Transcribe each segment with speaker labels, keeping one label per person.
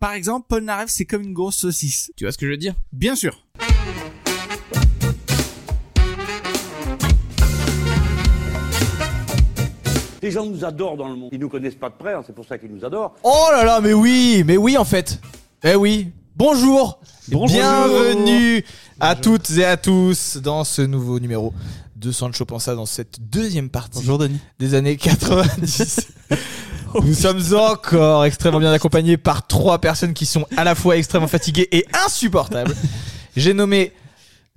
Speaker 1: par exemple, Paul Narev, c'est comme une grosse saucisse.
Speaker 2: Tu vois ce que je veux dire
Speaker 1: Bien sûr.
Speaker 3: Les gens nous adorent dans le monde. Ils nous connaissent pas de près, hein, c'est pour ça qu'ils nous adorent.
Speaker 4: Oh là là, mais oui, mais oui en fait. Eh oui. Bonjour.
Speaker 5: Bonjour.
Speaker 4: Bienvenue à toutes et à tous dans ce nouveau numéro de Sancho Pensa dans cette deuxième partie
Speaker 5: Bonjour Denis.
Speaker 4: des années 90. Nous sommes encore extrêmement bien accompagnés par trois personnes qui sont à la fois extrêmement fatiguées et insupportables. J'ai nommé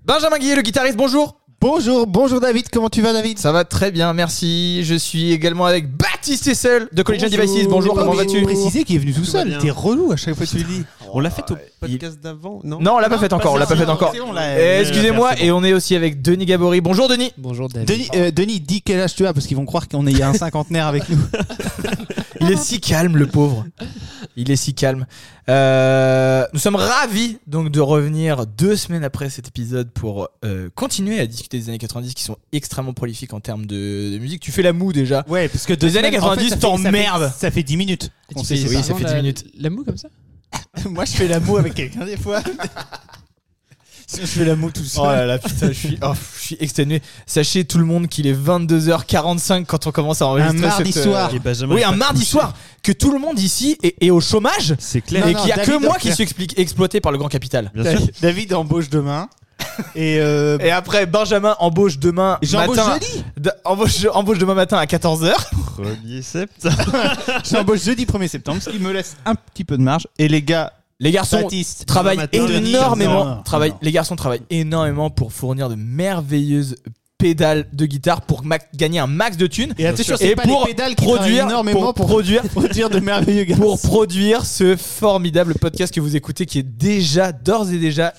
Speaker 4: Benjamin Guillet, le guitariste. Bonjour.
Speaker 5: Bonjour, bonjour David, comment tu vas David
Speaker 4: Ça va très bien, merci. Je suis également avec Baptiste Essel de Collision Devices. Bonjour,
Speaker 5: Ah,
Speaker 4: comment vas-tu
Speaker 5: Préciser qu'il est venu tout
Speaker 6: va
Speaker 5: seul,
Speaker 6: bien.
Speaker 5: t'es relou à chaque fois que tu le dis.
Speaker 6: On l'a fait au podcast d'avant Non,
Speaker 4: Non, on
Speaker 5: Ah,
Speaker 4: l'a pas fait encore, on l'a pas fait encore. Eh, Excusez-moi, et on est aussi avec Denis Gabory. Bonjour Denis.
Speaker 7: Bonjour David.
Speaker 5: Denis, euh, Denis, dis quel âge tu as parce qu'ils vont croire qu'on est il y a un cinquantenaire avec nous.
Speaker 4: Il est si calme, le pauvre. Il est si calme. Euh, nous sommes ravis donc de revenir deux semaines après cet épisode pour euh, continuer à discuter des années 90 qui sont extrêmement prolifiques en termes de, de musique. Tu fais la moue déjà.
Speaker 5: Ouais, parce que
Speaker 4: Les années 90 t'emmerdes.
Speaker 5: Ça fait 10 minutes. qu'on s'est
Speaker 4: fais- oui,
Speaker 5: séparés.
Speaker 4: ça fait dix minutes.
Speaker 7: La moue comme ça
Speaker 5: Moi je fais la moue avec quelqu'un des fois. Sinon, je fais la moue tout seul.
Speaker 4: Oh là, putain, je suis, oh, je suis exténué. Sachez tout le monde qu'il est 22h45 quand on commence à enregistrer
Speaker 5: mardi
Speaker 4: cette, euh,
Speaker 5: soir.
Speaker 6: Et Benjamin
Speaker 4: Oui,
Speaker 6: est
Speaker 4: un
Speaker 6: pas
Speaker 4: mardi
Speaker 6: couché.
Speaker 4: soir que tout le monde ici est, est au chômage
Speaker 6: C'est
Speaker 4: et
Speaker 6: clair.
Speaker 5: Non,
Speaker 4: qu'il
Speaker 5: non,
Speaker 4: y a que
Speaker 5: David
Speaker 4: moi qui
Speaker 5: Hockler.
Speaker 4: suis expli- exploité par le grand capital.
Speaker 6: Bien sûr.
Speaker 5: David embauche demain. Et, euh,
Speaker 4: Et après, Benjamin embauche demain
Speaker 5: j'embauche
Speaker 4: matin.
Speaker 5: jeudi.
Speaker 4: D- embauche, embauche demain matin à 14h.
Speaker 6: Premier septembre.
Speaker 5: J'embauche jeudi 1er septembre, ce qui me laisse un petit peu de marge. Et les gars,
Speaker 4: Les garçons
Speaker 5: Baptiste,
Speaker 4: travaillent
Speaker 6: Demain matin, Denis,
Speaker 4: énormément.
Speaker 5: non, non,
Speaker 4: travaillent-
Speaker 5: non.
Speaker 4: Les garçons travaillent énormément pour fournir de merveilleuses pédales de guitare pour ma- gagner un max de thunes.
Speaker 5: Et attention,
Speaker 4: Et
Speaker 5: c'est pas
Speaker 4: pour
Speaker 5: les pédales qui
Speaker 4: produire,
Speaker 5: travaillent énormément
Speaker 4: pour, produire,
Speaker 5: pour produire de merveilleux gars.
Speaker 4: pour produire ce formidable podcast que vous écoutez qui est déjà, d'ores et déjà.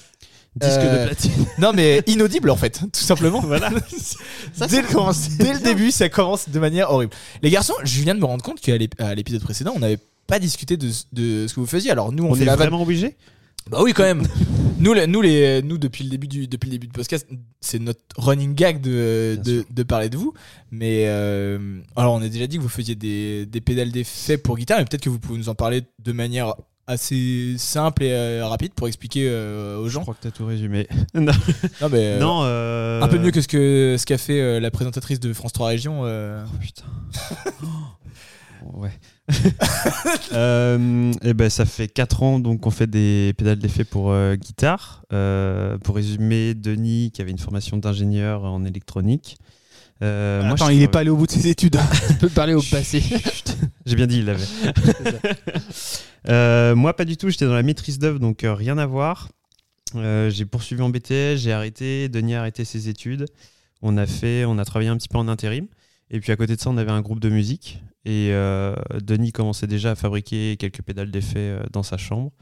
Speaker 6: Disque
Speaker 4: euh,
Speaker 6: de platine.
Speaker 4: Non, mais inaudible en fait, tout simplement.
Speaker 6: Voilà.
Speaker 4: dès, le, dès le début, ça commence de manière horrible. Les garçons, je viens de me rendre compte qu'à l'ép- à l'épisode précédent, on n'avait pas discuté de, ce- de ce que vous faisiez. Alors nous, on,
Speaker 6: On
Speaker 4: fait
Speaker 6: est
Speaker 4: la vanne.
Speaker 6: vraiment obligé
Speaker 4: Bah oui, quand même. nous, les- nous, les, nous, depuis le début du, depuis le début du podcast, c'est notre running gag de,
Speaker 6: Bien
Speaker 4: de, de parler de vous. Mais euh, alors, on a déjà dit que vous faisiez des, des pédales d'effet pour guitare, mais peut-être que vous pouvez nous en parler de manière assez simple et euh, rapide pour expliquer euh, aux
Speaker 6: Je
Speaker 4: gens.
Speaker 6: crois que t'as tout résumé.
Speaker 4: Non, mais euh,
Speaker 6: non, euh...
Speaker 4: un peu mieux que ce que ce qu'a fait euh, la présentatrice de France 3 Région. euh.
Speaker 6: Oh, putain. Oh, ouais. euh, et ben ça fait 4 ans donc qu'on fait des pédales d'effet pour euh, guitare. Euh, pour résumer, Denis qui avait une formation d'ingénieur en électronique. Euh, moi,
Speaker 5: Attends,
Speaker 6: je-
Speaker 5: il est pas allé au bout de ses études.
Speaker 7: Tu peux parler au passé.
Speaker 6: J'ai bien dit, il l'avait. Euh, moi, pas du tout. J'étais dans la maîtrise d'œuvre, donc euh, rien à voir. Euh, j'ai poursuivi en BTS, j'ai arrêté. Denis a arrêté ses études. On a fait, on a travaillé un petit peu en intérim. Et puis à côté de ça, on avait un groupe de musique. Et euh, Denis commençait déjà à fabriquer quelques pédales d'effet euh, dans sa chambre.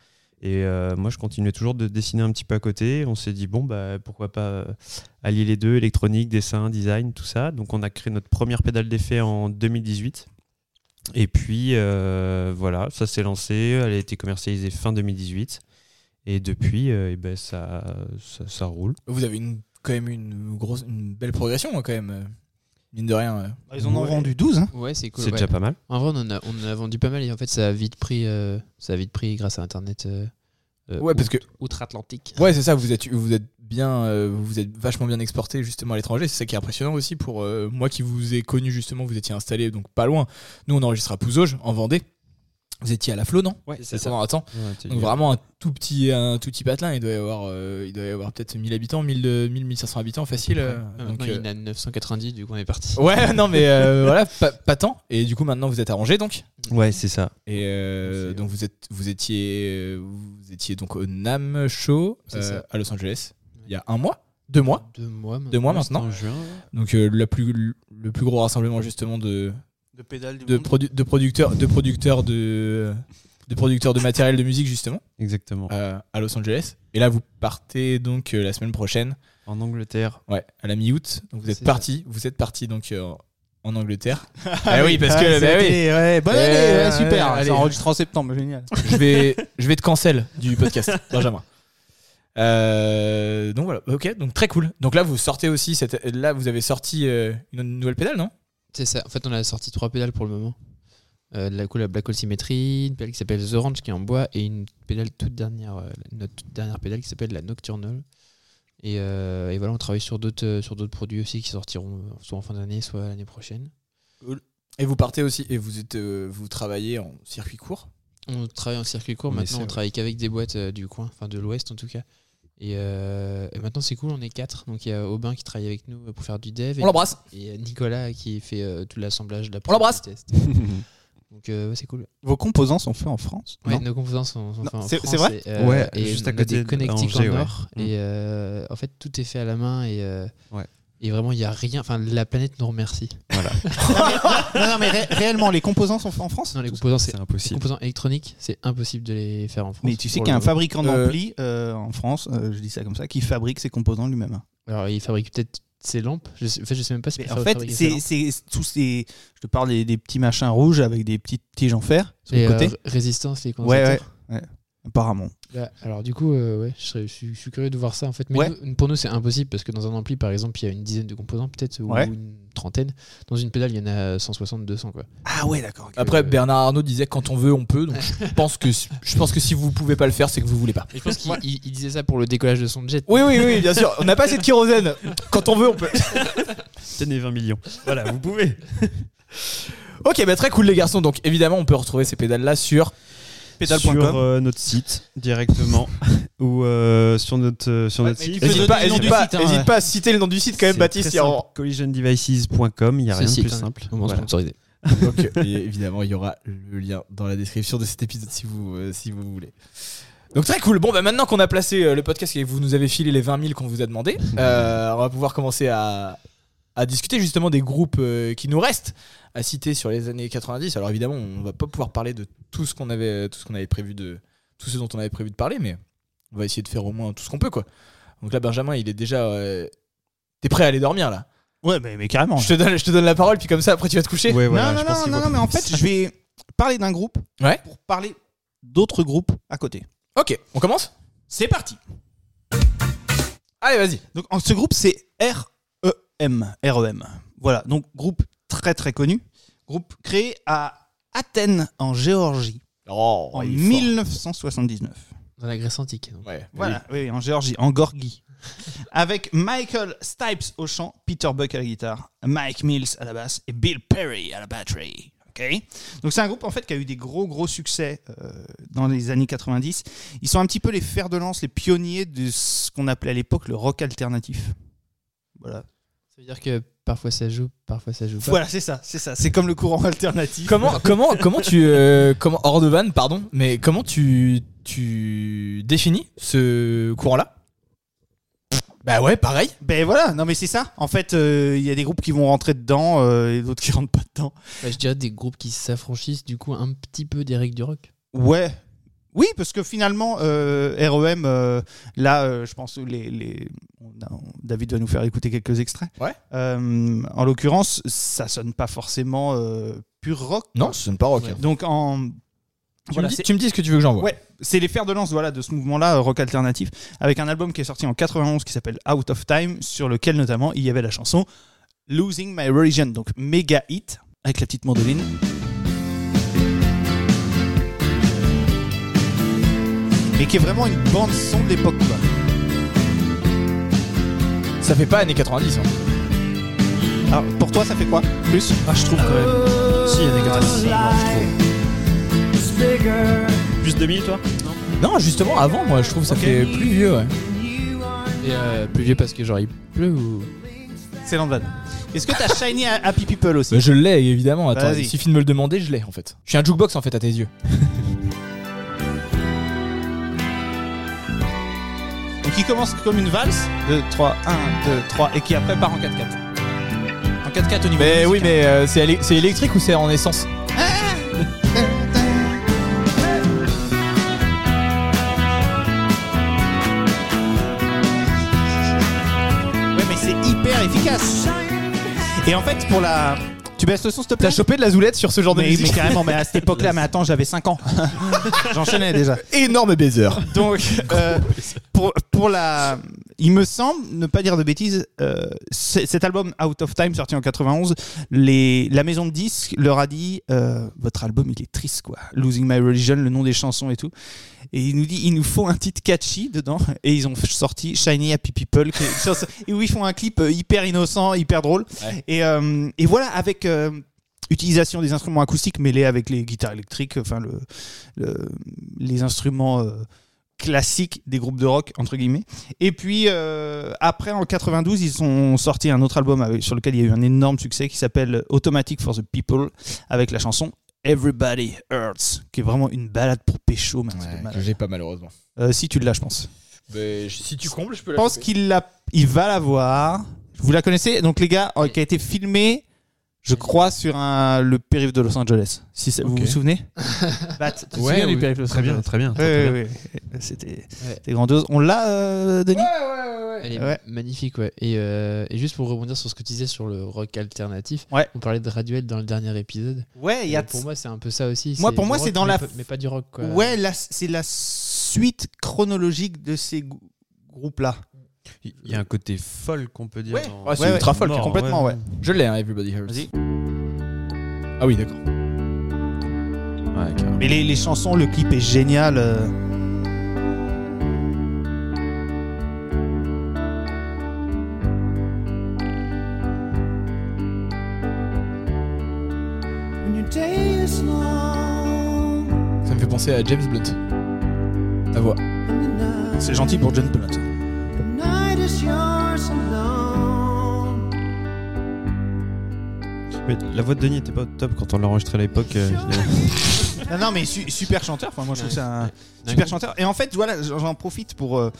Speaker 6: Et euh, moi, je continuais toujours de dessiner un petit peu à côté. On s'est dit, bon, bah, pourquoi pas euh, allier les deux, électronique, dessin, design, tout ça. Donc, on a créé notre première pédale d'effet en 2018. Et puis euh, voilà, ça s'est lancé, elle a été commercialisée fin 2018. Et depuis, euh, eh ben, ça, ça, ça roule.
Speaker 4: Vous avez une, quand même une grosse, une belle progression hein, quand même. euh, Mine de rien. euh.
Speaker 5: Ils en ont
Speaker 4: Ouais.
Speaker 5: vendu 12. Hein.
Speaker 7: Ouais, c'est cool.
Speaker 6: C'est
Speaker 7: ouais.
Speaker 6: déjà pas mal.
Speaker 7: En vrai, on en, a, on en a vendu pas mal et en fait, ça a vite pris, euh, ça a vite pris grâce à Internet. euh, euh,
Speaker 4: Ouais, parce
Speaker 7: out-
Speaker 4: que
Speaker 7: Outre-Atlantique.
Speaker 4: Ouais, c'est ça, vous êtes, vous êtes bien, euh, vous êtes vachement bien exporté justement à l'étranger. C'est ça qui est impressionnant aussi pour euh, moi qui vous ai connu justement, vous étiez installé donc pas loin. Nous, on enregistre à Pouzauges, en Vendée. Vous étiez à la Flo, non
Speaker 6: Ouais,
Speaker 4: Pendant un temps. Donc vraiment un tout petit, un tout petit patelin. Il doit y avoir, euh, il doit y avoir peut-être 1000 habitants, 1000, euh, 1000, 1500 habitants facile. euh,
Speaker 7: Ah,
Speaker 4: donc,
Speaker 7: maintenant,
Speaker 4: euh,
Speaker 7: il est à 990, du coup, on est parti.
Speaker 4: Ouais, non mais euh, voilà, pas, pas tant. Et du coup, maintenant, vous êtes arrangé donc.
Speaker 6: Ouais, c'est ça.
Speaker 4: Et euh,
Speaker 7: C'est-
Speaker 4: donc vous êtes, vous étiez, vous étiez donc au Nam Show
Speaker 7: C'est
Speaker 4: euh,
Speaker 7: ça.
Speaker 4: à Los Angeles. Il y a un mois, deux mois.
Speaker 7: Deux mois maintenant.
Speaker 4: Deux mois maintenant.
Speaker 7: c'était En juin.
Speaker 4: Donc euh, la plus, le plus gros rassemblement justement de,
Speaker 5: De pédale
Speaker 4: de, produ- de producteurs de producteurs de, de producteurs de matériel de musique justement
Speaker 5: Ah.
Speaker 6: Exactement.
Speaker 4: euh, à Los Angeles. Et là vous partez donc euh, la semaine prochaine,
Speaker 6: En Angleterre.
Speaker 4: ouais, à la mi-août. Donc vous êtes
Speaker 7: C'est
Speaker 4: parti, vous êtes parti donc euh, en Angleterre. ah oui parce que bah oui,
Speaker 5: Ouais, bonne
Speaker 4: Euh,
Speaker 5: année, ouais, super.
Speaker 4: allez.
Speaker 5: C'est enregistré en septembre, génial.
Speaker 4: je vais je vais te cancel du podcast Benjamin. Euh, donc voilà, ok, donc très cool. Donc là vous sortez aussi, cette, là vous avez sorti euh, une nouvelle pédale, non
Speaker 7: C'est ça. En fait, on a sorti trois pédales pour le moment. Euh, la, coup, la Black Hole Symmetry, une pédale qui s'appelle The Range qui est en bois et une pédale toute dernière, euh, notre toute dernière pédale qui s'appelle la Nocturnal. Et, euh, et voilà, on travaille sur d'autres euh, sur d'autres produits aussi qui sortiront euh, soit en fin d'année, soit l'année prochaine.
Speaker 4: Et vous partez aussi, et vous, êtes, euh, vous travaillez en circuit court
Speaker 7: On travaille en circuit court,
Speaker 4: On
Speaker 7: maintenant
Speaker 4: essaie,
Speaker 7: on
Speaker 4: ouais.
Speaker 7: travaille qu'avec des boîtes euh, du coin, enfin de l'ouest en tout cas. Et, euh, et maintenant c'est cool, on est quatre. Donc il y a Aubin qui travaille avec nous euh, pour faire du dev. et-
Speaker 4: On l'embrasse
Speaker 7: Et euh, Nicolas qui fait euh, tout l'assemblage de la
Speaker 4: On l'embrasse
Speaker 7: prototype test. Donc euh, ouais, c'est cool.
Speaker 5: Vos composants sont faits en France
Speaker 7: Ouais,
Speaker 5: Non.
Speaker 7: nos composants sont, sont
Speaker 5: Non,
Speaker 7: faits en
Speaker 5: c'est-
Speaker 7: France
Speaker 5: c'est vrai
Speaker 7: et, euh,
Speaker 6: Ouais,
Speaker 7: et
Speaker 6: juste à
Speaker 7: on a
Speaker 6: côté
Speaker 7: des
Speaker 6: de-
Speaker 7: Connectics
Speaker 6: à Angers,
Speaker 7: en
Speaker 6: ouais.
Speaker 7: or.
Speaker 6: Mm.
Speaker 7: Et euh, en fait, tout est fait à la main et, euh,
Speaker 6: Ouais.
Speaker 7: et vraiment, il y a rien. Enfin, la planète nous remercie.
Speaker 5: non, non, mais ré- réellement, les composants sont faits en France
Speaker 7: Non, les composants, c'est
Speaker 6: C'est
Speaker 7: les
Speaker 6: impossible.
Speaker 7: composants électroniques, c'est impossible de les faire en France.
Speaker 5: Mais tu sais
Speaker 7: Pour
Speaker 5: qu'il y a un
Speaker 7: le-
Speaker 5: fabricant
Speaker 4: Euh,
Speaker 5: d'ampli euh, en France, euh, je dis ça comme ça, qui fabrique ses composants lui-même.
Speaker 7: Alors, il fabrique peut-être ses lampes. Je sais, en fait, je sais même pas si
Speaker 5: Mais en fait, c'est c'est tous ces. Je te parle des, des petits machins rouges avec des petites tiges en fer sur
Speaker 7: les
Speaker 5: le côté.
Speaker 7: euh, résistance, les
Speaker 5: ouais,
Speaker 7: condensateurs.
Speaker 5: ouais, ouais. Apparemment.
Speaker 7: Bah, alors du coup, euh, ouais, je, serais- je suis, je suis curieux de voir ça en fait. Mais
Speaker 5: Ouais.
Speaker 7: nous- pour nous, c'est impossible parce que dans un ampli, par exemple, il y a une dizaine de composants peut-être ou
Speaker 5: Ouais.
Speaker 7: une trentaine. Dans une pédale, il y en a 160, 200 quoi.
Speaker 5: Ah ouais, d'accord. ok.
Speaker 4: Après,
Speaker 7: Euh,
Speaker 4: Bernard Arnault disait quand on veut, on peut. Donc je pense que je pense que si vous pouvez pas le faire, c'est que vous voulez pas.
Speaker 7: je pense qu'il disait ça pour le décollage de son jet.
Speaker 4: Oui, oui, oui, bien sûr. On n'a pas assez de kérosène. Quand on veut, on peut.
Speaker 6: Tenez 20 millions. Voilà, vous pouvez.
Speaker 4: Ok, bah très cool les garçons. Donc évidemment, on peut retrouver ces pédales là sur.
Speaker 6: Sur euh, notre site directement ou euh, sur notre euh, sur
Speaker 5: Ouais,
Speaker 6: notre
Speaker 5: mais tu
Speaker 6: site.
Speaker 5: peux
Speaker 4: N'hésite
Speaker 5: donner
Speaker 4: pas,
Speaker 5: le nom
Speaker 4: hésite
Speaker 5: du
Speaker 4: pas,
Speaker 5: site, hein,
Speaker 4: hésite
Speaker 5: ouais.
Speaker 4: pas à citer le nom du site quand même,
Speaker 6: C'est
Speaker 4: Baptiste.
Speaker 6: très
Speaker 4: il y a-
Speaker 6: simple. collisiondevices.com, il n'y a rien de
Speaker 5: hein.
Speaker 6: plus simple.
Speaker 7: On
Speaker 6: Voilà.
Speaker 7: sponsorisé.
Speaker 4: Donc, et évidemment, il y aura le lien dans la description de cet épisode si vous, euh, si vous voulez. Donc très cool. Bon, bah maintenant qu'on a placé euh, le podcast et que vous nous avez filé les 20 000 qu'on vous a demandé, euh, on va pouvoir commencer à, à discuter justement des groupes euh, qui nous restent à citer sur les années 90. Alors évidemment, on va pas pouvoir parler de tout ce qu'on avait, tout ce qu'on avait prévu de, tout ce dont on avait prévu de parler, mais on va essayer de faire au moins tout ce qu'on peut, quoi. Donc là, Benjamin, il est déjà. euh, T'es prêt à aller dormir là
Speaker 5: Ouais, mais, mais carrément.
Speaker 4: je te, donne, je te donne la parole, puis comme ça, après tu vas te coucher.
Speaker 6: Ouais, voilà,
Speaker 5: non,
Speaker 6: je
Speaker 5: non,
Speaker 6: pense
Speaker 5: non,
Speaker 6: qu'il
Speaker 5: non,
Speaker 6: faut-
Speaker 5: non, mais en fait, je vais parler d'un groupe
Speaker 4: Ouais.
Speaker 5: pour parler d'autres groupes à côté.
Speaker 4: Ok, on commence
Speaker 5: C'est parti.
Speaker 4: Allez, vas-y.
Speaker 5: Donc, en- ce groupe, c'est E REM. REM. Voilà, donc groupe très très connu. Groupe créé à Athènes, en Géorgie,
Speaker 4: Oh,
Speaker 5: en 1979.
Speaker 7: Dans la Grèce antique. donc.
Speaker 4: Ouais,
Speaker 5: Voilà, oui, oui, en Géorgie, en Gorgie. Avec Michael Stipes au chant, Peter Buck à la guitare, Mike Mills à la basse et Bill Perry à la batterie. Ok Donc c'est un groupe en fait qui a eu des gros gros succès euh, dans les années 90. Ils sont un petit peu les fers de lance, les pionniers de ce qu'on appelait à l'époque le rock alternatif. Voilà.
Speaker 7: Ça veut dire que parfois ça joue, parfois ça joue pas.
Speaker 5: Voilà, c'est ça, c'est ça. C'est comme le courant alternatif.
Speaker 4: Comment, comment, comment tu, euh, comment hors de vanne, pardon, mais comment tu, tu définis ce courant-là Bah ouais, pareil.
Speaker 5: Ben voilà, non mais c'est ça. En fait, euh, il y a des groupes qui vont rentrer dedans euh, et d'autres qui rentrent pas dedans.
Speaker 7: Bah, je dirais des groupes qui s'affranchissent du coup un petit peu des règles du rock.
Speaker 5: Ouais. Oui, parce que finalement, euh, REM, euh, là, euh, je pense que les, les- on a- on- David va nous faire écouter quelques extraits.
Speaker 4: Ouais.
Speaker 5: Euh, en l'occurrence, ça sonne pas forcément euh, pur rock.
Speaker 4: Non, c'est une paroque.
Speaker 7: Ouais.
Speaker 5: Donc, en.
Speaker 4: Tu,
Speaker 5: Voilà,
Speaker 4: me dis,
Speaker 5: c'est-
Speaker 4: tu me dis ce que tu veux que j'envoie.
Speaker 5: Ouais, c'est les fers de lance voilà, de ce mouvement-là, euh, rock alternatif, avec un album qui est sorti en 91 qui s'appelle Out of Time, sur lequel notamment il y avait la chanson Losing My Religion, donc méga hit, avec la petite mandoline. Mais qui est vraiment une bande-son de l'époque, quoi.
Speaker 4: Ça fait pas années 90. hein.
Speaker 5: Alors, pour toi, ça fait quoi Plus Ah, je trouve quand même.
Speaker 6: Si, il y a des catastrophes, je trouve. Plus de 2000, toi
Speaker 4: Non, justement, avant, moi, je trouve que ça fait plus vieux. Ouais.
Speaker 7: Et euh, plus vieux parce que genre il pleut ou.
Speaker 5: Excellent van. Est-ce que t'as Shiny Happy People aussi
Speaker 4: Bah, je l'ai évidemment. Attends,
Speaker 5: Vas-y.
Speaker 4: il suffit de me le demander, je l'ai en fait. Je suis un jukebox en fait à tes yeux.
Speaker 5: Donc il commence comme une valse. 2, 3, 1, 2, 3, et qui après part en 4-4. En 4-4 au niveau de
Speaker 4: Mais
Speaker 5: la
Speaker 4: oui,
Speaker 5: musique,
Speaker 4: mais euh, c'est éle- c'est électrique ou c'est en essence
Speaker 5: hein. Ouais, mais c'est hyper efficace. Et en fait, pour la. Tu baisses le son, s'il te plaît
Speaker 4: T'as chopé de la zoulette sur ce genre de
Speaker 5: mais, mais
Speaker 4: musique
Speaker 5: carrément, mais à cette époque-là, mais attends, j'avais 5 ans. J'enchaînais déjà.
Speaker 4: Énorme baiser.
Speaker 5: Donc, euh, pour, pour la, Il me semble, ne pas dire de bêtises, euh, c- cet album Out of Time sorti en 91, les, la maison de disques leur a dit euh, votre album il est triste quoi, Losing My Religion, le nom des chansons et tout. Et il nous dit il nous faut un titre catchy dedans et ils ont f- sorti Shiny Happy People qui est une chanson- et où ils font un clip euh, hyper innocent, hyper drôle.
Speaker 4: Ouais.
Speaker 5: Et, euh, et voilà avec euh, utilisation des instruments acoustiques mêlés avec les guitares électriques, enfin le, le- les instruments euh, classiques des groupes de rock entre guillemets. Et puis euh, après en 92, ils ont sorti un autre album avec- sur lequel il y a eu un énorme succès qui s'appelle Automatic for the People avec la chanson Everybody Hurts qui est vraiment une balade pour pécho mais un truc de malade.
Speaker 4: que j'ai pas malheureusement.
Speaker 5: Euh, si tu l'as je pense.
Speaker 4: si tu combles, je peux
Speaker 5: Je pense qu'il l'a il va la voir. Vous la connaissez donc les gars euh, qui a été filmé je crois sur un, le périph' de Los Angeles. Si ça- vous
Speaker 4: Ok.
Speaker 5: vous souvenez Bat, tu te
Speaker 7: Ouais,
Speaker 5: souviens du
Speaker 7: oui.
Speaker 5: périph' de Los
Speaker 6: Très bien,
Speaker 5: Angeles
Speaker 6: très bien.
Speaker 5: Oui,
Speaker 6: très, très bien.
Speaker 5: oui, oui. C'était c'était grandiose. On l'a, euh, Denis
Speaker 7: Elle est
Speaker 5: Ouais.
Speaker 7: magnifique, ouais. Et, euh, et juste pour rebondir sur ce que tu disais sur le rock alternatif,
Speaker 5: Ouais.
Speaker 7: on parlait de Radiohead dans le dernier épisode.
Speaker 5: Ouais, il y
Speaker 7: Et
Speaker 5: a.
Speaker 7: Pour moi, c'est un peu ça aussi.
Speaker 5: Moi, pour
Speaker 7: du
Speaker 5: moi,
Speaker 7: rock,
Speaker 5: c'est dans
Speaker 7: mais
Speaker 5: la-
Speaker 7: pas- Mais pas du rock, quoi.
Speaker 5: ouais, la- c'est la suite chronologique de ces gou- groupes-là.
Speaker 6: Il y a un côté folle qu'on peut dire.
Speaker 5: Ouais.
Speaker 6: dans-
Speaker 4: Ouais, c'est
Speaker 5: Ouais,
Speaker 4: ultra folk,
Speaker 6: Mort,
Speaker 5: complètement, ouais.
Speaker 4: Je l'ai, hein, Everybody Hurts.
Speaker 5: Vas-y.
Speaker 4: Ah oui, d'accord. Ouais, carrément.
Speaker 5: Mais les, les chansons, le clip est génial. euh.
Speaker 4: Ça me fait penser à James Blunt. Ta voix.
Speaker 5: C'est gentil pour John Blunt.
Speaker 6: Mais la voix de Denis était pas au top quand on l'a enregistré à l'époque. euh, finalement.
Speaker 5: Non, non, mais su- super chanteur. Enfin, moi, je trouve
Speaker 7: Ouais,
Speaker 5: ça un
Speaker 7: ouais.
Speaker 5: super chanteur. Et en fait, voilà, j'en j'en profite pour euh,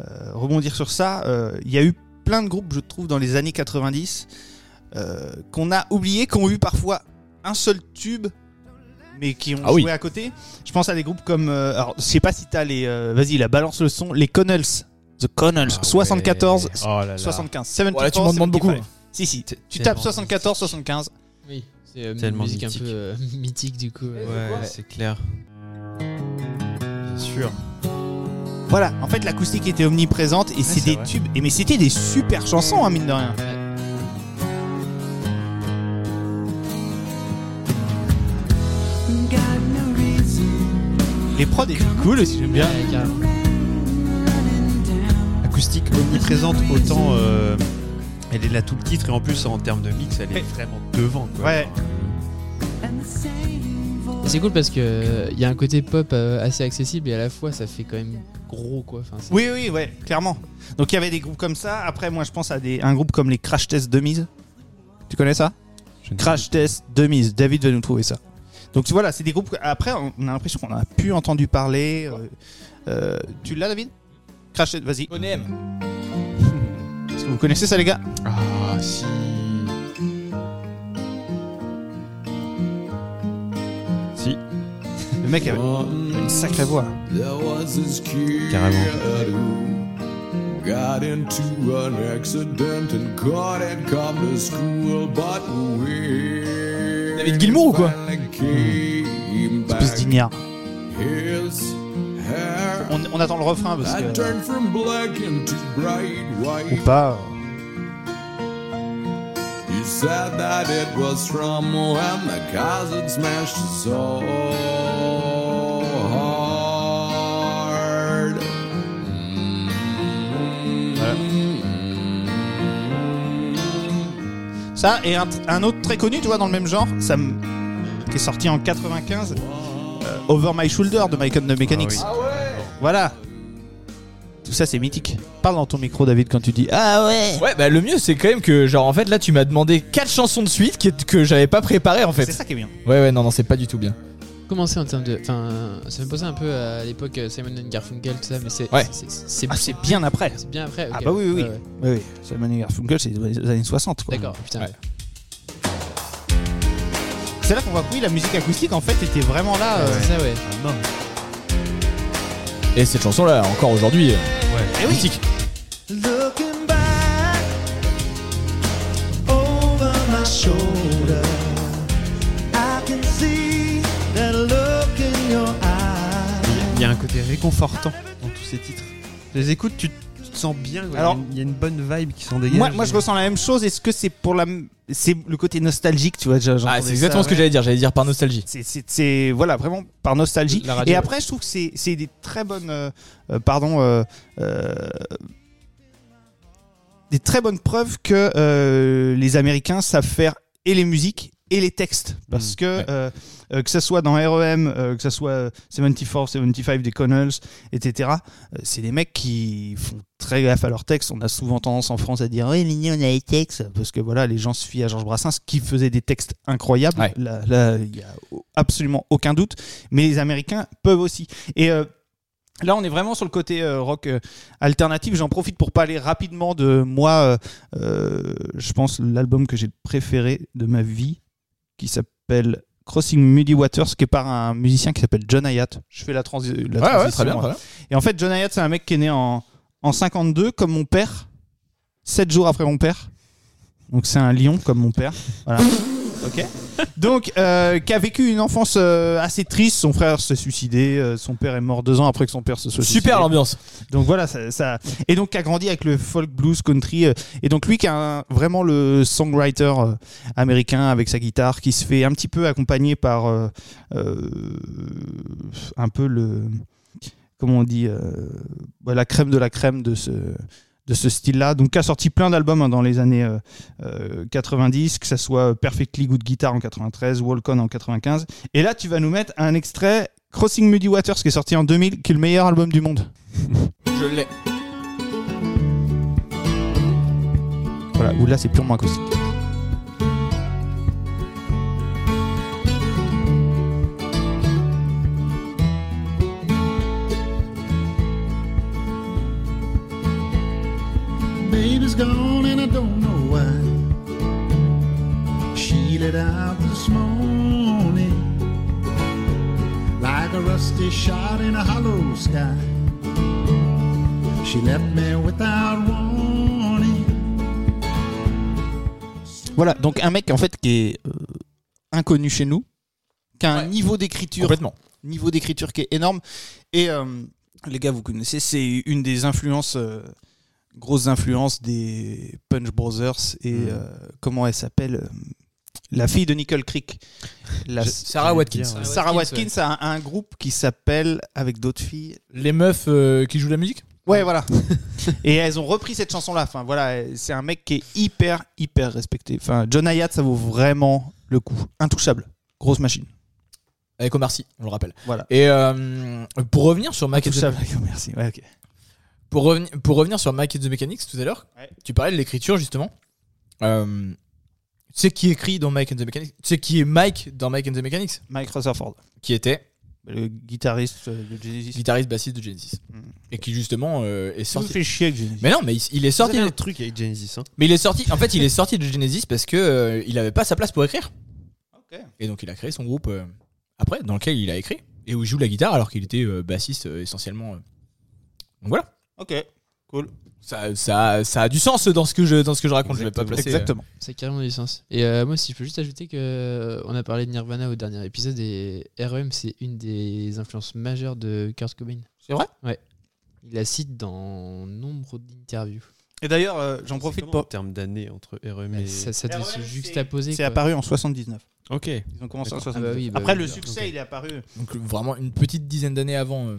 Speaker 5: euh, rebondir sur ça. Euh, Il y a eu plein de groupes, je trouve, dans les années 90 euh, qu'on a oublié, qui ont eu parfois un seul tube, mais qui ont
Speaker 4: Ah
Speaker 5: joué
Speaker 4: oui.
Speaker 5: à côté. Je pense à des groupes comme. euh, alors, je sais pas si t'as les. euh, Vas-y, la balance le son. Les Connells. The Connells.
Speaker 7: Ah
Speaker 5: 74,
Speaker 7: ouais.
Speaker 6: Oh là là.
Speaker 5: 75. 74,
Speaker 4: Voilà, tu m'en demandes beaucoup.
Speaker 5: 75. Si, si. Tu tapes 74, 75.
Speaker 7: Oui, c'est euh, une
Speaker 6: Tellement
Speaker 7: musique un peu
Speaker 6: mythique.
Speaker 7: euh, mythique, du coup. euh,
Speaker 6: Ouais, c'est clair. Bien sûr.
Speaker 5: Voilà, en fait l'acoustique était omniprésente et c'est
Speaker 6: c'est
Speaker 5: des
Speaker 6: vrai.
Speaker 5: tubes. Et mais c'était des super chansons, hein, mine de rien. Les prods étaient cool aussi, j'aime bien.
Speaker 7: ouais, carrément.
Speaker 6: Acoustique omniprésente, autant euh, elle est là tout le titre et en plus en termes de mix, elle est vraiment devant. Quoi.
Speaker 5: Ouais.
Speaker 7: Et C'est cool parce que il y a un côté pop euh, assez accessible et à la fois ça fait quand même gros quoi. Enfin, c'est-
Speaker 5: Oui, oui, ouais, clairement. Donc il y avait des groupes comme ça. Après, moi je pense à des, un groupe comme les Crash Test Dummies. Tu connais ça
Speaker 6: Je ne-
Speaker 5: Crash Test Dummies. David va nous trouver ça. Donc voilà, c'est des groupes. Après, on a l'impression qu'on a plus entendu parler. euh, euh, tu l'as, David Crash Test, vas-y.
Speaker 4: ONM.
Speaker 5: Est-ce que vous connaissez ça, les gars
Speaker 4: Ah, si.
Speaker 6: Si,
Speaker 5: Le mec avait une sacrée voix.
Speaker 6: carrément.
Speaker 2: Got into an accident and couldn't come to school, but we
Speaker 4: David Gilmour ou quoi
Speaker 2: came
Speaker 5: Espèce
Speaker 2: back.
Speaker 5: d'ignare.
Speaker 2: His hair
Speaker 5: On, on attend le refrain parce
Speaker 2: had
Speaker 5: que.
Speaker 2: turned from black into bright
Speaker 5: Ou
Speaker 2: white.
Speaker 5: pas. euh,
Speaker 2: He said that it was from when the cars had smashed so hard. Mm-hmm.
Speaker 5: Ça et un, un autre très connu, tu vois, dans le même genre, ça me- qui est sorti en 95. euh, Over My Shoulder de Michael de Mechanics. Voilà. Tout ça, c'est mythique. Parle dans ton micro, David, quand tu dis Ah ouais
Speaker 4: Ouais, bah le mieux c'est quand même que, genre en fait là tu m'as demandé quatre chansons de suite qui- que j'avais pas préparé en
Speaker 5: C'est
Speaker 4: fait.
Speaker 5: ça qui est bien.
Speaker 4: Ouais, ouais, non, non, c'est pas du tout bien.
Speaker 7: Commencer en termes de, enfin, ça me pensait un peu à l'époque euh, Simon and Garfunkel tout ça, mais c'est
Speaker 4: Ouais.
Speaker 7: c'est- c'est
Speaker 5: Ah, c'est bien après.
Speaker 7: c'est bien après.
Speaker 5: Ah
Speaker 7: ok.
Speaker 5: bah oui, oui, oui.
Speaker 7: Ouais, ouais.
Speaker 5: Oui, oui. Simon et Garfunkel, c'est les années 60, quoi.
Speaker 7: D'accord. Putain.
Speaker 4: Ouais.
Speaker 5: C'est là qu'on voit que oui, la musique acoustique, en fait, était vraiment là.
Speaker 7: Ouais,
Speaker 5: euh.
Speaker 7: Ah, C'est ça ouais.
Speaker 4: Et cette chanson là, encore aujourd'hui, euh,
Speaker 5: Eh oui.
Speaker 4: mythique.
Speaker 5: Looking back over my shoulder, I can see that look in your eyes.
Speaker 6: Il y a un côté réconfortant dans tous ces titres. Tu les écoutes, tu te sent bien. quoi.
Speaker 5: Alors-
Speaker 6: il y a une- il y, a une bonne vibe qui s'en dégage.
Speaker 5: Moi, moi, je ressens la même chose. Est-ce que c'est pour la, m- c'est le côté nostalgique, tu vois déjà.
Speaker 4: Ah, c'est exactement ce que j'allais dire. J'allais dire par nostalgie.
Speaker 5: C'est- C'est c'est- voilà vraiment par nostalgie.
Speaker 7: La radio,
Speaker 5: Et après, je trouve que c'est c'est des très bonnes, euh, euh, pardon, euh, euh, des très bonnes preuves que euh, les Américains savent faire et les musiques et les textes, parce
Speaker 6: Mm,
Speaker 5: que
Speaker 4: Mmh, ouais.
Speaker 5: euh, euh, que ça soit dans REM, euh, que ça soit euh, 74, 75 des Connells, etc. euh, c'est des mecs qui font très gaffe à leurs textes. On a souvent tendance en France à dire oui, mais nous, on a les textes, parce que voilà, les gens se fient à Georges Brassens qui faisait des textes incroyables.
Speaker 4: Ouais.
Speaker 5: Là, là, il y a au- absolument aucun doute. Mais les Américains peuvent aussi. Et euh, là, on est vraiment sur le côté euh, rock euh, alternatif. J'en profite pour parler rapidement de moi. euh, euh, je pense l'album que j'ai préféré de ma vie, qui s'appelle Crossing Muddy Waters, qui est par un musicien qui s'appelle John Hyatt. Je fais la, transi la transition, hein. Et en fait, John Hyatt, c'est un mec qui est né en, en 52, comme mon père, 7 jours après mon père. Donc c'est un lion, comme mon père. Voilà. Ok. Donc, euh, qui a vécu une enfance euh, assez triste. Son frère s'est suicidé. euh, son père est mort deux ans après que son père se soit
Speaker 4: Super
Speaker 5: suicidé.
Speaker 4: l'ambiance.
Speaker 5: Donc voilà, ça, ça- et donc qui a grandi avec le folk blues country. euh, Et donc lui qui est un- vraiment le songwriter euh, américain avec sa guitare, qui se fait un petit peu accompagner par euh, euh, un peu le comment on dit euh, bah, la crème de la crème de ce de ce style-là, donc qui a sorti plein d'albums hein, dans les années euh, euh, 90, que ça soit Perfectly Good Guitar en 93, Walk On en 95. Et là, tu vas nous mettre un extrait Crossing Muddy Waters qui est sorti en 2000, qui est le meilleur album du monde.
Speaker 4: Je l'ai.
Speaker 5: Voilà, où là c'est purement acoustique.
Speaker 8: Baby's gone and I don't know why. She let out this morning like a rusty shot in a hollow sky. She left me without warning.
Speaker 5: Voilà, donc un mec en fait qui est euh, inconnu chez nous, qui a un niveau d'écriture,
Speaker 4: Complètement.
Speaker 5: niveau d'écriture qui est énorme. Et euh, les gars, vous connaissez, c'est une des influences, euh, grosses influences des Punch Brothers et euh, comment elle s'appelle euh, La fille de Nicole Creek. La-
Speaker 4: Sarah Watkins.
Speaker 6: Sarah
Speaker 5: Sarah
Speaker 7: Watkins,
Speaker 5: Watkins a un, un groupe qui s'appelle avec d'autres filles.
Speaker 4: Les meufs euh, qui jouent de la musique
Speaker 5: Ouais, voilà. et elles ont repris cette chanson-là. Enfin, voilà, c'est un mec qui est hyper, hyper respecté. Enfin, John Hayat, ça vaut vraiment le coup. Intouchable. Grosse machine.
Speaker 4: Avec Omar Sy, on le rappelle.
Speaker 5: Voilà.
Speaker 4: Et euh, pour revenir sur Mac et the,
Speaker 5: Intouchable. Merci. Ouais, ok.
Speaker 4: pour revenir pour revenir sur Mike and the Mechanics tout à l'heure,
Speaker 5: Ouais.
Speaker 4: tu parlais de l'écriture justement. Euh, tu sais qui écrit dans Mike and the Mechanics Tu sais qui est Mike dans Mike and the Mechanics
Speaker 5: Mike Rutherford,
Speaker 4: Qui était
Speaker 5: le guitariste euh, de Genesis.
Speaker 4: guitariste bassiste de Genesis
Speaker 5: Mm.
Speaker 4: et qui justement euh, est
Speaker 5: Ça me
Speaker 4: sorti.
Speaker 5: fait chier avec Genesis.
Speaker 4: Mais non, mais il, il est sorti.
Speaker 6: un truc avec Genesis. hein.
Speaker 4: Mais il est sorti. En fait, il est sorti de Genesis parce que euh, il avait pas sa place pour écrire.
Speaker 5: Ok.
Speaker 4: Et donc il a créé son groupe euh, après, dans lequel il a écrit et où il joue de la guitare alors qu'il était euh, bassiste euh, essentiellement. euh. Donc voilà.
Speaker 5: Ok.
Speaker 4: Ça, ça, ça a du sens dans ce que je, dans ce que je raconte. Je vais pas placer. euh,
Speaker 5: Exactement.
Speaker 7: C'est carrément du sens. Et euh, moi, si je peux juste ajouter que euh, on a parlé de Nirvana au dernier épisode et REM, c'est une des influences majeures de Kurt Cobain.
Speaker 4: C'est vrai
Speaker 7: Ouais. Il la cite dans nombre d'interviews.
Speaker 5: Et d'ailleurs, euh, j'en profite
Speaker 6: Comment, En
Speaker 5: pour.
Speaker 6: termes d'année entre RM et.
Speaker 7: Ça, ça devait
Speaker 5: REM,
Speaker 7: se
Speaker 5: c'est-
Speaker 7: juxtaposer.
Speaker 5: C'est
Speaker 7: quoi.
Speaker 5: apparu en 79.
Speaker 6: Ok.
Speaker 5: Ils ont commencé en
Speaker 6: D'accord.
Speaker 5: 79.
Speaker 7: Ah bah oui, bah
Speaker 5: Après,
Speaker 7: oui,
Speaker 5: le
Speaker 7: d'accord.
Speaker 5: succès,
Speaker 7: Ok.
Speaker 5: il est apparu. euh,
Speaker 4: Donc vraiment une petite dizaine d'années avant. euh.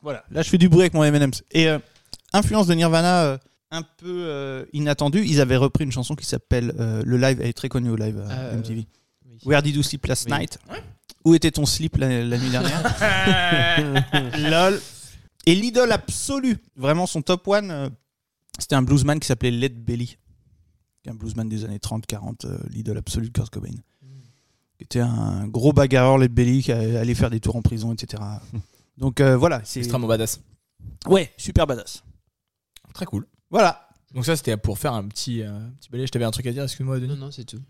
Speaker 5: Voilà, là je fais du bruit avec mon M&M's. Et euh, influence de Nirvana euh, un peu euh, inattendue, ils avaient repris une chanson qui s'appelle euh, le live, elle est très connue au live à
Speaker 7: Ah, euh,
Speaker 5: MTV.
Speaker 7: Oui.
Speaker 5: Where did you sleep last
Speaker 7: Oui.
Speaker 5: night? Où était ton slip la, la nuit dernière? Lol. Et l'idole absolue, vraiment son top one, euh, c'était un bluesman qui s'appelait Led Belly, un bluesman des années 30-40, euh, l'idole absolue de Kurt Cobain.
Speaker 7: Mm.
Speaker 5: Qui était un gros bagarreur, Led Belly, qui allait faire des tours en prison, etc. Donc euh, voilà, c'est
Speaker 4: Extrêmement badass.
Speaker 5: Ouais, super badass.
Speaker 4: Très cool.
Speaker 5: Voilà.
Speaker 4: Donc ça c'était pour faire un petit, euh, petit balayage. Je t'avais un truc à dire. Excuse-moi Denis.
Speaker 7: Non, non, c'est tout.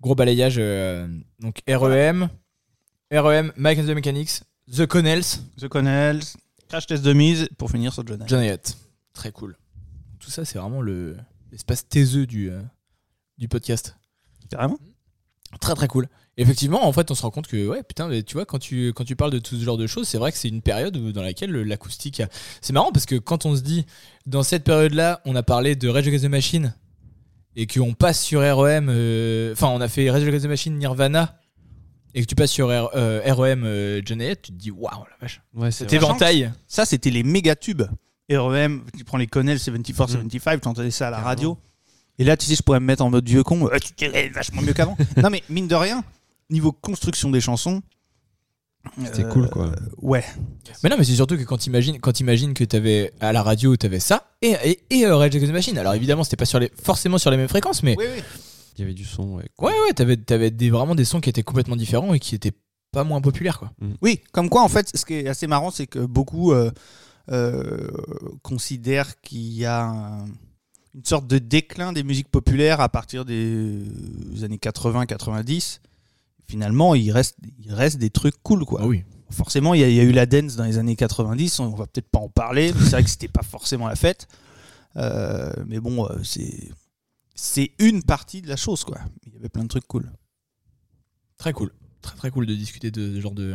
Speaker 4: Gros balayage. euh, donc REM, REM, E Mike and the Mechanics, The Connells,
Speaker 5: The Connells, Crash Test de mise pour finir sur John Hay.
Speaker 4: John Hyatt. Très cool. Tout ça c'est vraiment le l'espace taiseux du euh, du podcast.
Speaker 5: Carrément.
Speaker 4: Très très cool. Effectivement, en fait, on se rend compte que, ouais, putain, mais tu vois, quand tu, quand tu parles de tout ce genre de choses, c'est vrai que c'est une période où- dans laquelle euh, l'acoustique. a- C'est marrant parce que quand on se dit, dans cette période-là, on a parlé de Rage Against the Machine et qu'on passe sur REM, euh, enfin, on a fait Rage Against the Machine Nirvana et que tu passes sur R- euh, REM euh, John Elliott, tu te dis, waouh, la vache.
Speaker 6: Ouais, c'est
Speaker 4: Cet éventail.
Speaker 5: Ça, c'était les méga tubes. REM, tu prends les Connell 74, 75, tu entendais ça à la radio. Et là, tu sais, je pourrais me mettre en mode vieux con. euh, tu dirais vachement mieux qu'avant. non, mais mine de rien, niveau construction des chansons.
Speaker 6: C'était
Speaker 5: euh,
Speaker 6: cool quoi.
Speaker 5: Ouais.
Speaker 4: Mais non, mais c'est surtout que quand t'imagines, quand t'imagines que t'avais à la radio, t'avais ça et, et, et euh, Rage Against the Machine. Alors évidemment, c'était pas sur les, forcément sur les mêmes fréquences, mais
Speaker 5: Oui, oui.
Speaker 6: Il y avait du son. Ouais.
Speaker 4: ouais, ouais, t'avais, t'avais des, vraiment des sons qui étaient complètement différents et qui étaient pas moins populaires, quoi.
Speaker 5: Oui, comme quoi, en fait, ce qui est assez marrant, c'est que beaucoup euh, euh, considèrent qu'il y a un- une sorte de déclin des musiques populaires à partir des euh, années 80-90. Finalement, il reste, il reste des trucs cool, quoi.
Speaker 4: oui.
Speaker 5: Forcément, il y, a- il y a eu la dance dans les années 90, on va peut-être pas en parler, mais c'est vrai que c'était pas forcément la fête. Euh, mais bon, euh, c'est c'est une partie de la chose, quoi. Il y avait plein de trucs cool.
Speaker 4: Très cool. Très très cool de discuter de ce genre de,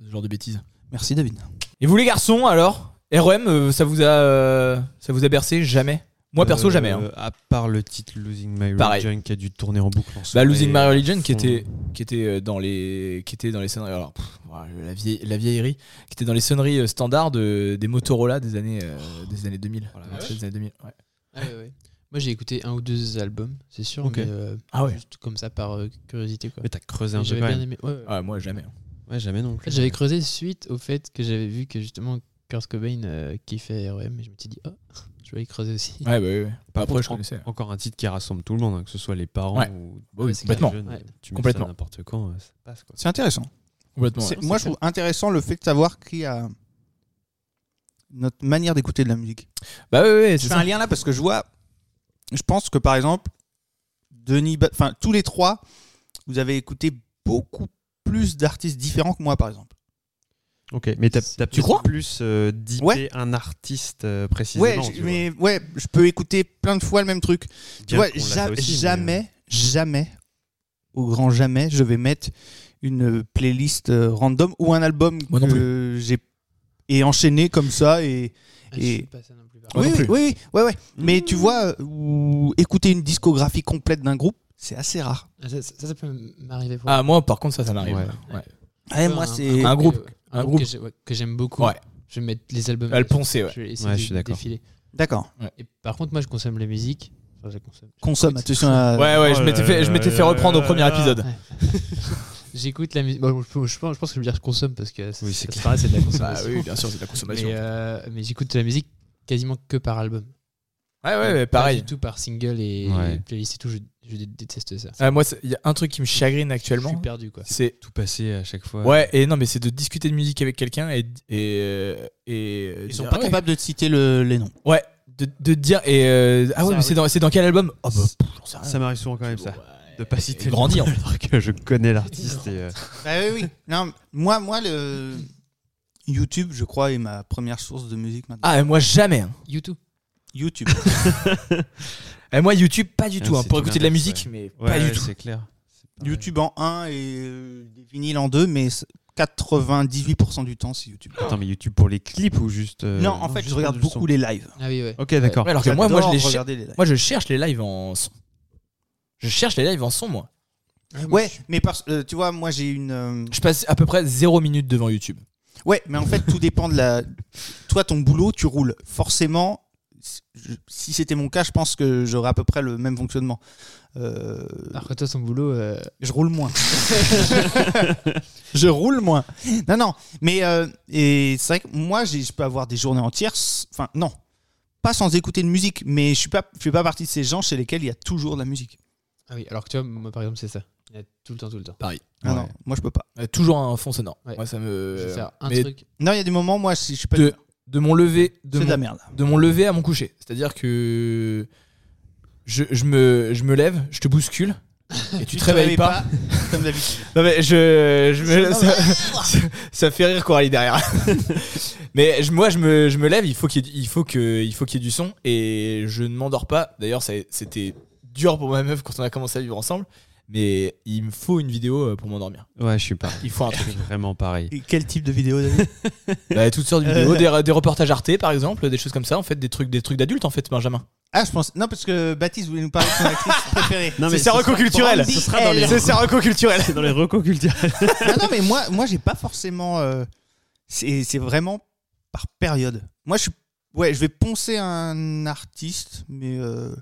Speaker 4: de ce genre de bêtises.
Speaker 5: Merci, David.
Speaker 4: Et vous les garçons, alors REM, euh, ça vous a, euh, ça vous a bercé jamais Moi perso,
Speaker 6: Euh,
Speaker 4: jamais. hein.
Speaker 6: À part le titre Losing My
Speaker 4: Pareil.
Speaker 6: Religion qui a dû tourner en boucle. en
Speaker 4: Bah,
Speaker 6: soirée,
Speaker 4: Losing My Religion qui
Speaker 6: fond.
Speaker 4: était qui était euh, dans les qui était dans les sonneries alors pff, ouah, la vieille la vieillerie qui était dans les sonneries euh, standards de- des Motorola des années euh, des années 2000
Speaker 7: Oh la
Speaker 4: Ouais,
Speaker 7: vache.
Speaker 4: des années 2000 ouais.
Speaker 7: Ah ouais, ouais. Moi j'ai écouté un ou deux albums, c'est sûr,
Speaker 6: Ok.
Speaker 7: mais euh,
Speaker 4: ah ouais
Speaker 7: juste comme ça par euh, curiosité quoi.
Speaker 6: Mais t'as creusé un
Speaker 7: Mais
Speaker 6: peu
Speaker 7: J'avais
Speaker 6: quand
Speaker 7: bien
Speaker 6: même.
Speaker 7: aimé. ouais, ouais.
Speaker 4: Ah, moi jamais
Speaker 6: Ouais, jamais non
Speaker 7: En
Speaker 6: plus.
Speaker 7: fait, j'avais creusé suite au fait que j'avais vu que justement Kurt Cobain euh, kiffait REM et je me suis dit oh je vais y creuser aussi.
Speaker 4: ouais bah ouais, ouais.
Speaker 6: Par
Speaker 4: après
Speaker 6: contre,
Speaker 4: je connaissais hein.
Speaker 6: Encore un titre qui rassemble tout le monde, hein, que ce soit les parents
Speaker 4: Ouais.
Speaker 6: ou
Speaker 4: Bah oui,
Speaker 6: ou
Speaker 4: complètement.
Speaker 6: les jeunes.
Speaker 7: Ouais.
Speaker 6: Tu mets
Speaker 4: Complètement.
Speaker 6: ça n'importe quand, euh, ça passe quoi.
Speaker 5: C'est intéressant.
Speaker 4: complètement
Speaker 5: C'est-
Speaker 4: ouais.
Speaker 5: moi, je trouve intéressant le fait de savoir qui a notre manière d'écouter de la musique.
Speaker 4: bah ouais ouais
Speaker 5: Je
Speaker 4: c'est
Speaker 5: fais
Speaker 4: ça
Speaker 5: un lien là parce que je vois, je pense que par exemple, Denis, Ba- enfin tous les trois, vous avez écouté beaucoup plus d'artistes différents que moi, par exemple.
Speaker 6: Ok, mais t'as, t'as
Speaker 4: Tu
Speaker 6: peut-être
Speaker 4: crois
Speaker 6: plus euh, dippé
Speaker 5: Ouais.
Speaker 6: un artiste euh, précisément.
Speaker 5: Ouais,
Speaker 6: tu
Speaker 5: je-
Speaker 6: vois.
Speaker 5: mais ouais, je peux écouter plein de fois le même truc. Tu
Speaker 6: Bien
Speaker 5: vois,
Speaker 6: qu'on l'a
Speaker 5: ja-
Speaker 6: fait aussi, mais, euh, hmm.
Speaker 5: jamais, jamais, au grand jamais, je vais mettre une playlist euh, random ou un album
Speaker 4: Moi non
Speaker 5: que j'ai et enchaîné comme ça et
Speaker 7: Ah, je
Speaker 5: et-
Speaker 7: fais pas ça non plus. par
Speaker 5: oui,
Speaker 7: contre.
Speaker 5: oui, oui, oui, ouais, ouais. Mais tu vois, euh, ou écouter une discographie complète d'un groupe, c'est assez rare.
Speaker 7: Ah, ça, ça, ça peut m'arriver pour
Speaker 4: ah moi par contre ça ça m'arrive
Speaker 6: Ouais.
Speaker 4: ouais.
Speaker 5: Ouais,
Speaker 7: peu
Speaker 5: moi,
Speaker 7: un-
Speaker 5: c'est.
Speaker 4: un groupe.
Speaker 7: que-
Speaker 4: Un
Speaker 7: que
Speaker 4: groupe.
Speaker 7: j'ai- ouais, que j'aime beaucoup.
Speaker 4: Ouais.
Speaker 7: Je vais mettre les albums.
Speaker 4: à le poncer ouais
Speaker 7: Je vais essayer
Speaker 6: Ouais,
Speaker 7: de
Speaker 6: je suis d'accord.
Speaker 7: défiler.
Speaker 5: D'accord.
Speaker 7: Et par contre, moi, je consomme la musique. Enfin, je la consomme.
Speaker 5: Consomme,
Speaker 7: J'écoute.
Speaker 5: attention à.
Speaker 4: Ouais, ouais, je
Speaker 6: Oh
Speaker 4: m'étais
Speaker 6: là
Speaker 4: fait,
Speaker 6: là
Speaker 4: je m'étais
Speaker 6: là
Speaker 4: fait
Speaker 6: là
Speaker 4: reprendre au
Speaker 6: là
Speaker 4: premier
Speaker 6: là.
Speaker 4: épisode.
Speaker 7: J'écoute la musique. Bon, je, peux- je pense, je pense que je veux dire je consomme parce que
Speaker 6: Oui, c'est
Speaker 7: c'est ça, c'est de la
Speaker 4: Bah
Speaker 7: consommation.
Speaker 4: oui, bien sûr, c'est de la consommation.
Speaker 7: mais euh, mais j'écoute la musique quasiment que par album.
Speaker 4: Ouais, ouais, ouais,
Speaker 7: Pas
Speaker 4: pareil.
Speaker 7: du tout par single et,
Speaker 6: Ouais.
Speaker 7: et playlist et tout. Je, je dé- déteste ça.
Speaker 4: Ah, moi, c'est- il y a un truc qui me chagrine
Speaker 7: Je
Speaker 4: actuellement.
Speaker 7: suis perdu quoi.
Speaker 4: C'est
Speaker 6: Tout passer à chaque fois.
Speaker 4: Ouais, et non, mais c'est de discuter de musique avec quelqu'un et. et, euh, et euh,
Speaker 5: Ils
Speaker 4: dire,
Speaker 5: sont
Speaker 4: ah
Speaker 5: pas
Speaker 4: ouais.
Speaker 5: capables de te citer le- les noms.
Speaker 4: Ouais, de, de dire. Et, euh, ah ouais,
Speaker 6: Ça,
Speaker 4: mais c'est
Speaker 6: oui.
Speaker 4: dans, c'est dans quel album Oh bah, pff, j'en sais rien.
Speaker 6: Ça m'arrive souvent quand même ça. De pas citer le
Speaker 4: grandi,
Speaker 6: nom,
Speaker 4: en
Speaker 6: alors que je connais l'artiste et euh,
Speaker 5: Bah oui, oui. Non, moi, moi, le. YouTube, je crois, est ma première source de musique maintenant.
Speaker 4: Ah, et moi, jamais. hein.
Speaker 7: YouTube.
Speaker 5: YouTube.
Speaker 4: Et moi, YouTube, pas du
Speaker 6: Ah,
Speaker 4: tout. hein,
Speaker 6: c'est
Speaker 4: pour
Speaker 6: tout
Speaker 4: écouter de la
Speaker 6: l'inverse,
Speaker 4: musique, mais
Speaker 6: ouais,
Speaker 4: pas du
Speaker 6: ouais,
Speaker 4: tout.
Speaker 6: C'est clair. C'est pareil.
Speaker 5: YouTube en 1 et euh, des vinyles en 2, mais c'est- 98% du temps, c'est YouTube.
Speaker 6: Attends, mais YouTube pour les clips ou juste. euh,
Speaker 5: non, en fait,
Speaker 6: juste
Speaker 5: je regarde
Speaker 6: le
Speaker 5: beaucoup
Speaker 6: son.
Speaker 5: les lives.
Speaker 7: Ah oui, ouais.
Speaker 4: Oh.
Speaker 6: Ok, d'accord.
Speaker 4: Ouais, alors que moi, moi je, les cher-
Speaker 5: regarder les lives.
Speaker 4: moi, je cherche les lives en son. Je cherche les lives en son, moi.
Speaker 5: Ouais, mais parce euh, tu vois, moi j'ai une. euh,
Speaker 4: Je passe à peu près 0 minute devant YouTube.
Speaker 5: Ouais, mais en fait, tout dépend de la. Toi, ton boulot, tu roules. Forcément, si- je- si c'était mon cas, je pense que j'aurais à peu près le même fonctionnement. Euh,
Speaker 7: Alors que toi, son boulot. euh,
Speaker 5: je roule moins. je roule moins. Non, non. Mais euh, et c'est vrai que moi, j'ai- je peux avoir des journées entières. s- Enfin, non. Pas sans écouter de musique, mais je suis pas, je fais pas partie de ces gens chez lesquels il y a toujours de la musique.
Speaker 7: Ah oui, alors que tu vois, moi par exemple, c'est ça. Il y a tout le temps, tout le temps.
Speaker 5: Non,
Speaker 6: Ouais.
Speaker 5: non, moi je peux pas.
Speaker 4: Euh, toujours un fond sonore.
Speaker 7: Ouais.
Speaker 4: Moi, ça me.
Speaker 7: Je vais faire un
Speaker 4: Euh, mais
Speaker 7: truc.
Speaker 5: Non, il y a des moments, moi, si je suis pas.
Speaker 4: De, de mon lever.
Speaker 5: c'est
Speaker 4: De
Speaker 5: de
Speaker 4: mon,
Speaker 5: la merde.
Speaker 4: de mon lever à mon coucher. C'est-à-dire que je, je me, je me lève, je te bouscule et tu te réveilles pas.
Speaker 5: Comme d'habitude.
Speaker 4: Non mais je, je me-
Speaker 5: Non,
Speaker 4: ça, ça fait rire Coralie derrière. mais je, moi je me, je me lève, il faut qu'il y ait, du- il faut que, il faut qu'il y ait du son et je ne m'endors pas. D'ailleurs ça- c'était dur pour ma meuf quand on a commencé à vivre ensemble. mais il me faut une vidéo euh, pour m'endormir.
Speaker 6: Ouais, je suis pas
Speaker 4: Il faut un truc.
Speaker 6: vraiment pareil.
Speaker 5: Et quel type de vidéo David
Speaker 4: Bah, toutes sortes de
Speaker 5: Euh.
Speaker 4: vidéos, des, des reportages Arte par exemple, des choses comme ça en fait, des trucs des trucs d'adultes en fait, Benjamin.
Speaker 5: Ah, je pense. Non, parce que Baptiste voulait nous parler de son actrice préférée.
Speaker 6: Non, mais
Speaker 4: C'est sa reco culturelle.
Speaker 5: Brandy L.
Speaker 4: C'est sa reco culturelle.
Speaker 6: dans les recos culturels.
Speaker 5: Ah non, mais moi, moi j'ai pas forcément. euh, c'est c'est vraiment par période. Moi, je suis. Ouais, je vais poncer un artiste, mais. euh,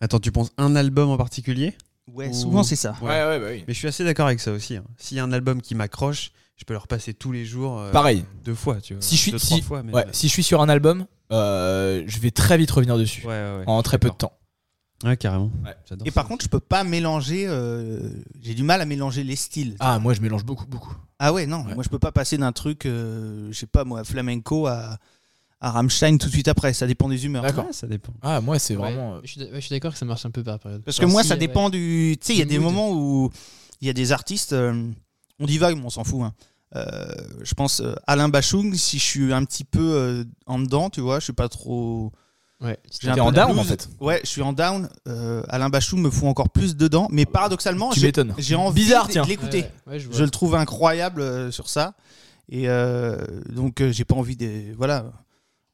Speaker 6: Attends, tu penses un album en particulier
Speaker 5: Ouais,
Speaker 6: Ou-
Speaker 5: souvent c'est ça.
Speaker 6: Ouais.
Speaker 4: ouais, bah oui.
Speaker 6: Mais je suis assez d'accord avec ça aussi. hein. S'il y a un album qui m'accroche, je peux le repasser tous les jours. euh,
Speaker 4: Pareil.
Speaker 6: Deux fois, tu vois.
Speaker 4: Si je suis-
Speaker 6: deux,
Speaker 4: si-
Speaker 6: trois fois, mais-
Speaker 4: Ouais, si je suis sur un album, euh, je vais très vite revenir dessus
Speaker 6: Ouais, ouais, ouais.
Speaker 4: en très peu de temps.
Speaker 6: Ouais, carrément.
Speaker 4: Ouais.
Speaker 6: J'adore
Speaker 5: Et
Speaker 6: ça.
Speaker 5: par contre, je peux pas mélanger. euh, J'ai du mal à mélanger les styles.
Speaker 4: Ah, moi je mélange beaucoup, beaucoup.
Speaker 5: Ah ouais, non,
Speaker 4: Ouais.
Speaker 5: moi je peux pas passer d'un truc, euh, je sais pas moi, flamenco à, à Rammstein tout de suite après, ça dépend des humeurs.
Speaker 4: D'accord.
Speaker 6: Ouais, ça dépend.
Speaker 4: Ah, moi c'est
Speaker 7: Ouais,
Speaker 4: vraiment. euh,
Speaker 7: Je suis d'a- ouais, je suis d'accord que ça marche un peu par période.
Speaker 5: Parce que
Speaker 7: Enfin,
Speaker 5: moi
Speaker 7: si,
Speaker 5: ça
Speaker 7: ouais.
Speaker 5: dépend du. Tu sais, il y a
Speaker 7: Du
Speaker 5: des
Speaker 7: mood.
Speaker 5: moments où il y a des artistes, euh, on divague, mais on s'en fout. hein. Euh, je pense euh, Alain Bachung, si je suis un petit peu euh, en dedans, tu vois, je suis pas trop.
Speaker 7: Ouais.
Speaker 5: J'ai un
Speaker 4: T'es
Speaker 5: peu
Speaker 4: en
Speaker 5: de
Speaker 4: down,
Speaker 5: blues.
Speaker 4: en fait.
Speaker 5: Ouais, je suis en down. euh, Alain Bachung me fout encore plus dedans, mais paradoxalement,
Speaker 4: Tu
Speaker 5: j'ai
Speaker 4: m'étonnes.
Speaker 5: j'ai envie
Speaker 4: Bizarre,
Speaker 5: de-
Speaker 4: tiens.
Speaker 5: de l'écouter.
Speaker 7: Ouais, ouais, je vois.
Speaker 5: Je le trouve incroyable euh, sur ça. Et euh, donc, euh, j'ai pas envie de. Voilà.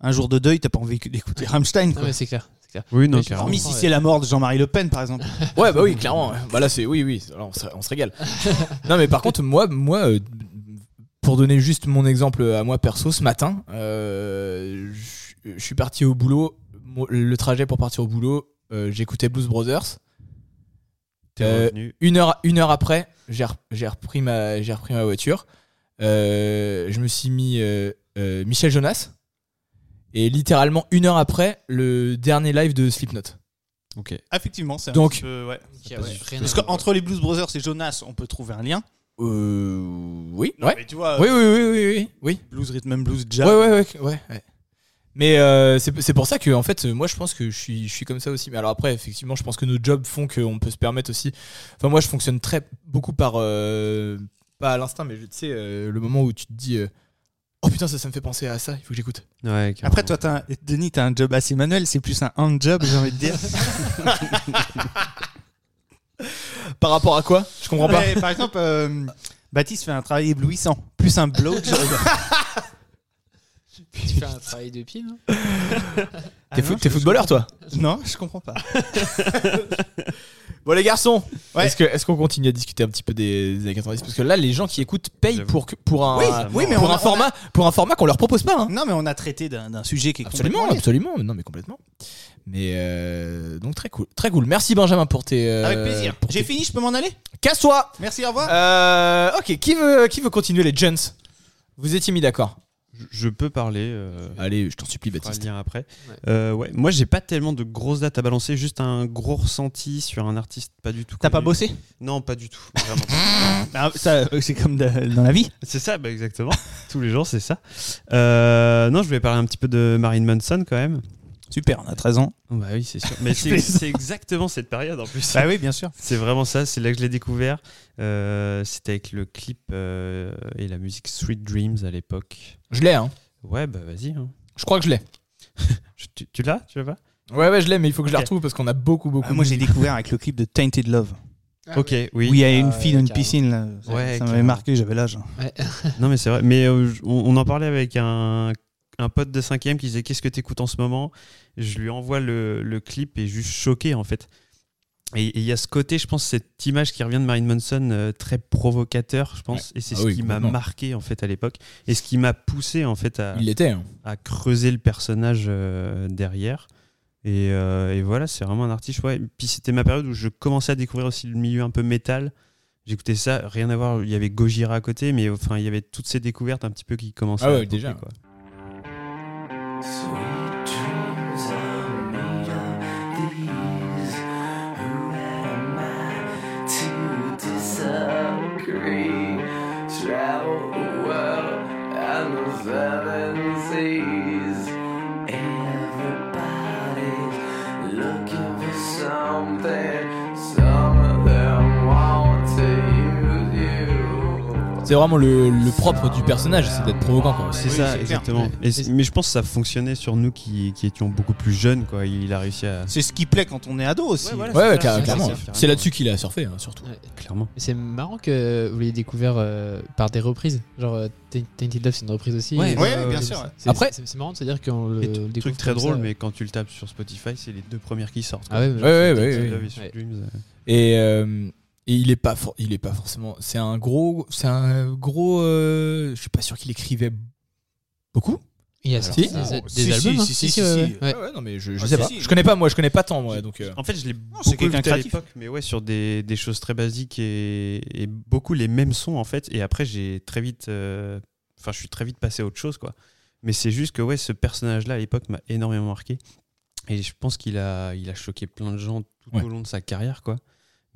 Speaker 5: Un jour de deuil, t'as pas envie que- d'écouter Rammstein.
Speaker 7: Non,
Speaker 5: quoi.
Speaker 7: mais c'est clair. c'est clair.
Speaker 6: Oui, non,
Speaker 7: Mais je-
Speaker 6: carrément.
Speaker 5: Hormis
Speaker 7: comprends,
Speaker 5: si
Speaker 7: ouais.
Speaker 5: c'est la mort de Jean-Marie Le Pen, par exemple.
Speaker 4: Ouais, bah oui, clairement. ouais. Bah là, c'est oui, oui. alors on, se, on se régale. non, mais par contre, moi, moi, euh, pour donner juste mon exemple à moi perso, ce matin, euh, je je suis parti au boulot. Mon- Le trajet pour partir au boulot, euh, j'écoutais Blues Brothers.
Speaker 6: T'es
Speaker 4: Euh,
Speaker 6: revenu.
Speaker 4: Une heure, une heure après, j'ai re- j'ai repris ma, j'ai repris ma voiture. Euh, je me suis mis euh, euh, Michel Jonas. Et littéralement une heure après, le dernier live de Slipknot.
Speaker 6: Ok.
Speaker 5: Effectivement, c'est un
Speaker 4: Donc-
Speaker 5: petit peu, ouais.
Speaker 7: Ok, ouais, rien
Speaker 5: Parce
Speaker 7: à voir.
Speaker 5: qu'entre les Blues Brothers et Jonas, on peut trouver un lien.
Speaker 4: Euh, oui, ouais.
Speaker 5: Mais euh, tu vois,
Speaker 4: Oui, oui, oui, oui, oui, oui.
Speaker 5: blues, rhythm and blues, jazz.
Speaker 4: Ouais, ouais, ouais, ouais, ouais. Mais euh, c'est c'est pour ça que, en fait, euh, moi, je pense que je suis, je suis comme ça aussi. Mais alors après, effectivement, je pense que nos jobs font qu'on peut se permettre aussi. Enfin, moi, je fonctionne très beaucoup par euh, pas à l'instinct, mais je- tu sais, euh, le moment où tu te dis, euh, oh putain, ça, ça me fait penser à ça. Il faut que j'écoute.
Speaker 6: Ouais, carrément.
Speaker 5: Après, toi, t'as un- Denis, t'as un job assez manuel. C'est plus un hand job, j'ai envie de dire.
Speaker 4: Par rapport à quoi Je comprends pas.
Speaker 5: Ouais, par exemple, euh, Baptiste fait un travail éblouissant. Plus un blowjob.
Speaker 7: Tu fais un travail de pied, non
Speaker 5: Ah
Speaker 4: T'es
Speaker 5: non,
Speaker 4: fo-
Speaker 5: je-
Speaker 4: t'es footballeur, toi.
Speaker 5: Non, je comprends pas.
Speaker 4: Bon les garçons,
Speaker 5: Ouais.
Speaker 4: est-ce que- est-ce qu'on continue à discuter un petit peu des, des années 90 parce que là les gens qui écoutent payent
Speaker 6: J'avoue.
Speaker 4: pour que- pour un
Speaker 5: Oui, oui, mais
Speaker 4: pour
Speaker 5: on a-
Speaker 4: un format pour un format qu'on leur propose pas. hein.
Speaker 5: Non, mais on a traité d'un d'un sujet qui est
Speaker 4: Absolument,
Speaker 5: complètement lié.
Speaker 4: absolument, non mais complètement. Mais euh, donc très cool, très cool. Merci Benjamin pour tes. euh,
Speaker 5: Avec plaisir.
Speaker 4: pour
Speaker 5: J'ai
Speaker 4: tes-
Speaker 5: fini, je peux m'en aller
Speaker 4: Casse-toi.
Speaker 5: Merci, au revoir.
Speaker 4: Euh, ok, qui veut qui veut continuer les gens Vous étiez mis d'accord.
Speaker 6: Je- Je peux parler. euh,
Speaker 4: Allez, je t'en supplie
Speaker 6: On fera
Speaker 4: Baptiste.
Speaker 6: le lien après.
Speaker 7: Ouais.
Speaker 6: Euh, ouais. Moi, j'ai pas tellement de grosses dates à balancer, juste un gros ressenti sur un artiste pas du tout.
Speaker 5: T'as pas
Speaker 6: connu.
Speaker 5: bossé
Speaker 6: Non, pas du tout. Vraiment pas.
Speaker 5: Bah, euh, C'est comme dans la vie.
Speaker 6: c'est ça, bah, exactement. Tous les jours, c'est ça. Euh, non, je voulais parler un petit peu de Marine Manson quand même.
Speaker 5: Super, on a 13 ans.
Speaker 6: Bah oui, c'est sûr. Mais c'est
Speaker 5: plaisante.
Speaker 6: c'est exactement cette période en plus.
Speaker 5: Bah oui, bien sûr.
Speaker 6: C'est vraiment ça, c'est là que je l'ai découvert. Euh, C'était avec le clip euh, et la musique Sweet Dreams à l'époque.
Speaker 4: Je l'ai, hein.
Speaker 6: Ouais, bah vas-y. hein.
Speaker 4: Je crois que je l'ai.
Speaker 6: Je- tu tu l'as Tu l'as pas
Speaker 4: Ouais ouais je l'ai, mais il faut que je la
Speaker 6: Ok.
Speaker 4: retrouve parce qu'on a beaucoup beaucoup.
Speaker 5: Ah, moi, j'ai découvert avec le clip de Tainted Love.
Speaker 6: Ok, oui.
Speaker 5: où il y a une
Speaker 7: Ah,
Speaker 5: fille
Speaker 7: ouais,
Speaker 5: dans une
Speaker 7: carrément.
Speaker 5: piscine. là. Ça,
Speaker 6: Ouais,
Speaker 5: ça m'avait
Speaker 6: carrément.
Speaker 5: marqué, j'avais l'âge.
Speaker 6: Non, mais c'est vrai. Mais euh, j- on, on en parlait avec un, un pote de 5 qui disait Qu'est-ce que t'écoutes en ce moment Je lui envoie le, le clip et juste choqué, en fait. Et et il y a ce côté, je pense, cette image qui revient de Marine Manson, euh, très provocateur, je pense. Et c'est
Speaker 4: Ah
Speaker 6: ce
Speaker 4: oui,
Speaker 6: qui m'a
Speaker 4: complètement.
Speaker 6: marqué, en fait, à l'époque. Et ce qui m'a poussé, en fait, à,
Speaker 4: Il l'était. hein.
Speaker 6: à creuser le personnage euh, derrière. Et, euh, et voilà, c'est vraiment un artiste. Ouais. Puis c'était ma période où je commençais à découvrir aussi le milieu un peu métal. J'écoutais ça, rien à voir. Il y avait Gojira à côté, mais enfin, il y avait toutes ces découvertes un petit peu qui commençaient.
Speaker 4: Ah
Speaker 6: à
Speaker 4: ouais,
Speaker 6: porter,
Speaker 4: déjà.
Speaker 6: quoi.
Speaker 4: C'est vraiment le, le propre du personnage, c'est d'être provoquant. Quoi.
Speaker 6: C'est
Speaker 5: Oui, c'est
Speaker 6: ça,
Speaker 5: clair.
Speaker 6: exactement.
Speaker 7: Ouais.
Speaker 6: Et c- mais je pense que ça fonctionnait sur nous qui, qui étions beaucoup plus jeunes. Quoi. Il a réussi à.
Speaker 5: C'est ce qui plaît quand on est ado aussi.
Speaker 4: Ouais, ouais,
Speaker 7: ça,
Speaker 4: cla-
Speaker 7: c'est
Speaker 4: clairement.
Speaker 7: ça,
Speaker 4: C'est là-dessus qu'il a surfé, hein, surtout.
Speaker 6: Clairement.
Speaker 7: Mais C'est marrant que vous l'ayez découvert euh, par des reprises. Genre, euh, Taint- Tainted Love, c'est une reprise aussi.
Speaker 6: Ouais,
Speaker 7: Et,
Speaker 5: ouais,
Speaker 7: euh,
Speaker 5: bien
Speaker 7: c'est-
Speaker 5: sûr, ouais.
Speaker 7: c'est-
Speaker 4: Après-
Speaker 7: c'est c'est marrant de se dire qu'on le,
Speaker 6: Et
Speaker 7: le
Speaker 6: tout-
Speaker 7: découvre.
Speaker 6: truc très
Speaker 7: Euh, comme ça.
Speaker 6: drôle, mais quand tu le tapes sur Spotify, c'est les deux premières qui sortent. quoi.
Speaker 7: Ah ouais,
Speaker 4: Ouais,
Speaker 7: mais-
Speaker 4: ouais, ouais,
Speaker 6: Sur
Speaker 4: ouais.
Speaker 6: Love et sur
Speaker 7: Ouais.
Speaker 6: Dreams, euh.
Speaker 4: Et, euh, et il est pas, for- il est pas forcément. C'est un gros, c'est un gros. euh, je suis pas sûr qu'il écrivait beaucoup.
Speaker 7: Il y a
Speaker 4: Alors,
Speaker 7: sorti
Speaker 4: si.
Speaker 7: des,
Speaker 5: Ah,
Speaker 7: des
Speaker 5: si,
Speaker 7: albums.
Speaker 5: si,
Speaker 7: hein.
Speaker 5: si, si, si,
Speaker 7: ouais,
Speaker 5: si.
Speaker 7: ouais.
Speaker 4: Ouais, ouais, non mais je, je
Speaker 5: Ah,
Speaker 4: sais
Speaker 5: si,
Speaker 4: pas.
Speaker 5: si.
Speaker 4: Je connais pas moi, je connais pas tant moi, donc. euh,
Speaker 6: En fait, je l'ai
Speaker 5: c'est
Speaker 6: beaucoup
Speaker 5: quelqu'un
Speaker 6: écouté à
Speaker 5: créatif.
Speaker 6: l'époque, mais ouais, sur des, des choses très basiques et, et beaucoup les mêmes sons en fait. Et après, j'ai très vite, euh, enfin, je suis très vite passé à autre chose quoi. Mais c'est juste que ouais, ce personnage-là à l'époque m'a énormément marqué et je pense qu'il a, il a choqué plein de gens tout
Speaker 4: Ouais.
Speaker 6: au long de sa carrière quoi.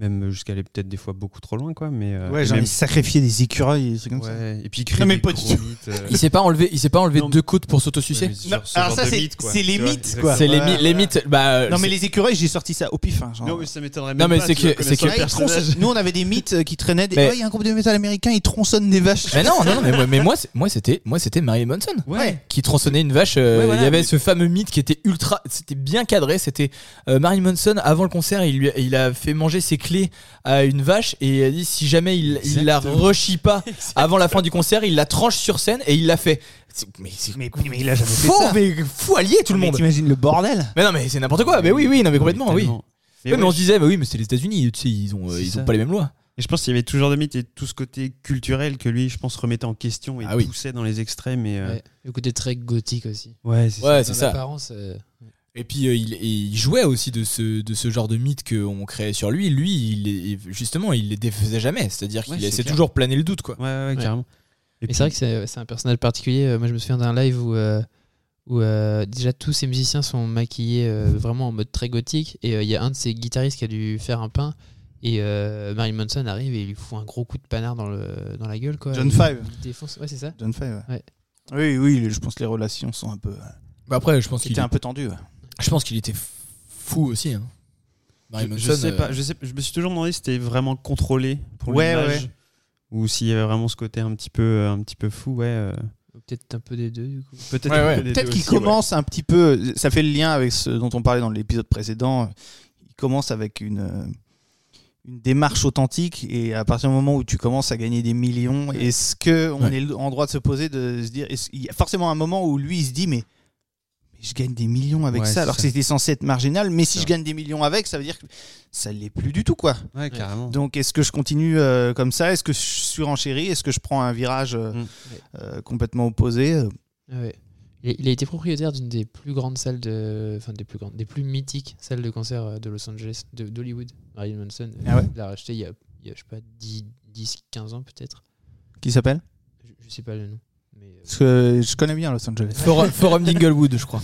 Speaker 6: Même jusqu'à aller peut-être des fois beaucoup trop loin quoi. Mais euh,
Speaker 5: Ouais,
Speaker 6: et
Speaker 5: genre
Speaker 6: même-
Speaker 5: il sacrifiait des écureuils et des trucs comme ça.
Speaker 6: ouais, et puis il crée
Speaker 5: Non, mais
Speaker 6: des
Speaker 5: pas du
Speaker 6: gros
Speaker 5: tout.
Speaker 6: mythes, euh,
Speaker 4: Il s'est pas enlevé, il s'est pas enlevé
Speaker 6: Non,
Speaker 4: deux côtes pour s'auto-sucer.
Speaker 6: ouais, mais ce
Speaker 5: Non,
Speaker 6: genre- ce
Speaker 5: alors
Speaker 6: genre
Speaker 5: ça,
Speaker 6: de
Speaker 5: c'est-
Speaker 6: mythes, quoi.
Speaker 5: c'est les
Speaker 6: Tu vois,
Speaker 5: mythes,
Speaker 6: exactement.
Speaker 5: quoi.
Speaker 4: C'est les,
Speaker 5: Ouais,
Speaker 4: mi-
Speaker 5: ouais,
Speaker 4: les
Speaker 5: ouais.
Speaker 4: mythes. Bah, euh,
Speaker 5: Non, mais
Speaker 4: c'est-
Speaker 5: les écureuils, j'ai sorti ça au pif. hein, genre.
Speaker 6: Non, mais ça m'étonnerait
Speaker 4: Non,
Speaker 6: même
Speaker 4: mais
Speaker 6: pas,
Speaker 4: c'est
Speaker 6: tu
Speaker 4: que-
Speaker 6: vois,
Speaker 4: c'est que-
Speaker 5: Ouais,
Speaker 6: connaissant le
Speaker 5: ils
Speaker 6: personnage.
Speaker 5: tronçonnent- Nous, on avait des mythes euh, qui traînaient. Des...
Speaker 4: Mais-
Speaker 5: Ouais, il y a un groupe de métal américain, ils tronçonnent des vaches.
Speaker 4: Mais non, non, non, mais, moi- mais moi, c'est- moi, c'était, moi, c'était Marilyn Manson
Speaker 5: Ouais.
Speaker 4: qui tronçonnait une vache. euh,
Speaker 5: Ouais, voilà,
Speaker 4: il y avait
Speaker 5: mais-
Speaker 4: ce fameux mythe qui était ultra, c'était bien cadré. C'était euh, Marilyn Manson avant le concert, il lui, a- il a fait manger ses clés à une vache et il a dit si jamais il, il la rechie pas avant la fin du concert, il la tranche sur scène et il l'a fait. C'est- Mais c'est
Speaker 5: Mais, mais il a jamais fait
Speaker 4: faux,
Speaker 5: ça.
Speaker 4: mais fou allié tout le
Speaker 5: Ah, Mais
Speaker 4: monde.
Speaker 5: T'imagines le bordel
Speaker 4: Mais non, mais c'est n'importe quoi. Mais oui, oui, non, mais complètement, oui.
Speaker 6: Tellement.
Speaker 4: Ouais,
Speaker 6: Mais
Speaker 4: Mais,
Speaker 6: ouais,
Speaker 4: on se disait, bah oui, mais c'est les États-Unis, tu sais, ils ont, euh,
Speaker 6: C'est
Speaker 4: ils ont
Speaker 6: ça.
Speaker 4: pas les mêmes lois.
Speaker 6: Et je pense qu'il y avait toujours de mythes et tout ce côté culturel que lui, je pense, remettait en question et
Speaker 4: Ah oui.
Speaker 6: poussait dans les extrêmes. Et, euh,
Speaker 7: Ouais. Le côté très gothique aussi.
Speaker 6: Ouais, c'est ça.
Speaker 4: Ouais, c'est
Speaker 7: Dans
Speaker 4: ça.
Speaker 7: l'apparence, euh,
Speaker 4: Et puis euh, il, et il jouait aussi de ce, de ce genre de mythe qu'on créait sur lui. Lui, il, est- justement, il les défaisait jamais. C'est-à-dire qu'il
Speaker 6: Ouais, c'est
Speaker 4: laissait
Speaker 6: clair.
Speaker 4: toujours planer le doute, quoi.
Speaker 6: Ouais, ouais,
Speaker 7: Ouais.
Speaker 6: carrément. Et
Speaker 7: Mais
Speaker 6: puis-
Speaker 7: c'est vrai que c'est c'est un personnage particulier. Euh, Moi, je me souviens d'un live où, euh, où euh, déjà tous ces musiciens sont maquillés euh, vraiment en mode très gothique. Et euh, il y a un de ces guitaristes qui a dû faire un pain. Et euh, Marilyn Manson arrive et il lui fout un gros coup de panard dans, le, dans la gueule. Quoi.
Speaker 5: John
Speaker 7: Il-
Speaker 5: Five.
Speaker 7: il défonce. Ouais, c'est ça.
Speaker 5: John Fay, ouais.
Speaker 7: Ouais.
Speaker 5: Oui, oui, le- je pense que les relations sont un peu. euh,
Speaker 4: Bah après, je pense qu'il
Speaker 5: C'était un peu tendu. Ouais.
Speaker 4: je pense qu'il était f- fou aussi. Hein. Marilyn
Speaker 6: je, je
Speaker 4: Manson,
Speaker 6: sais
Speaker 4: euh,
Speaker 6: pas, je, sais, je me suis toujours demandé si c'était vraiment contrôlé pour
Speaker 5: Ouais,
Speaker 6: l'image
Speaker 5: ouais.
Speaker 6: ou s'il y avait vraiment ce côté un petit peu, un petit peu fou. Ouais, euh,
Speaker 7: Ou Peut-être un peu des deux, du coup.
Speaker 6: peut-être
Speaker 4: Ouais, ouais.
Speaker 6: un peu des
Speaker 5: Peut-être
Speaker 6: deux
Speaker 5: qu'il
Speaker 6: aussi, ouais.
Speaker 5: commence un petit peu. Ça fait le lien avec ce dont on parlait dans l'épisode précédent. Il commence avec une, euh, une démarche authentique et à partir du moment où tu commences à gagner des millions, est-ce que on
Speaker 4: Ouais.
Speaker 5: est en droit de se poser de se dire est-ce- Il y a forcément un moment où lui il se dit mais. mais Je gagne des millions avec
Speaker 6: Ouais, c'est
Speaker 5: ça, alors que
Speaker 6: ça.
Speaker 5: c'était censé être marginal. Mais si
Speaker 6: C'est
Speaker 5: je gagne des millions avec, ça veut dire que ça l'est plus du tout, quoi.
Speaker 6: Ouais, carrément.
Speaker 5: Donc, est-ce que je continue euh, comme ça Est-ce que je surenchéris Est-ce que je prends un virage euh,
Speaker 6: Mm.
Speaker 7: Ouais.
Speaker 5: euh, complètement opposé euh,
Speaker 7: Ah ouais. Il a- il a été propriétaire d'une des plus grandes salles de, enfin des plus grandes, des plus mythiques salles de concert euh, de Los Angeles, de d'Hollywood. Marilyn Manson euh,
Speaker 5: Ah ouais
Speaker 7: il l'a racheté il y a, il y a, je sais pas 10, 10 15 ans peut-être.
Speaker 5: Qui s'appelle
Speaker 7: Je, je sais pas le nom. Mais euh,
Speaker 5: Parce que je connais bien Los Angeles.
Speaker 4: Forum, Forum d'Inglewood, je crois.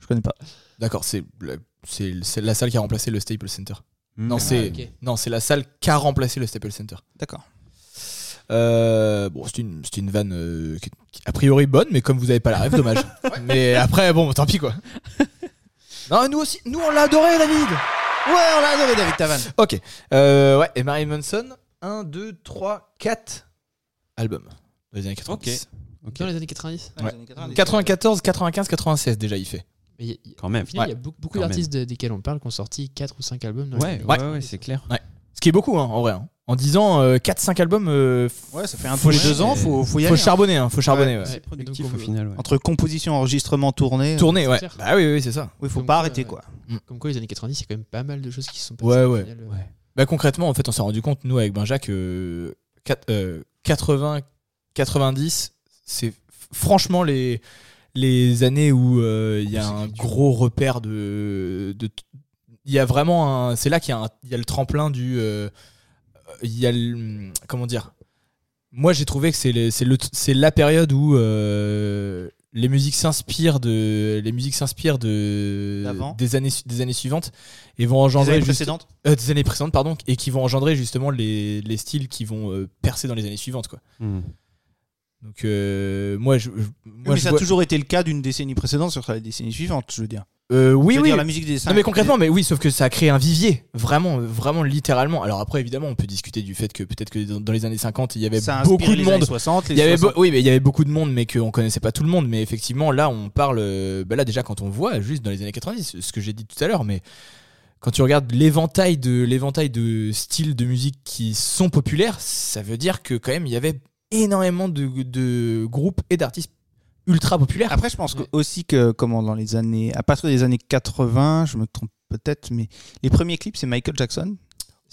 Speaker 5: Je connais pas.
Speaker 4: D'accord, c'est la, c'est- c'est la salle qui a remplacé le Staples Center.
Speaker 6: Mm.
Speaker 4: Non, Ah, c'est
Speaker 7: Ah, ok.
Speaker 4: non, c'est la salle qui a remplacé le Staples Center.
Speaker 5: D'accord.
Speaker 4: Euh, bon, c'est une, c'est une vanne euh, qui, qui- a priori bonne, mais comme vous avez pas la rêve, dommage. mais après, bon, tant pis quoi. Non, nous aussi, nous on l'a adoré, David.
Speaker 5: Ouais, on l'a adoré, David Tavan.
Speaker 4: Ok. Euh, ouais, et Mary Manson, 1, 2, 3, 4 albums dans les années 90.
Speaker 7: Dans les années 90.
Speaker 4: Ouais. 94, 95, 96 déjà, il fait.
Speaker 7: Mais il y a- il-
Speaker 6: Quand même.
Speaker 7: au final, il y a beaucoup, beaucoup
Speaker 6: Quand
Speaker 7: d'artistes de- desquels on parle qui ont sorti 4 ou 5 albums. Dans les
Speaker 6: Ouais,
Speaker 7: années
Speaker 6: ouais,
Speaker 7: 90.
Speaker 6: ouais, c'est clair.
Speaker 4: Ce qui est beaucoup, hein, en vrai. hein. En 10 ans, 4-5 albums, euh,
Speaker 5: Ouais, ça fait un
Speaker 4: Faut
Speaker 5: peu
Speaker 4: le-
Speaker 5: deux ans, faut, faut y
Speaker 4: faut
Speaker 5: aller. hein.
Speaker 4: charbonner, hein, faut charbonner. ouais.
Speaker 7: Ouais.
Speaker 6: C'est productif
Speaker 7: Donc, on-
Speaker 6: au final. ouais.
Speaker 5: Entre composition, enregistrement, tournée. Il
Speaker 4: Tourner, ouais.
Speaker 7: clair.
Speaker 4: Bah oui, oui, c'est ça.
Speaker 5: Oui, faut
Speaker 7: Donc,
Speaker 5: pas
Speaker 7: euh,
Speaker 5: arrêter, quoi.
Speaker 7: Comme quoi, les années 90, il y a quand même pas mal de choses qui se sont passées.
Speaker 4: Ouais,
Speaker 7: au
Speaker 4: ouais.
Speaker 7: final, euh.
Speaker 4: Bah concrètement, en fait, on s'est rendu compte, nous, avec Benja, que quat- euh, 80, 90, c'est f- franchement les, les années où euh, il y a un gros repère de... de t- il y a vraiment un... C'est là qu'il y, a un- il y a le tremplin du... euh, il y a le- Comment dire Moi, j'ai trouvé que c'est le- c'est le- c'est la période où... euh, les musiques s'inspirent de les musiques s'inspirent de
Speaker 5: D'avant.
Speaker 4: des années su- des années suivantes et vont
Speaker 5: Les
Speaker 4: engendrer
Speaker 5: années
Speaker 4: juste-
Speaker 5: précédentes.
Speaker 4: euh, des années précédentes, pardon, et qui vont engendrer justement les, les styles qui vont euh, percer dans les années suivantes, quoi.
Speaker 6: Mm.
Speaker 4: Donc, euh, moi, je, je- moi,
Speaker 5: mais
Speaker 4: je
Speaker 5: ça a
Speaker 4: vois-
Speaker 5: toujours été le cas d'une décennie précédente sur la décennie suivante, je veux dire.
Speaker 4: Euh, oui,
Speaker 5: Je veux
Speaker 4: oui.
Speaker 5: dire, la musique des dessins
Speaker 4: Non mais concrètement, mais oui, sauf que ça a créé un vivier, vraiment, euh, vraiment littéralement. Alors après, évidemment, on peut discuter du fait que peut-être que dans dans les années 50, il y avait
Speaker 5: ça a inspiré
Speaker 4: beaucoup de
Speaker 5: les années
Speaker 4: monde.
Speaker 5: 60, les
Speaker 4: Il y avait
Speaker 5: 60.
Speaker 4: beau- oui, mais il y avait beaucoup de monde, mais qu'on connaissait pas tout le monde. Mais effectivement, là, on parle. euh, bah là, déjà, quand on voit, juste dans les années 90, ce que j'ai dit tout à l'heure, mais quand tu regardes l'éventail de l'éventail de styles de musique qui sont populaires, ça veut dire que quand même, il y avait énormément de, de groupes et d'artistes ultra populaires.
Speaker 5: Après, je pense que, aussi que, comment dans les années, à partir des années 80, je me trompe peut-être, mais les premiers clips, c'est Michael Jackson.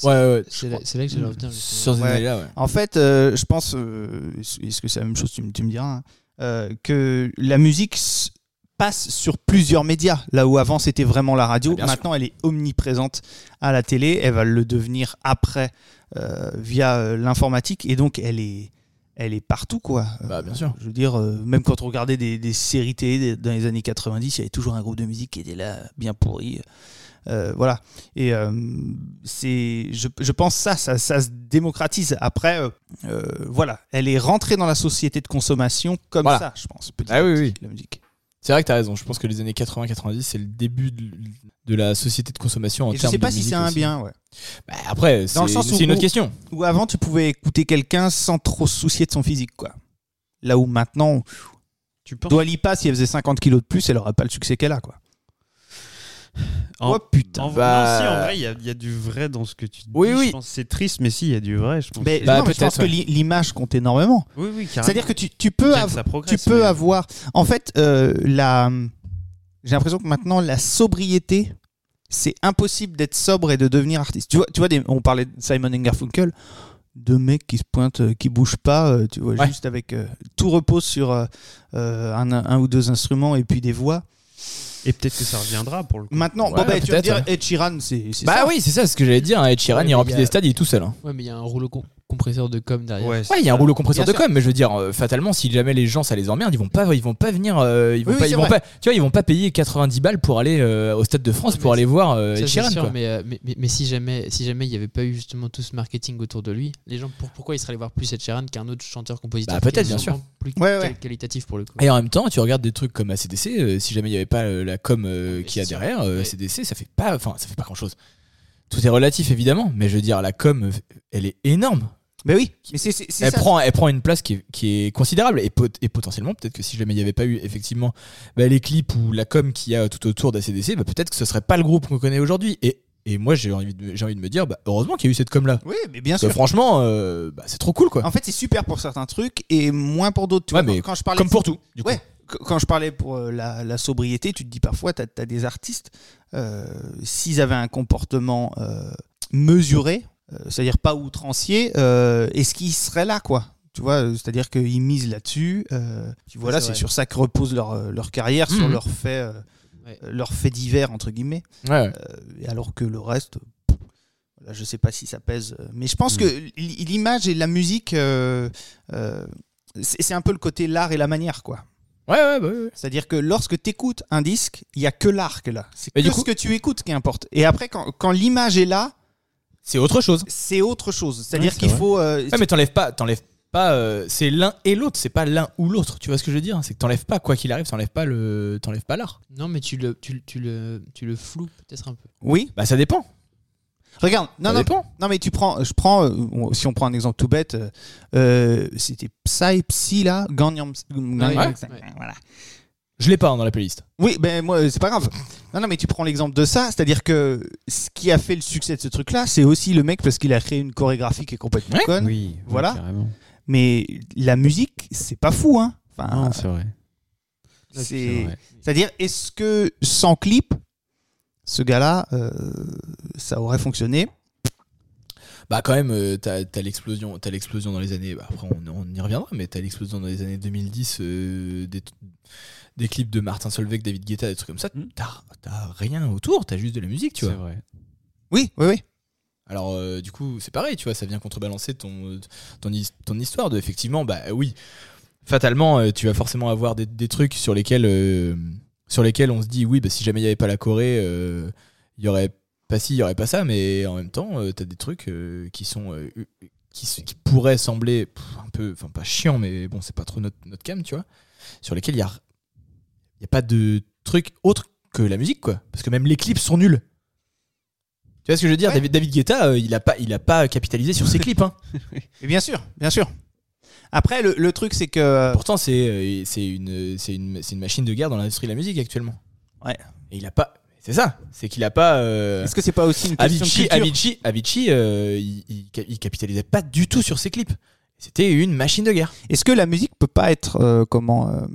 Speaker 4: ouais, ouais.
Speaker 7: C'est là, c'est là que j'allais revenir.
Speaker 4: Sur
Speaker 7: justement.
Speaker 4: ces
Speaker 5: Ouais.
Speaker 4: années-là, ouais.
Speaker 5: En fait, euh, je pense, euh, est-ce que c'est la même chose, tu, me- tu me diras, hein, euh, que la musique s- passe sur plusieurs médias. Là où avant c'était vraiment la radio,
Speaker 4: Ah, bien sûr.
Speaker 5: maintenant elle est omniprésente à la télé, elle va le devenir après euh, via euh, l'informatique, et donc elle est, elle est partout, quoi. Euh,
Speaker 4: Bah, bien sûr.
Speaker 5: Je veux dire, euh, même quand on regardait des, des séries télé des- dans les années 90, il y avait toujours un groupe de musique qui était là, bien pourri. Euh, voilà. Et euh, c'est, je, je pense ça, ça, ça se démocratise. Après, euh, euh, voilà, elle est rentrée dans la société de consommation comme
Speaker 4: Voilà.
Speaker 5: ça, je pense. petit
Speaker 4: Ah
Speaker 5: à
Speaker 4: oui,
Speaker 5: petit,
Speaker 4: oui.
Speaker 5: La musique.
Speaker 4: C'est vrai que t'as raison. Je pense que les années 80-90, c'est le début de, de la société de consommation en
Speaker 5: Et je
Speaker 4: termes
Speaker 5: sais
Speaker 4: de
Speaker 5: pas si
Speaker 4: musique
Speaker 5: c'est un
Speaker 4: aussi.
Speaker 5: bien, ouais.
Speaker 4: Bah, après, c'est
Speaker 5: Dans le sens où-
Speaker 4: c'est une autre question.
Speaker 5: Ou avant, tu pouvais écouter quelqu'un sans trop se soucier de son physique, quoi. Là où maintenant,
Speaker 6: Tu penses
Speaker 5: Dua Lipa, si elle faisait 50 kilos de plus, elle aurait pas le succès qu'elle a, quoi.
Speaker 6: En-
Speaker 5: Oh putain.
Speaker 6: En-
Speaker 4: bah-
Speaker 6: non, si, en vrai, il y a- il y, a du vrai dans ce que tu dis.
Speaker 4: Oui,
Speaker 6: je
Speaker 4: oui.
Speaker 6: pense. C'est triste, mais si, il y a du vrai, je pense.
Speaker 5: Mais,
Speaker 4: Bah,
Speaker 5: non, mais je pense
Speaker 4: peut-être, ouais.
Speaker 5: que l'i- l'image compte énormément.
Speaker 6: oui, oui, carrément.
Speaker 5: C'est-à-dire que tu, tu peux,
Speaker 6: Bien
Speaker 5: av-
Speaker 6: que ça
Speaker 5: tu
Speaker 6: progresse,
Speaker 5: peux
Speaker 6: mais-
Speaker 5: avoir. En fait, euh, la... j'ai l'impression que maintenant, la sobriété, c'est impossible d'être sobre et de devenir artiste. Tu vois, tu vois des- on parlait de Simon and Garfunkel, deux mecs qui se pointent, euh, qui bougent pas, euh, tu vois,
Speaker 4: Ouais.
Speaker 5: juste avec. euh, tout repose sur euh, euh, un, un ou deux instruments et puis des voix.
Speaker 6: Et peut-être que ça reviendra pour le coup.
Speaker 5: Maintenant,
Speaker 4: Ouais,
Speaker 5: bon, bah, tu vas
Speaker 4: peut-être,
Speaker 5: me dire,
Speaker 4: ouais.
Speaker 5: Ed Sheeran, c'est c'est
Speaker 4: Bah
Speaker 5: ça.
Speaker 4: oui, c'est ça c'est ce que j'allais dire. hein. Ed Sheeran,
Speaker 7: Ouais, mais
Speaker 4: il remplit
Speaker 7: il y a-
Speaker 4: des stades, il est tout seul. hein.
Speaker 7: Ouais, mais il y a un rouleau com- compresseur de com derrière.
Speaker 6: Ouais,
Speaker 4: Ouais, il y a un rouleau compresseur
Speaker 5: Bien
Speaker 4: de com, mais je veux dire, euh, fatalement, si jamais les gens ça les emmerde, ils vont pas, ils vont pas venir, euh, ils vont
Speaker 5: Oui,
Speaker 4: pas,
Speaker 5: oui,
Speaker 4: ils
Speaker 5: c'est
Speaker 4: vont pas,
Speaker 5: vrai.
Speaker 4: tu vois, ils vont pas payer 90 balles pour aller euh, au stade de France
Speaker 7: Non, mais
Speaker 4: pour aller voir euh,
Speaker 7: Ça,
Speaker 4: Ed
Speaker 7: c'est
Speaker 4: Sheeran.
Speaker 7: sûr,
Speaker 4: quoi.
Speaker 7: mais, euh, mais, mais- mais si jamais si jamais il n'y avait pas eu justement tout ce marketing autour de lui, les gens pour, pourquoi ils seraient allés voir plus Ed Sheeran qu'un autre chanteur compositeur
Speaker 4: Bah, peut-être, bien sûr.
Speaker 7: plus
Speaker 5: Ouais, ouais.
Speaker 7: quali- qualitatif pour le coup.
Speaker 4: Et en même temps, tu regardes des trucs comme ACDC, euh, si jamais il n'y avait pas euh, la com
Speaker 7: Ah, mais
Speaker 4: qui a
Speaker 7: c'est sûr.
Speaker 4: derrière, euh,
Speaker 7: Ouais.
Speaker 4: ACDC, ça fait pas, enfin, ça fait pas grand chose. Tout est relatif évidemment, mais je veux dire, la com, euh, elle est énorme.
Speaker 5: Bah oui, mais c'est c'est- c'est
Speaker 4: Elle
Speaker 5: ça.
Speaker 4: prend, elle prend une place qui est, qui est considérable et, pot- et potentiellement, peut-être que si jamais il n'y avait pas eu effectivement bah, les clips ou la com qu'il y a tout autour d'ACDC, bah, peut-être que ce serait pas le groupe qu'on connaît aujourd'hui. Et, et moi, j'ai envie, de- j'ai envie de me dire, bah, heureusement qu'il y a eu cette com là.
Speaker 5: Oui, mais bien
Speaker 4: Parce que
Speaker 5: sûr.
Speaker 4: franchement, euh, bah, c'est trop cool quoi.
Speaker 5: En fait, c'est super pour certains trucs et moins pour d'autres. Tu
Speaker 4: Ouais,
Speaker 5: vois,
Speaker 4: mais
Speaker 5: quand je parlais
Speaker 4: Comme pour tout. Du coup.
Speaker 5: Ouais, qu- quand je parlais pour euh, la, la sobriété, tu te dis parfois, tu as, des artistes, euh, s'ils avaient un comportement euh, mesuré, euh, c'est-à-dire pas outrancier, euh, est-ce qu'ils seraient là, quoi tu vois, euh, c'est-à-dire qu'ils misent là-dessus. euh, puis voilà,
Speaker 7: c'est
Speaker 5: c'est
Speaker 7: vrai. Mmh.
Speaker 5: sur ça que repose leur, euh, leur carrière, sur
Speaker 4: Mhm.
Speaker 5: leurs faits, euh,
Speaker 7: Ouais.
Speaker 5: euh, leurs faits divers entre guillemets.
Speaker 4: Ouais, ouais.
Speaker 5: Euh, et alors que le reste, pff, voilà, je sais pas si ça pèse. euh, Mais je
Speaker 7: Mmh.
Speaker 5: pense que l- l'image et la musique, euh, euh, c'est c'est un peu le côté l'art et la manière, quoi.
Speaker 4: Ouais, ouais, bah, ouais, ouais.
Speaker 5: C'est-à-dire que lorsque tu écoutes un disque, il n'y a que l'arc là. C'est
Speaker 4: Mais
Speaker 5: que
Speaker 4: du coup-
Speaker 5: ce que tu écoutes qui importe. Et après, quand, quand l'image est là,
Speaker 4: C'est autre chose.
Speaker 5: c'est autre chose. C'est-à-dire
Speaker 4: Ouais, c'est
Speaker 5: qu'il
Speaker 4: vrai.
Speaker 5: faut. euh,
Speaker 4: Ouais, mais t'enlèves pas, t'enlèves pas. euh, c'est l'un et l'autre, c'est pas l'un ou l'autre. Tu vois ce que je veux dire C'est que t'enlèves pas, quoi qu'il arrive, t'enlèves pas le, t'enlèves pas l'art.
Speaker 7: Non, mais tu le tu, le- tu le tu le floues peut-être un peu.
Speaker 5: Oui.
Speaker 4: Bah ça dépend.
Speaker 5: Regarde. Non,
Speaker 4: ça
Speaker 5: non,
Speaker 4: dépend.
Speaker 5: non, mais tu prends. Je prends. euh, on- si on prend un exemple tout bête, euh, euh, c'était Psy, Psy là, Gangnam. Gangnam-
Speaker 7: Ouais. Ouais.
Speaker 5: Voilà.
Speaker 4: Je l'ai pas hein, dans la playlist.
Speaker 5: Oui, ben moi, c'est pas grave. Non, non, mais tu prends l'exemple de ça, c'est-à-dire que ce qui a fait le succès de ce truc-là, c'est aussi le mec parce qu'il a créé une chorégraphie qui est complètement
Speaker 4: Ouais.
Speaker 5: conne.
Speaker 6: Oui,
Speaker 5: Voilà.
Speaker 6: carrément.
Speaker 5: Mais la musique, c'est pas fou, hein. Enfin,
Speaker 6: Non, c'est vrai.
Speaker 5: c'est. C'est-à-dire, est-ce que sans clip, ce gars-là, euh, ça aurait fonctionné
Speaker 4: Bah quand même, euh, t'as t'as l'explosion, t'as l'explosion dans les années. Bah, après, on, on y reviendra, mais t'as l'explosion dans les années 2010 euh, des, des clips de Martin Solveig, David Guetta, des trucs comme ça.
Speaker 6: Mm.
Speaker 4: T'as t'as rien autour, t'as juste de la musique, tu
Speaker 6: C'est
Speaker 4: vois.
Speaker 6: vrai.
Speaker 5: Oui, oui, oui.
Speaker 4: Alors euh, du coup, c'est pareil, tu vois, ça vient contrebalancer ton ton, his- ton histoire de effectivement, bah oui, fatalement, euh, tu vas forcément avoir des, des trucs sur lesquels euh, sur lesquels on se dit oui, bah si jamais il n'y avait pas la Corée, euh, il y aurait pas ci, il y aurait pas ça, mais en même temps, euh, t'as des trucs euh, qui sont euh, qui, se- qui pourraient sembler pff, un peu, enfin pas chiant, mais bon, c'est pas trop notre notre cam, tu vois, sur lesquels il y a il y a pas de truc autre que la musique, quoi. Parce que même les clips sont nuls. Tu vois ce que je veux dire David, David Guetta, euh, il, a pas, il a pas capitalisé sur ses clips. Hein.
Speaker 5: Et bien sûr, bien sûr. Après, le, le truc, c'est que.
Speaker 4: Pourtant, c'est euh, c'est une, c'est une, c'est une machine de guerre dans l'industrie de la musique actuellement.
Speaker 5: Ouais.
Speaker 4: Et il a pas. C'est ça. C'est qu'il a pas. euh,
Speaker 5: Est-ce que c'est pas aussi une question
Speaker 4: Avicii,
Speaker 5: de culture
Speaker 4: Avicii, Avicii, euh, il, il ca- il capitalisait pas du tout sur ses clips. C'était une machine de guerre.
Speaker 5: Est-ce que la musique peut pas être euh, comment euh,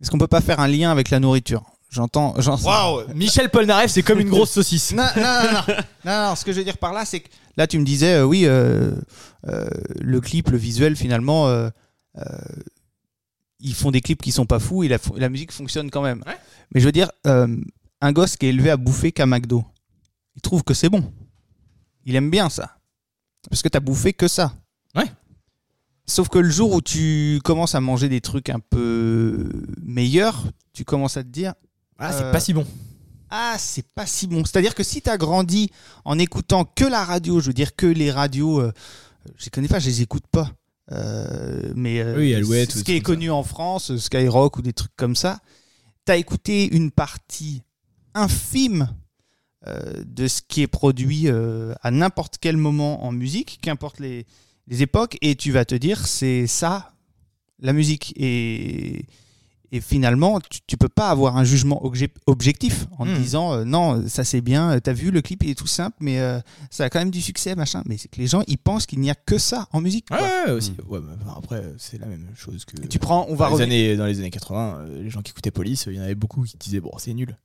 Speaker 5: Est-ce qu'on peut pas faire un lien avec la nourriture J'entends. j'en-
Speaker 4: Michel Polnareff, c'est comme une grosse saucisse.
Speaker 5: Oh, Non, non, non, non, non, non, Ce que je veux dire par là, c'est que là, tu me disais, euh, oui, euh, euh, le clip, le visuel, finalement, euh, euh, ils font des clips qui sont pas fous et la, fo- la musique fonctionne quand même. Mais je veux dire, euh, un gosse qui est élevé à bouffer qu'à McDo, il trouve que c'est bon. Il aime bien ça. Parce que t'as bouffé que ça.
Speaker 4: Ouais.
Speaker 5: Sauf que le jour où tu commences à manger des trucs un peu meilleurs, tu commences à te dire
Speaker 4: Ah,
Speaker 5: Euh,
Speaker 4: c'est pas si bon.
Speaker 5: ah, c'est pas si bon. C'est-à-dire que si t'as grandi en écoutant que la radio, je veux dire que les radios, euh, je les connais pas, je les écoute pas. Euh, mais euh,
Speaker 4: Oui, Alouette
Speaker 5: ce
Speaker 4: ou des
Speaker 5: qui est
Speaker 4: trucs comme
Speaker 5: connu en France, euh, Skyrock ou des trucs comme ça, t'as écouté une partie infime euh, de ce qui est produit euh, à n'importe quel moment en musique, qu'importe les, les époques, et tu vas te dire c'est ça la musique et et finalement tu, tu peux pas avoir un jugement obje- objectif en te
Speaker 4: Hmm.
Speaker 5: disant euh, non ça c'est bien euh, t'as vu le clip il est tout simple mais euh, ça a quand même du succès machin mais c'est que les gens ils pensent qu'il n'y a que ça en musique quoi.
Speaker 4: Ouais, ouais, aussi. Ouais, mais enfin, après, euh, c'est la même chose que.
Speaker 5: tu prends on va
Speaker 4: dans, les
Speaker 5: revenir
Speaker 4: années, dans les années 80, euh, les gens qui écoutaient Police, il y en avait beaucoup qui disaient Bon, c'est nul.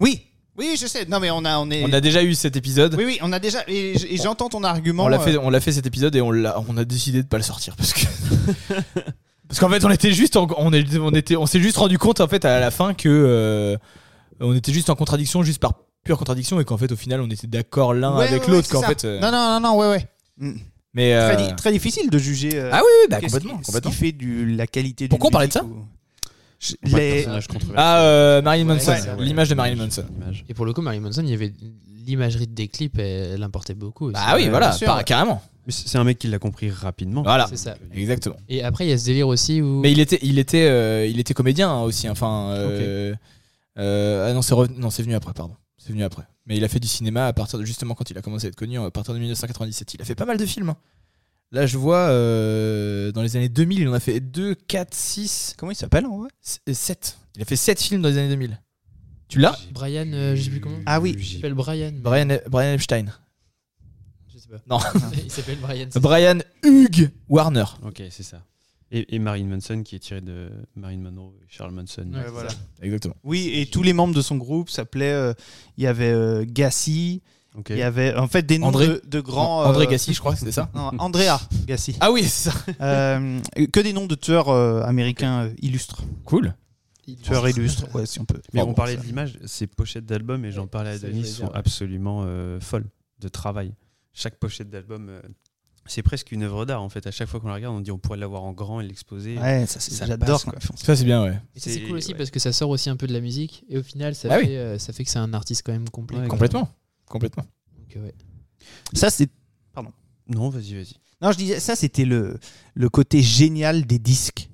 Speaker 5: oui oui je sais non mais on a on est
Speaker 4: On a déjà eu cet épisode.
Speaker 5: oui oui on a déjà et j- et j'entends ton argument
Speaker 4: on l'a
Speaker 5: euh,
Speaker 4: fait, on l'a fait cet épisode et on l'a, on a décidé de pas le sortir parce que. Parce qu'en fait, on était juste, en- on, est- on était, on s'est juste rendu compte en fait à la fin que euh, on était juste en contradiction, juste par pure contradiction, et qu'en fait, au final, on était d'accord l'un
Speaker 5: ouais,
Speaker 4: avec
Speaker 5: ouais,
Speaker 4: l'autre.
Speaker 5: ouais,
Speaker 4: qu'en
Speaker 5: c'est
Speaker 4: fait,
Speaker 5: ça.
Speaker 4: euh,
Speaker 5: non non non non ouais ouais Mm.
Speaker 4: mais euh,
Speaker 5: très, di- très difficile de juger euh,
Speaker 4: ah oui, oui, bah,
Speaker 5: qu'est-ce qui-
Speaker 4: complètement,
Speaker 5: ce
Speaker 4: complètement.
Speaker 5: qui fait du la qualité d'une
Speaker 4: Pourquoi on parlait de
Speaker 5: musique
Speaker 4: ça
Speaker 5: ou- Je-
Speaker 7: Pas de
Speaker 5: les-
Speaker 7: personnage controversé.
Speaker 4: Ah, euh, Marilyn
Speaker 7: Ouais,
Speaker 4: Manson,
Speaker 7: ouais, ouais.
Speaker 4: l'image de Marilyn Manson.
Speaker 6: Image.
Speaker 7: Et pour le coup, Marilyn Manson, il y avait l'imagerie des clips, elle, elle importait beaucoup. aussi.
Speaker 4: Ah oui,
Speaker 5: Ouais,
Speaker 4: voilà,
Speaker 5: bien sûr,
Speaker 4: par-
Speaker 5: ouais.
Speaker 4: carrément.
Speaker 6: Mais c'est c'est un mec qui l'a compris rapidement.
Speaker 4: Voilà,
Speaker 7: C'est ça.
Speaker 4: exactement.
Speaker 7: Et après, il y a ce délire aussi où.
Speaker 4: Mais il était, il était, euh, il était comédien hein, aussi. hein, Enfin, euh, euh, ah non, c'est revenu- non, c'est venu après, pardon. C'est venu après. Mais il a fait du cinéma à partir de justement quand il a commencé à être connu, à partir de 1997. Il a fait pas mal de films. hein. Là, je vois euh, dans les années 2000, il en a fait 2, 4, 6,
Speaker 5: comment il s'appelle en vrai
Speaker 4: 7. euh, Il a fait 7 films dans les années 2000. Tu l'as
Speaker 7: Brian, euh, je sais plus comment.
Speaker 5: ah oui
Speaker 7: Il s'appelle Brian.
Speaker 4: Brian, E, Brian Epstein.
Speaker 7: Je sais pas.
Speaker 4: Non. Bah,
Speaker 7: il s'appelle Brian. c'est-
Speaker 4: Brian Hugh Warner.
Speaker 6: Ok, c'est ça. Et, et Marilyn Manson qui est tiré de Marilyn Monroe et Charles Manson.
Speaker 7: Ouais,
Speaker 5: Ouais, voilà.
Speaker 4: Exactement.
Speaker 5: Oui, et tous les membres de son groupe s'appelaient. euh, Il y avait euh, Gassi,
Speaker 6: Ok.
Speaker 5: il y avait en fait des noms
Speaker 4: André.
Speaker 5: de, de grands.
Speaker 4: André
Speaker 5: euh,
Speaker 4: Gassi, je crois, c'était ça.
Speaker 5: non, Andrea Gassi.
Speaker 4: Ah oui, c'est ça.
Speaker 5: Euh, que des noms de tueurs euh, américains euh, illustres.
Speaker 4: Cool.
Speaker 7: Il-
Speaker 5: Tueurs illustres, ouais, si on peut.
Speaker 6: Mais
Speaker 4: Ah
Speaker 6: on
Speaker 4: bon,
Speaker 6: parlait
Speaker 4: ça.
Speaker 6: de l'image, ces pochettes d'albums, et j'en parlais à
Speaker 4: ça, je
Speaker 6: Denis,
Speaker 4: voulais
Speaker 6: sont
Speaker 4: dire, ouais.
Speaker 6: absolument euh, folles de travail. Chaque pochette d'album, euh, c'est presque une œuvre d'art en fait. À chaque fois qu'on la regarde, on dit on pourrait l'avoir en grand et l'exposer.
Speaker 5: Ouais, ça, c'est-
Speaker 6: Ça
Speaker 5: j'adore
Speaker 6: passe,
Speaker 5: quand
Speaker 6: quoi.
Speaker 5: ils font ça.
Speaker 4: Ça, c'est bien, ouais.
Speaker 7: Et ça, c'est
Speaker 6: C'est-
Speaker 7: cool aussi
Speaker 6: ouais.
Speaker 7: parce que ça sort aussi un peu de la musique et au final ça,
Speaker 4: Ah
Speaker 7: fait,
Speaker 4: oui.
Speaker 7: euh, ça fait que c'est un artiste quand même complet.
Speaker 6: Ouais,
Speaker 7: quoi.
Speaker 4: Complètement. Complètement.
Speaker 7: Donc, euh, ouais.
Speaker 5: Ça, c'est.
Speaker 6: Non, vas-y,
Speaker 7: Euh,
Speaker 6: vas-y.
Speaker 5: Non, je disais, ça, c'était le, le côté génial des disques.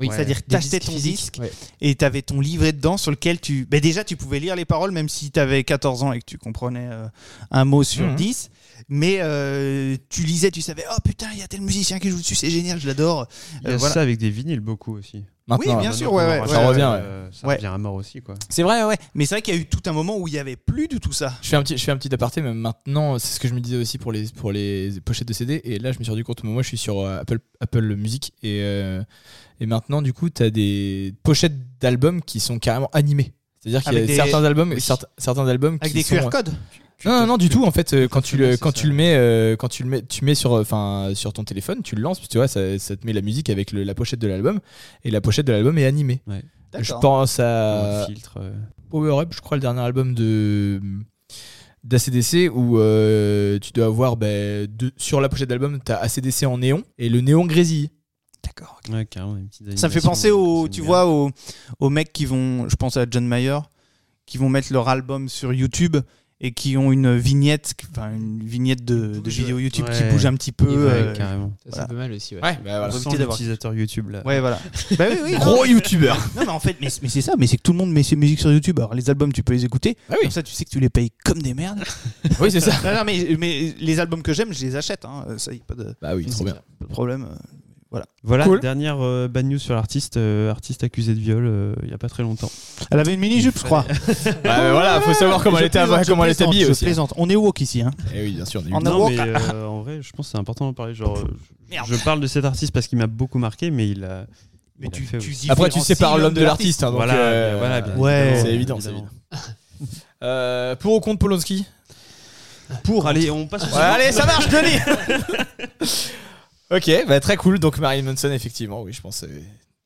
Speaker 7: Oui,
Speaker 6: Ouais.
Speaker 5: C'est-à-dire,
Speaker 7: des
Speaker 5: t'achetais
Speaker 7: disques
Speaker 5: ton
Speaker 7: physiques,
Speaker 5: disque
Speaker 7: ouais.
Speaker 5: et t'avais ton livret dedans sur lequel tu. Ben déjà, tu pouvais lire les paroles, même si t'avais 14 ans et que tu comprenais euh, un mot sur
Speaker 4: Mhm.
Speaker 5: 10. Mais euh, tu lisais, tu savais, oh putain, il y a tel musicien qui joue dessus, c'est génial, je l'adore.
Speaker 6: Il y
Speaker 5: Euh,
Speaker 6: a
Speaker 5: voilà.
Speaker 6: ça avec des vinyles beaucoup aussi.
Speaker 5: Oui, bien
Speaker 4: euh,
Speaker 5: sûr, ouais, ouais.
Speaker 6: On en
Speaker 5: ouais,
Speaker 4: ça
Speaker 5: ouais.
Speaker 4: revient,
Speaker 6: euh, Ça
Speaker 5: Ouais.
Speaker 6: revient à mort aussi, quoi.
Speaker 5: C'est vrai, ouais. Mais c'est vrai qu'il y a eu tout un moment où il n'y avait plus du tout ça.
Speaker 4: Je fais un petit, je fais un petit aparté, mais maintenant, c'est ce que je me disais aussi pour les, pour les pochettes de CD. Et là, je me suis rendu compte, moi, je suis sur euh, Apple, Apple Music. Et, euh, et maintenant, du coup, tu as des pochettes d'albums qui sont carrément animées. C'est-à-dire qu'il y a
Speaker 5: Avec des-
Speaker 4: certains albums,
Speaker 5: oui.
Speaker 4: certains, certains albums
Speaker 5: Avec
Speaker 4: qui
Speaker 5: des
Speaker 4: sont,
Speaker 5: QR codes.
Speaker 4: non, non, non, du tout. En fait, euh, quand tu le,
Speaker 6: c'est
Speaker 4: quand
Speaker 6: ça.
Speaker 4: tu le mets, euh, quand tu le mets, tu mets sur, euh, enfin, sur ton téléphone, tu le lances, tu vois, ça, ça te met la musique avec le- la pochette de l'album, et la pochette de l'album est animée. Je
Speaker 5: D'accord.
Speaker 4: pense
Speaker 6: Un
Speaker 4: à
Speaker 6: filtre. euh,
Speaker 4: Power Up, je crois, le dernier album de d'ACDC où euh, tu dois avoir ben, deux- sur la pochette d'album t'as ACDC en néon et le néon grésille
Speaker 5: D'accord.
Speaker 6: Ouais, carrément, une petite
Speaker 5: Ça me fait
Speaker 6: animation,
Speaker 5: penser
Speaker 6: euh,
Speaker 5: aux,
Speaker 6: c'est
Speaker 5: tu
Speaker 6: une
Speaker 5: vois, aux, aux mecs qui vont, je pense à John Mayer, qui vont mettre leur album sur YouTube et qui ont une vignette, enfin une vignette de, de vidéo YouTube qui
Speaker 6: Ouais.
Speaker 5: bouge un petit peu. euh,
Speaker 6: carrément.
Speaker 7: Ça,
Speaker 5: Voilà.
Speaker 7: c'est pas mal aussi, ouais.
Speaker 4: Ouais, bah voilà.
Speaker 5: Sans
Speaker 6: Sans l'utilisateur YouTube là.
Speaker 5: Ouais, voilà. bah oui, oui, non,
Speaker 4: Gros youtubeur.
Speaker 5: Non, mais en fait, mais, mais c'est ça, mais c'est que tout le monde met ses musiques sur YouTube. Alors, les albums, tu peux les écouter.
Speaker 4: Ah oui.
Speaker 5: Comme ça, tu sais que tu les payes comme des merdes.
Speaker 4: oui, c'est ça.
Speaker 5: non, non, mais, mais les albums que j'aime, je les achète. Hein. Euh, Ça, y a pas de,
Speaker 4: Bah oui, trop bien.
Speaker 5: pas de problème.
Speaker 6: Voilà,
Speaker 4: Cool.
Speaker 6: dernière euh, bad news sur l'artiste, euh, artiste accusé de viol euh, il y a pas très longtemps.
Speaker 5: Elle avait une mini-jupe, je crois.
Speaker 4: Bah, mais voilà, faut savoir comment
Speaker 5: Je
Speaker 4: elle était,
Speaker 5: plaisante, je
Speaker 4: comment elle était
Speaker 5: plaisante,
Speaker 4: habillée
Speaker 5: je
Speaker 4: aussi. hein.
Speaker 5: plaisante. On est woke ici. Hein.
Speaker 4: Eh oui, bien sûr.
Speaker 5: En
Speaker 6: Non,
Speaker 5: avoir-
Speaker 6: mais euh, en vrai, je pense que c'est important d'en parler. Genre, euh, je-
Speaker 5: Merde.
Speaker 6: je parle de cet artiste parce qu'il m'a beaucoup marqué, mais il a.
Speaker 5: Mais
Speaker 6: il a
Speaker 5: tu,
Speaker 6: fait-
Speaker 5: tu
Speaker 4: Après, tu
Speaker 5: différencies
Speaker 4: sépares l'homme de l'artiste. hein, donc,
Speaker 6: Voilà,
Speaker 4: euh,
Speaker 6: voilà, bien
Speaker 5: ouais.
Speaker 6: évidemment,
Speaker 4: c'est évident, c'est
Speaker 6: évidemment.
Speaker 4: évident. Euh, pour ou contre Polanski
Speaker 6: Pour aller, on passe. au
Speaker 4: Ouais, Allez, ça marche, je le lis. Ok, bah très cool. Donc Marilyn Manson, effectivement, oui, je pense. euh,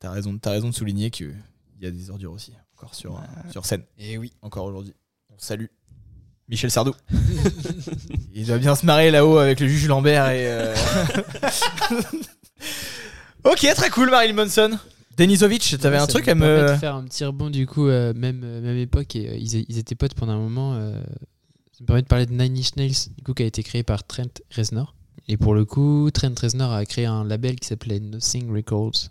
Speaker 4: T'as raison, t'as raison de souligner qu'il y a des ordures aussi, encore sur, euh, sur scène. Et oui, encore aujourd'hui. On salue Michel Sardou. Il doit bien se marrer là-haut avec le juge Lambert et. euh, ok, très cool, Marilyn Manson. Denisovic, t'avais
Speaker 7: Ça
Speaker 4: un truc à
Speaker 7: me permet
Speaker 4: me.
Speaker 7: de faire un petit rebond du coup, euh, même, euh, même époque, et euh, ils, é- ils étaient potes pendant un moment. euh, ça me permet de parler de Nine Inch Nails, du coup, qui a été créé par Trent Reznor. Et pour le coup, Trent Reznor a créé un label qui s'appelait Nothing Records.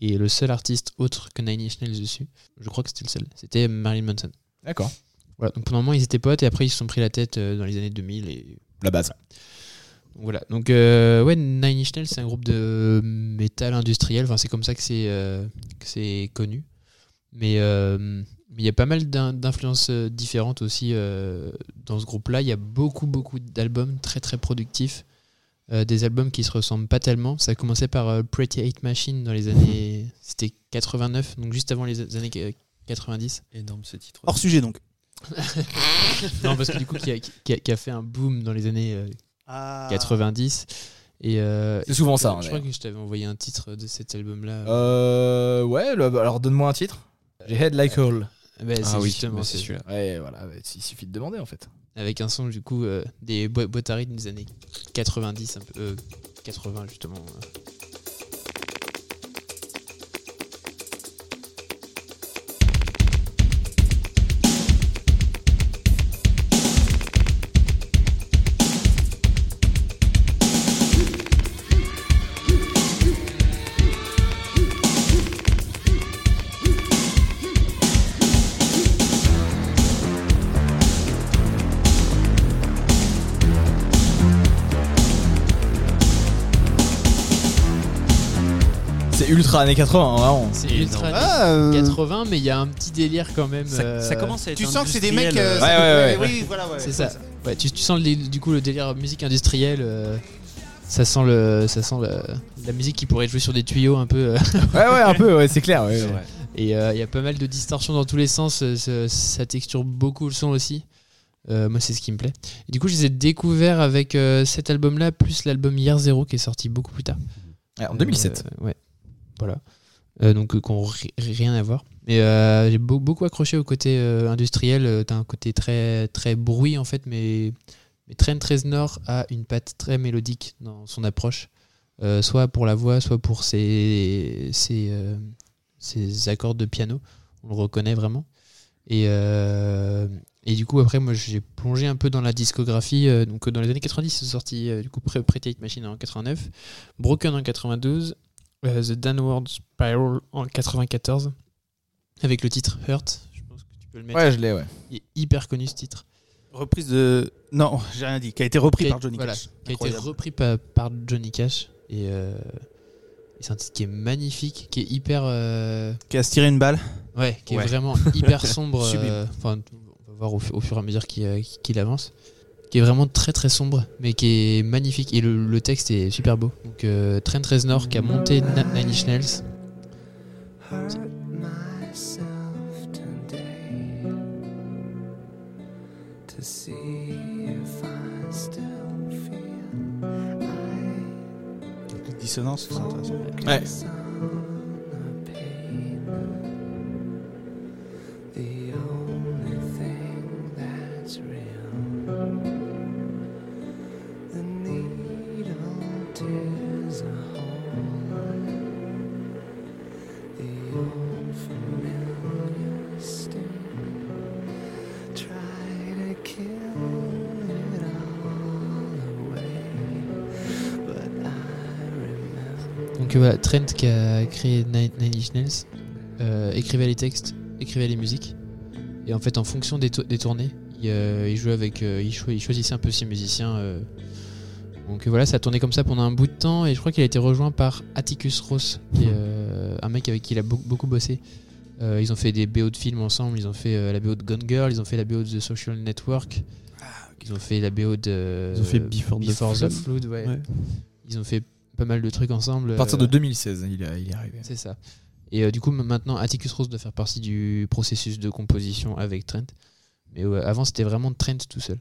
Speaker 7: Et le seul artiste autre que Nine Inch Nails dessus, je crois que c'était le seul, c'était Marilyn Manson.
Speaker 4: D'accord,
Speaker 7: Voilà, donc pendant un moment, ils étaient potes, et après, ils se sont pris la tête euh, dans les années 2000. Et...
Speaker 4: la base.
Speaker 7: Donc Voilà, donc euh, ouais, Nine Inch Nails, c'est un groupe de métal industriel, enfin, c'est comme ça que c'est euh, que c'est connu. Mais euh, mais il y a pas mal d'in- d'influences euh, différentes aussi euh, dans ce groupe-là. Il y a beaucoup, beaucoup d'albums très, très productifs. Euh, des albums qui se ressemblent pas tellement. Ça a commencé par euh, Pretty Hate Machine dans les années. C'était 89, donc juste avant les années euh, 90.
Speaker 6: Énorme ce titre.
Speaker 5: Hors sujet, donc.
Speaker 7: Non, parce que du coup, qui a, qui a- qui a fait un boom dans les années euh,
Speaker 5: Ah.
Speaker 7: 90. Et, euh,
Speaker 4: C'est souvent ça. hein,
Speaker 7: je crois
Speaker 4: d'ailleurs.
Speaker 7: que je t'avais envoyé un titre de cet album-là.
Speaker 4: Euh, ouais, le- alors donne-moi un titre. J'ai Head Like Hole.
Speaker 7: Bah, c'est
Speaker 6: Ah oui,
Speaker 7: justement
Speaker 6: bah, c'est
Speaker 7: c'est-
Speaker 6: celui-là.
Speaker 4: Ouais, voilà, bah, il suffit de demander en fait.
Speaker 7: Avec un son du coup euh, des boi- boîtes à rythme des années 90, un peu, euh, 80 justement. euh.
Speaker 4: C'est ultra années 80, vraiment.
Speaker 7: C'est ultra années
Speaker 5: Ah, euh,
Speaker 7: 80, mais il y a un petit délire quand même.
Speaker 6: Ça, ça
Speaker 7: euh,
Speaker 6: commence à être
Speaker 5: Tu sens que c'est des mecs.
Speaker 6: industriel,
Speaker 5: euh,
Speaker 6: euh,
Speaker 4: ouais,
Speaker 5: ça-
Speaker 4: ouais, ouais.
Speaker 5: Oui, voilà, ouais.
Speaker 7: C'est ça. Ouais, tu, tu sens le dé- du coup le délire musique industrielle. euh, ça sent le, ça sent le- la musique qui pourrait être jouée sur des tuyaux un peu. euh.
Speaker 4: Ouais, ouais, un peu, ouais, c'est clair. ouais, ouais.
Speaker 7: Et euh, il y a pas mal de distorsions dans tous les sens. euh, Ça, ça texture beaucoup le son aussi. Euh, moi, c'est ce qui me plaît. Et du coup, je les ai découverts avec euh, cet album-là, plus l'album Hier Zéro qui est sorti beaucoup plus tard.
Speaker 4: Ouais, en 2007.
Speaker 7: Euh, ouais. Voilà. Euh, donc, euh, qu'on ri- rien à voir. Et euh, j'ai beau- beaucoup accroché au côté euh, industriel. Euh, T'as un côté très, très bruit, en fait, mais, mais Trent Reznor a une patte très mélodique dans son approche. Euh, soit pour la voix, soit pour ses, ses, euh, ses accords de piano. On le reconnaît vraiment. Et, euh, et du coup, après, moi, j'ai plongé un peu dans la discographie. euh, donc, euh, dans les années 90, c'est sorti euh, du coup Pre- Pretty Hate Machine en 89, Broken en 92, euh, The Downward Spiral en 94, avec le titre Hurt. Je pense que tu peux le mettre.
Speaker 4: Ouais, je l'ai, ouais.
Speaker 7: Il est hyper connu ce titre.
Speaker 5: Reprise de. Non, j'ai rien dit. Qui a été repris
Speaker 7: Qui a-
Speaker 5: par Johnny
Speaker 7: voilà,
Speaker 5: Cash.
Speaker 7: qui a été
Speaker 5: Incroyable.
Speaker 7: repris par, par Johnny Cash. Et, euh, et c'est un titre qui est magnifique, qui est hyper. euh,
Speaker 5: Qui a se tiré une balle.
Speaker 7: Ouais, qui
Speaker 6: Ouais.
Speaker 7: est vraiment hyper sombre. euh,
Speaker 5: Sublime.
Speaker 7: Enfin, on va voir au, fu- au fur et à mesure qu'il euh, qu'il avance. Qui est vraiment très très sombre, mais qui est magnifique. Et le, le texte est super beau. Donc euh, Trent Reznor qui a monté Na- Nine Inch Nails.
Speaker 9: hurt myself today to see if I still feel I
Speaker 5: Dissonance, c'est intéressant.
Speaker 9: focus on the pain. The only thing that's real. The needle tears a hole. The old familiar sting. Try to kill
Speaker 7: Donc euh, voilà, Trent qui a créé Nine, Nine Inch Nails euh, écrivait les textes, écrivait les musiques. Et en fait, en fonction des, to- des tournées, il, euh, il jouait avec, euh, il, cho- il choisissait un peu ses musiciens. euh. Donc euh, voilà, ça a tourné comme ça pendant un bout de temps. Et je crois qu'il a été rejoint par Atticus Ross, qui est, euh, un mec avec qui il a beau- beaucoup bossé. Euh, ils ont fait des BO de films ensemble. Ils ont fait euh, la BO de Gone Girl. Ils ont fait la BO de The Social Network. Ils ont fait la BO de.
Speaker 6: Ils ont fait Before the Flood.
Speaker 7: Flood, ouais.
Speaker 6: Ouais.
Speaker 7: Ils ont fait pas mal de trucs ensemble.
Speaker 4: À partir
Speaker 7: euh,
Speaker 4: de 2016, il, a- il est arrivé.
Speaker 7: c'est ça. Et euh, du coup, m- maintenant, Atticus Rose doit faire partie du processus de composition avec Trent. Mais ouais, avant, c'était vraiment Trent tout seul.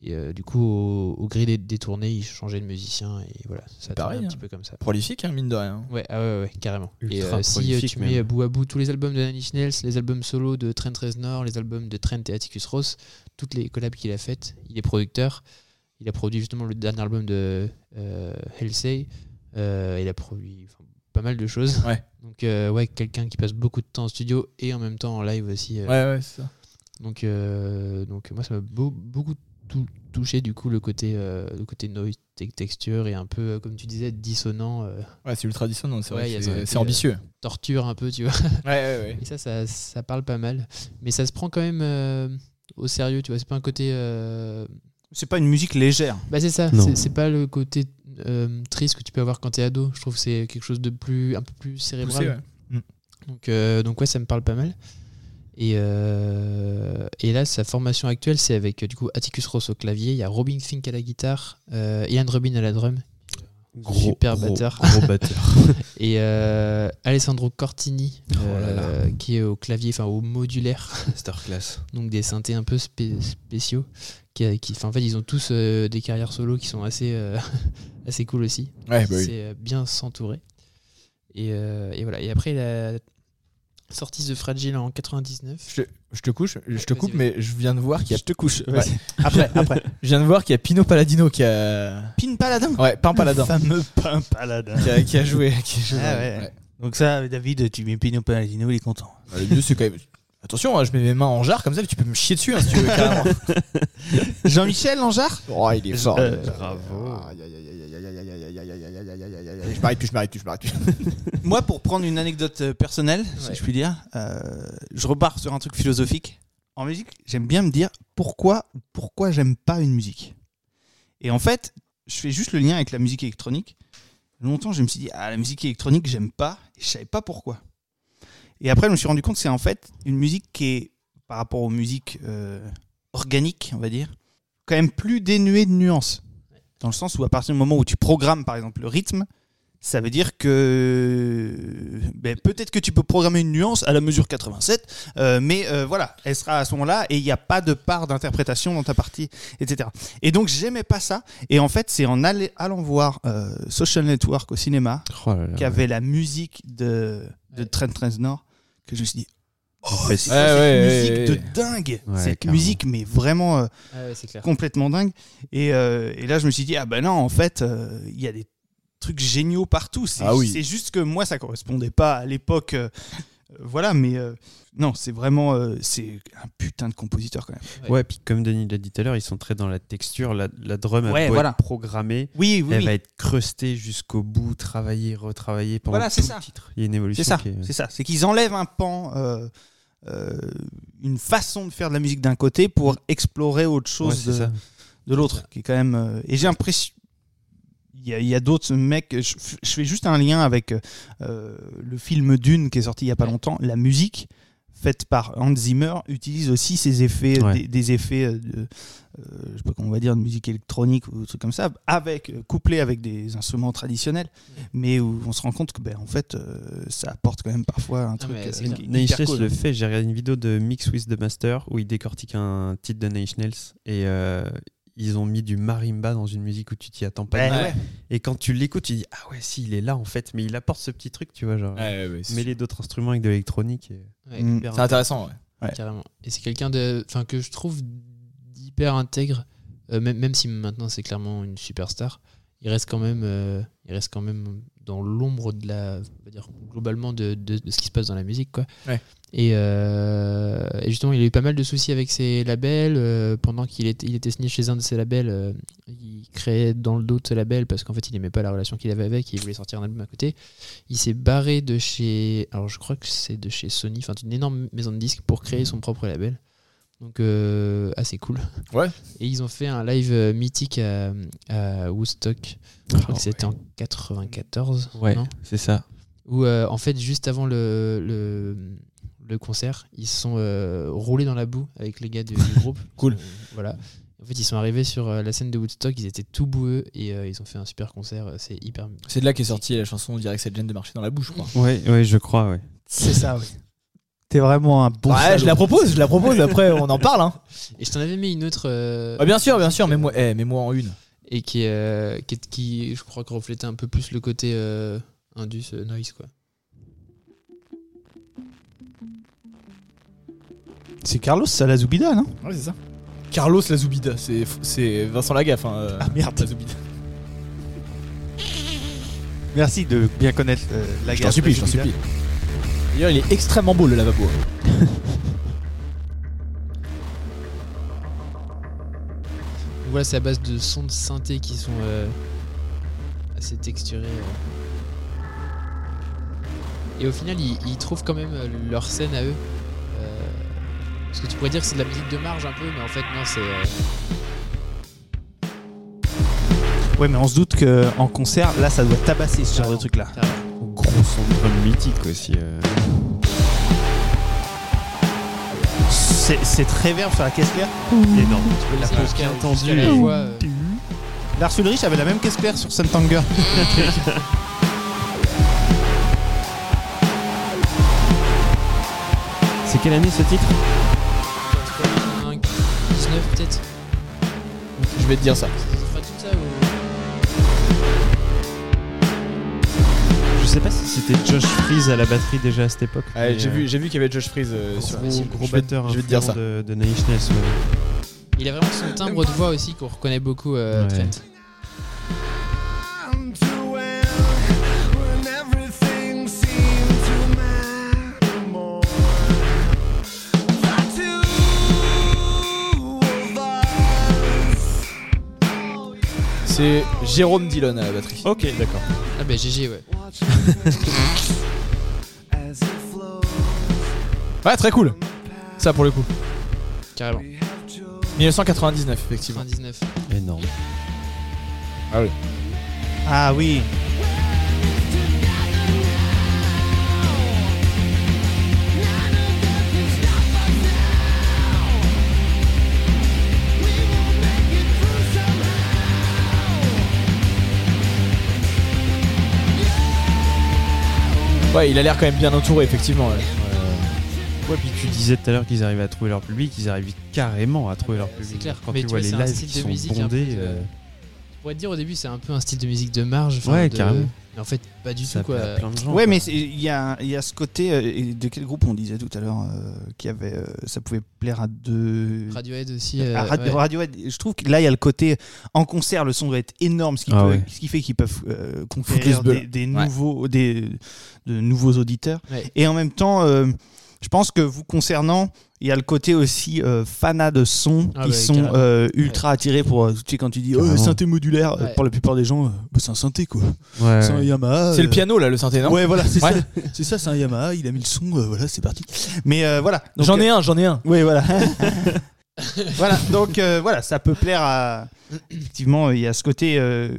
Speaker 7: Et euh, du coup, au, au gré des, des tournées, il changeait de musicien et voilà, ça tournait
Speaker 4: pareil,
Speaker 7: un
Speaker 4: hein.
Speaker 7: petit peu comme ça.
Speaker 4: Prolifique, hein, mine de rien.
Speaker 7: Ouais, ah ouais, ouais, carrément. Et
Speaker 6: Ultra
Speaker 7: euh, si euh,
Speaker 6: prolifique
Speaker 7: tu mets
Speaker 6: même.
Speaker 7: à bout à bout tous les albums de Nanny Schnells, les albums solo de Trent Reznor, les albums de Trent et Atticus Ross, toutes les collabs qu'il a faites, il est producteur. Il a produit justement le dernier album de euh, Halsey. Euh, il a produit enfin, pas mal de choses.
Speaker 4: Ouais.
Speaker 7: Donc, euh, ouais, quelqu'un qui passe beaucoup de temps en studio et en même temps en live aussi. euh,
Speaker 4: Ouais, ouais, c'est ça.
Speaker 7: donc, euh, donc moi, ça m'a beau- beaucoup tou- touché du coup le côté, euh, le côté noise, te- texture et un peu, euh, comme tu disais, dissonant, euh,
Speaker 4: Ouais, c'est ultra dissonant, c'est
Speaker 7: Ouais,
Speaker 4: vrai.
Speaker 7: il y a
Speaker 4: que
Speaker 7: ça, et
Speaker 4: C'est
Speaker 7: puis,
Speaker 4: c'est ambitieux.
Speaker 7: torture un peu, tu vois.
Speaker 4: Ouais, ouais, ouais.
Speaker 7: Et ça, ça, ça parle pas mal. Mais ça se prend quand même euh, au sérieux, tu vois. C'est pas un côté. euh,
Speaker 5: C'est pas une musique légère.
Speaker 7: Bah, c'est ça.
Speaker 6: Non.
Speaker 7: C'est- C'est pas le côté euh, triste que tu peux avoir quand t'es ado. Je trouve que c'est quelque chose de plus. un peu plus cérébral.
Speaker 4: Poussé, ouais. Mm.
Speaker 7: Donc, euh, donc ouais, ça me parle pas mal. Et, euh, et là, sa formation actuelle, c'est avec euh, du coup Atticus Ross au clavier, il y a Robin Fink à la guitare, euh, Ian Rubin à la drum,
Speaker 6: Gros,
Speaker 7: Super
Speaker 6: gros,
Speaker 7: batteur.
Speaker 6: Gros batteur.
Speaker 7: et euh, Alessandro Cortini,
Speaker 6: Oh là là.
Speaker 7: euh, qui est au clavier, enfin au modulaire.
Speaker 6: Masterclass.
Speaker 7: donc des synthés un peu spé- spéciaux qui, qui enfin, en fait ils ont tous euh, des carrières solo qui sont assez euh, assez cool aussi
Speaker 6: Eh
Speaker 4: Ouais,
Speaker 6: ben
Speaker 4: bah oui.
Speaker 7: c'est euh, bien s'entourer et, euh, et voilà et après la sortie de Fragile en 99
Speaker 4: Je, je te couche, je te
Speaker 7: Vas-y,
Speaker 4: coupe,
Speaker 7: vas-y.
Speaker 4: mais je viens de voir qu'il y a.
Speaker 5: te couche.
Speaker 4: Ouais. Après, après. Je viens de voir qu'il y a Pino Paladino qui a.
Speaker 5: Pin Paladin.
Speaker 4: Ouais, Pain
Speaker 5: Le
Speaker 4: Paladin.
Speaker 5: fameux Pin Paladin.
Speaker 4: qui, a, qui a joué. Qui a joué
Speaker 5: Ah ouais. Donc ça, David, tu mets Pino Paladino, il est content.
Speaker 4: Bah, le mieux, c'est quand même. Attention, hein, je mets mes mains en jarre comme ça, tu peux me chier dessus hein, si tu veux, carrément.
Speaker 5: Jean-Michel Langeard
Speaker 4: Oh, il est fort.
Speaker 5: Euh,
Speaker 4: bravo. Je m'arrête plus, je m'arrête plus, je m'arrête plus.
Speaker 5: Moi, pour prendre une anecdote euh, personnelle, si
Speaker 7: Ouais.
Speaker 5: je puis dire, euh, je repars sur un truc philosophique. En musique, j'aime bien me dire pourquoi ou pourquoi j'aime pas une musique. Et en fait, je fais juste le lien avec la musique électronique. Longtemps, je me suis dit ah la musique électronique, j'aime pas et je savais pas pourquoi. Et après, je me suis rendu compte que c'est en fait une musique qui est par rapport aux musiques euh, organiques, on va dire, quand même plus dénuée de nuances. Dans le sens où à partir du moment où tu programmes par exemple le rythme, ça veut dire que ben, peut-être que tu peux programmer une nuance à la mesure 87, euh, mais euh, voilà, elle sera à ce moment-là et il n'y a pas de part d'interprétation dans ta partie, etc. Et donc j'aimais pas ça. Et en fait, c'est en allé- allant voir euh, Social Network au cinéma
Speaker 6: Oh là là.
Speaker 4: Ah
Speaker 5: qui avait la musique de, de Trent Reznor que je me suis dit, oh, c'est
Speaker 4: Ouais,
Speaker 5: ça, cette
Speaker 4: ouais,
Speaker 5: musique
Speaker 4: ouais,
Speaker 5: de dingue,
Speaker 6: Ouais,
Speaker 5: cette
Speaker 6: carrément.
Speaker 5: musique, mais vraiment euh,
Speaker 7: ah ouais c'est clair
Speaker 5: complètement dingue. Et, euh, et là, je me suis dit, ah ben non, en fait, euh, il y a des trucs géniaux partout. C'est
Speaker 4: Ah oui.
Speaker 5: c'est juste que moi, ça correspondait pas à l'époque. euh, euh, voilà, mais euh, non, c'est vraiment euh, c'est un putain de compositeur quand même.
Speaker 6: Ouais, puis comme Denis l'a dit tout à l'heure, ils sont très dans la texture. La, la drum elle
Speaker 5: Ouais,
Speaker 6: doit
Speaker 5: voilà.
Speaker 6: être programmée.
Speaker 5: Oui,
Speaker 6: elle va être crustée jusqu'au bout, travaillée, retravaillée pendant
Speaker 5: Voilà,
Speaker 6: tout
Speaker 5: c'est
Speaker 6: le
Speaker 5: ça.
Speaker 6: titre. Il y a une évolution.
Speaker 5: C'est ça,
Speaker 6: qui est-
Speaker 5: c'est ça. C'est qu'ils enlèvent un pan, euh, euh, une façon de faire de la musique d'un côté pour explorer autre
Speaker 6: Ouais,
Speaker 5: chose
Speaker 6: c'est
Speaker 5: de-
Speaker 6: ça.
Speaker 5: de l'autre, qui est quand même. euh, et j'ai l'impression. Il y a, il y a d'autres mecs. Je, je fais juste un lien avec euh, le film Dune qui est sorti il y a pas longtemps. La musique faite par Hans Zimmer utilise aussi ces effets,
Speaker 6: Ouais.
Speaker 5: des, des effets euh, de, euh, je sais pas comment on va dire, de musique électronique ou des trucs comme ça, avec euh, couplé avec des instruments traditionnels, mais où on se rend compte que ben en fait euh, ça apporte quand même parfois un truc.
Speaker 7: mais
Speaker 5: euh,
Speaker 7: c'est clair.
Speaker 5: hy-
Speaker 6: Nine Inch
Speaker 5: hyper
Speaker 6: Nails
Speaker 5: cool.
Speaker 6: le fait. J'ai regardé une vidéo de Mix with the Master où il décortique un titre de Nine Inch Nails et euh, ils ont mis du marimba dans une musique où tu t'y attends pas.
Speaker 5: Ben
Speaker 6: du tout.
Speaker 5: ouais.
Speaker 6: Et quand tu l'écoutes, tu dis ah ouais, si il est là en fait, mais il apporte ce petit truc, tu vois, genre mêler d'autres instruments avec de l'électronique. et-
Speaker 7: Ouais. hein.
Speaker 5: Mm.
Speaker 6: hyper
Speaker 4: C'est intéressant, ouais.
Speaker 7: carrément et c'est quelqu'un de enfin que je trouve d'hyper intègre euh, même, même si maintenant c'est clairement une superstar il reste quand même euh, il reste quand même dans l'ombre de la, on va dire, globalement de, de- de ce qui se passe dans la musique, quoi.
Speaker 4: Ouais.
Speaker 7: Et, euh, et justement, il a eu pas mal de soucis avec ses labels. euh, pendant qu'il était, il était signé chez un de ses labels, euh, il créait dans le dos de ce label parce qu'en fait, il n'aimait pas la relation qu'il avait avec. Et il voulait sortir un album à côté. Il s'est barré de chez, alors je crois que c'est de chez Sony, enfin d'une énorme maison de disques pour créer son propre label. Donc euh, assez cool.
Speaker 4: Ouais.
Speaker 7: Et ils ont fait un live euh, mythique à, à Woodstock. Je crois que c'était en 94. non
Speaker 6: c'est ça.
Speaker 7: où euh, en fait juste avant le, le, le concert, ils se sont euh, roulés dans la boue avec les gars du, du groupe.
Speaker 4: Cool.
Speaker 7: Euh, voilà. En fait, ils sont arrivés sur euh, la scène de Woodstock, ils étaient tout boueux et euh, ils ont fait un super concert. euh, C'est hyper.
Speaker 4: C'est de là qu'est sortie la chanson On dirait que cette gêne de marcher dans la bouche, je crois.
Speaker 6: Ouais, ouais, je crois, ouais.
Speaker 5: C'est ça, oui. T'es vraiment un bon.
Speaker 4: ouais, je la propose, je la propose, après on en parle. Hein.
Speaker 7: Et je t'en avais mis une autre. euh,
Speaker 4: Ouais, bien sûr, bien sûr, mais moi, eh, mais moi en une.
Speaker 7: Et qui, euh, qui, est- qui, je crois, que reflétait un peu plus le côté euh, indus euh, noise, quoi.
Speaker 5: C'est Carlos hein. Salazubida, non
Speaker 4: Ouais, c'est ça. Carlos Lazubida, c'est c'est Vincent Lagaffe. hein, euh,
Speaker 5: Ah merde.
Speaker 4: Lazubida.
Speaker 5: Merci de bien connaître euh, la
Speaker 4: Je t'en supplie, je t'en supplie. D'ailleurs, il est extrêmement beau le lavabo.
Speaker 7: Donc Voilà, c'est à base de sons de synthé qui sont euh, assez texturés. euh. Et au final, ils, ils trouvent quand même euh, leur scène à eux. Euh, parce que tu pourrais dire que c'est de la musique de marge un peu, mais en fait, non, c'est. euh,
Speaker 5: hein. Ouais, mais on se doute qu'en concert, là, ça doit tabasser ce genre de
Speaker 7: carrément,
Speaker 5: truc-là.
Speaker 7: carrément.
Speaker 6: Gros centre mythique aussi. euh.
Speaker 5: C'est- Cette réverb sur la caisse claire, énorme.
Speaker 7: Tu peux laisser
Speaker 6: pas
Speaker 7: jusqu'à-
Speaker 6: bien entendu.
Speaker 7: jusqu'à la voix, euh,
Speaker 5: Lars Ulrich avait la même caisse claire sur Suntanger.
Speaker 6: C'est quelle année ce titre
Speaker 7: 85, 19 peut-être.
Speaker 4: Je vais te dire ça.
Speaker 7: Ça fera tout ça ou-
Speaker 6: Je sais pas si c'était Josh Freeze à la batterie déjà à cette époque.
Speaker 4: Ouais,
Speaker 6: mais,
Speaker 4: j'ai
Speaker 6: euh,
Speaker 4: vu, j'ai vu qu'il y avait Josh Freeze euh, sur
Speaker 6: Gros, gros
Speaker 4: je vais-
Speaker 6: batteur
Speaker 4: Je vais te dire ça.
Speaker 6: influent de, de Nine Inch Nails, ouais.
Speaker 7: Il a vraiment son timbre de voix aussi qu'on reconnaît beaucoup, euh,
Speaker 6: Ouais.
Speaker 7: Trent.
Speaker 4: C'est Jérôme Dillon à la batterie.
Speaker 6: Ok, d'accord.
Speaker 7: Ah bah GG, ouais.
Speaker 4: Ouais, très cool. Ça pour le coup.
Speaker 7: Carrément.
Speaker 4: 1999, effectivement.
Speaker 7: 99.
Speaker 6: Énorme.
Speaker 5: Ah oui.
Speaker 4: Ouais, il a l'air quand même bien entouré, effectivement. ouais.
Speaker 5: Euh,
Speaker 6: Ouais, puis tu disais tout à l'heure qu'ils arrivaient à trouver leur public, ils arrivent carrément à trouver leur public.
Speaker 7: C'est clair.
Speaker 6: Quand
Speaker 7: Mais
Speaker 6: tu
Speaker 7: tu
Speaker 6: vois
Speaker 7: vois,
Speaker 6: les
Speaker 7: c'est un
Speaker 6: lives
Speaker 7: style
Speaker 6: qui
Speaker 7: de
Speaker 6: sont
Speaker 7: musique un peu
Speaker 6: bondés.
Speaker 7: de-
Speaker 6: euh,
Speaker 7: Pour te dire au début, c'est un peu un style de musique de marge. enfin,
Speaker 6: Ouais,
Speaker 7: de-
Speaker 6: carrément.
Speaker 7: Mais en fait, pas du
Speaker 6: ça
Speaker 7: tout, quoi.
Speaker 6: plaît à plein de gens.
Speaker 5: Ouais,
Speaker 6: quoi.
Speaker 5: mais c'est- il y a, il y a ce côté. euh, et de quel groupe on disait tout à l'heure euh, qu'il y avait, euh, ça pouvait plaire à deux.
Speaker 7: Radiohead aussi. euh,
Speaker 5: à Rad-
Speaker 7: ouais.
Speaker 5: Ah, Radiohead. Je trouve que là, il y a le côté. En concert, le son doit être énorme, ce qui,
Speaker 6: Ah
Speaker 5: peut-
Speaker 6: ouais.
Speaker 5: ce qui fait qu'ils peuvent euh,
Speaker 4: les
Speaker 5: conquérir
Speaker 4: bœufs.
Speaker 5: des, des nouveaux, des, de nouveaux auditeurs.
Speaker 7: Ouais.
Speaker 5: Et en même temps, euh, je pense que vous concernant, il y a le côté aussi euh, fanat de son
Speaker 7: Ah
Speaker 5: qui
Speaker 7: bah,
Speaker 5: sont
Speaker 7: carrément.
Speaker 5: euh, ultra attirés pour. euh, Tu sais, quand tu dis oh,
Speaker 6: Carrément.
Speaker 5: synthé modulaire, euh,
Speaker 7: Ouais.
Speaker 5: pour la plupart des gens, euh, bah, c'est un synthé quoi.
Speaker 6: Ouais,
Speaker 5: C'est un
Speaker 6: ouais.
Speaker 5: Yamaha.
Speaker 4: C'est le
Speaker 5: euh,
Speaker 4: piano, là, le synthé, non
Speaker 5: ouais, voilà, c'est
Speaker 4: Ouais.
Speaker 5: ça. C'est ça, c'est un Yamaha. Il a mis le son, euh, voilà, c'est parti. Mais euh, voilà. donc,
Speaker 4: J'en ai un, j'en ai un.
Speaker 5: oui, voilà. voilà, donc euh, voilà, ça peut plaire à. Effectivement, il y a ce côté euh,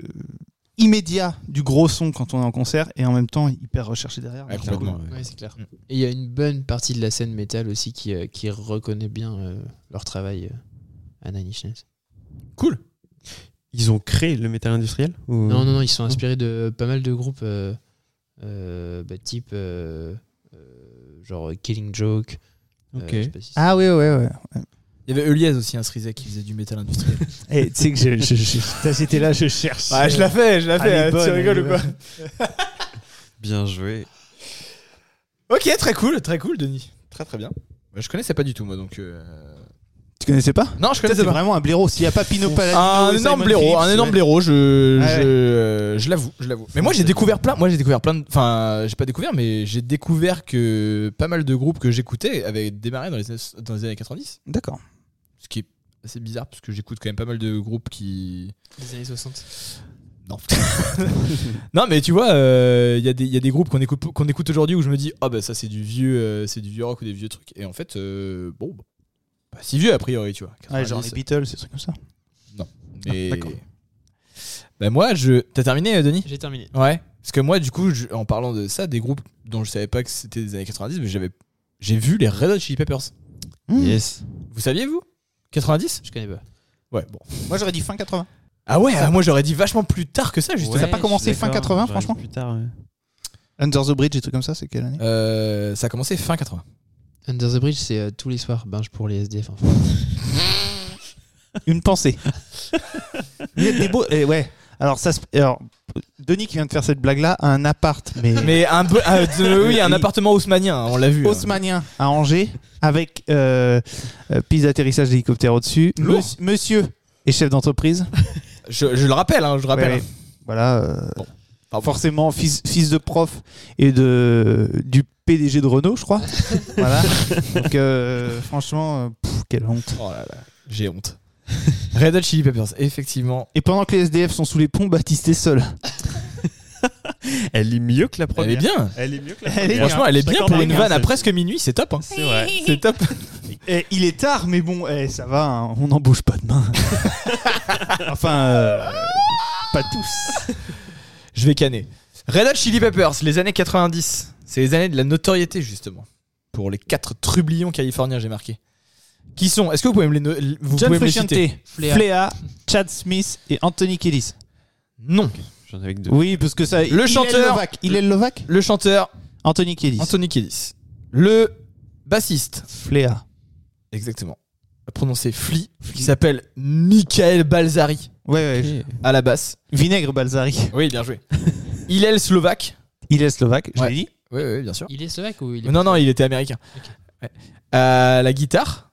Speaker 5: immédiat du gros son quand on est en concert et en même temps hyper recherché derrière.
Speaker 4: Ouais,
Speaker 5: Donc,
Speaker 4: complètement.
Speaker 6: Ouais.
Speaker 7: Ouais, c'est clair. Et il y a une bonne partie de la scène métal aussi qui, euh, qui reconnaît bien euh, leur travail euh, à Nine Inch Nails.
Speaker 4: Cool.
Speaker 6: Ils ont créé le métal industriel ou-
Speaker 7: Non, non, non, ils sont inspirés de pas mal de groupes euh, euh, bah, type euh, euh, genre Killing Joke. euh,
Speaker 6: Ok.
Speaker 7: je sais pas si c'est-
Speaker 5: Ah oui, oui, oui.
Speaker 4: Il y avait Elias aussi, un Srizek qui faisait du métal industriel.
Speaker 5: Et tu sais que je, je- je- t'as- j'étais là, je cherche. euh,
Speaker 4: Ouais, je la fais, je la
Speaker 5: Elle est
Speaker 4: fais. Tu
Speaker 5: bonne,
Speaker 4: rigoles
Speaker 5: elle
Speaker 4: ou
Speaker 5: est
Speaker 4: quoi
Speaker 6: Bien joué.
Speaker 4: Ok, très cool, très cool, Denis. Très très bien. Je connaissais pas du tout, moi, donc. euh,
Speaker 5: Tu connaissais pas
Speaker 4: Non, je connaissais
Speaker 5: C'est
Speaker 4: pas.
Speaker 5: vraiment un blaireau. S'il n'y a pas Pino Palladino,
Speaker 4: un
Speaker 5: et
Speaker 4: énorme
Speaker 5: Simon
Speaker 4: blaireau,
Speaker 5: Phillips,
Speaker 4: un
Speaker 5: ouais.
Speaker 4: énorme blaireau, je,
Speaker 5: Ouais.
Speaker 4: je, euh, je l'avoue, je l'avoue. Mais moi j'ai découvert plein, moi j'ai découvert plein, de- enfin j'ai pas découvert, mais j'ai découvert que pas mal de groupes que j'écoutais avaient démarré dans les, années- dans les années 90,
Speaker 5: D'accord.
Speaker 4: ce qui est assez bizarre parce que j'écoute quand même pas mal de groupes qui,
Speaker 7: Des années 60.
Speaker 4: non. non, mais tu vois, euh, il y, a des- il y a des groupes qu'on écoute, qu'on écoute aujourd'hui où je me dis, ah bah ça c'est du vieux, euh, c'est du vieux rock ou des vieux trucs. Et en fait, euh, bon, bah, pas si vieux a priori, tu vois.
Speaker 5: Ouais, genre les
Speaker 4: 90,
Speaker 5: Beatles, ces trucs comme ça.
Speaker 4: mais-
Speaker 5: d'accord.
Speaker 4: Bah moi, je. T'as terminé, euh, Denis
Speaker 7: J'ai terminé.
Speaker 4: Ouais. Parce que moi, du coup, je- en parlant de ça, des groupes dont je savais pas que c'était des années 90, mais j'avais, j'ai vu les Red Hot Chili Peppers.
Speaker 6: Yes.
Speaker 4: Vous saviez vous 90
Speaker 7: Je connais pas.
Speaker 4: Ouais, bon.
Speaker 5: Moi, j'aurais dit fin 80.
Speaker 4: Ah ouais, alors moi j'aurais dit vachement plus tard que ça, juste.
Speaker 5: ça a pas commencé fin 80,
Speaker 6: J'aurais dit
Speaker 5: franchement
Speaker 6: hein, Plus tard, ouais.
Speaker 5: Under the Bridge, et trucs comme ça, c'est quelle année
Speaker 4: Euh, ça a commencé fin 80.
Speaker 7: Under the Bridge, c'est euh, tous les soirs binge pour les SDF. hein.
Speaker 5: Une pensée. Il y a des beaux. eh ouais. Alors, ça se- Alors, Denis qui vient de faire cette blague-là a un appart, mais.
Speaker 4: Mais un peu, ah, de- oui, un appartement haussmanien, on l'a vu. hein.
Speaker 5: Haussmanien à Angers, avec euh, euh, piste d'atterrissage d'hélicoptère au-dessus.
Speaker 4: Lourd.
Speaker 5: Monsieur- Monsieur est chef d'entreprise.
Speaker 4: Je, je le rappelle, hein, je le rappelle.
Speaker 5: Ouais, ouais. Voilà. euh,
Speaker 4: Bon. Pardon.
Speaker 5: Forcément, fils, fils de prof et de, du PDG de Renault, je crois. voilà. Donc, euh, franchement, euh, pff, quelle honte.
Speaker 4: Oh là là, j'ai honte. Red Hot Chili Peppers, effectivement.
Speaker 5: Et pendant que les SDF sont sous les ponts, Baptiste est seul.
Speaker 6: Elle est mieux que la
Speaker 4: Elle
Speaker 6: première.
Speaker 4: est bien.
Speaker 6: Elle est mieux que la
Speaker 5: Elle est
Speaker 6: première.
Speaker 4: Franchement, elle est bien
Speaker 6: Chacun
Speaker 4: pour
Speaker 6: marque
Speaker 4: une
Speaker 6: un,
Speaker 4: vanne à
Speaker 6: c'est-
Speaker 4: presque minuit, c'est top. hein.
Speaker 6: C'est vrai.
Speaker 4: C'est top.
Speaker 5: Eh, il est tard, mais bon, eh, ça va, hein, on n'embauche pas demain. enfin, euh, pas tous.
Speaker 4: Je vais canner. Red Hot Chili Peppers, les années 90. C'est les années de la notoriété, justement. Pour les quatre trublions californiens, j'ai marqué. Qui sont Est-ce que vous pouvez me les, no- vous
Speaker 5: John
Speaker 4: pouvez me les
Speaker 5: Frusciante,
Speaker 4: citer
Speaker 7: Flea.
Speaker 5: Flea, Chad Smith et Anthony Kellis.
Speaker 4: Non.
Speaker 6: J'en avais que deux.
Speaker 5: Oui, parce que ça. il est
Speaker 4: chanteur-
Speaker 5: Lovac. Il est le Lovac
Speaker 4: Le chanteur
Speaker 5: Anthony Kellis.
Speaker 4: Anthony Kiedis. Le bassiste.
Speaker 5: Flea.
Speaker 4: Exactement. Prononcé Flea, qui s'appelle Michael Balzari
Speaker 5: Ouais, ouais.
Speaker 6: Ok.
Speaker 4: à la basse.
Speaker 5: Vinaigre Balzari.
Speaker 4: Oui, bien joué. Il est le Slovaque.
Speaker 5: Il est slovaque, je
Speaker 4: Ouais.
Speaker 5: l'ai dit.
Speaker 4: Oui, oui, bien sûr.
Speaker 7: Il est slovaque ou il est.
Speaker 4: Non, non, il était américain. Ouais. À la guitare,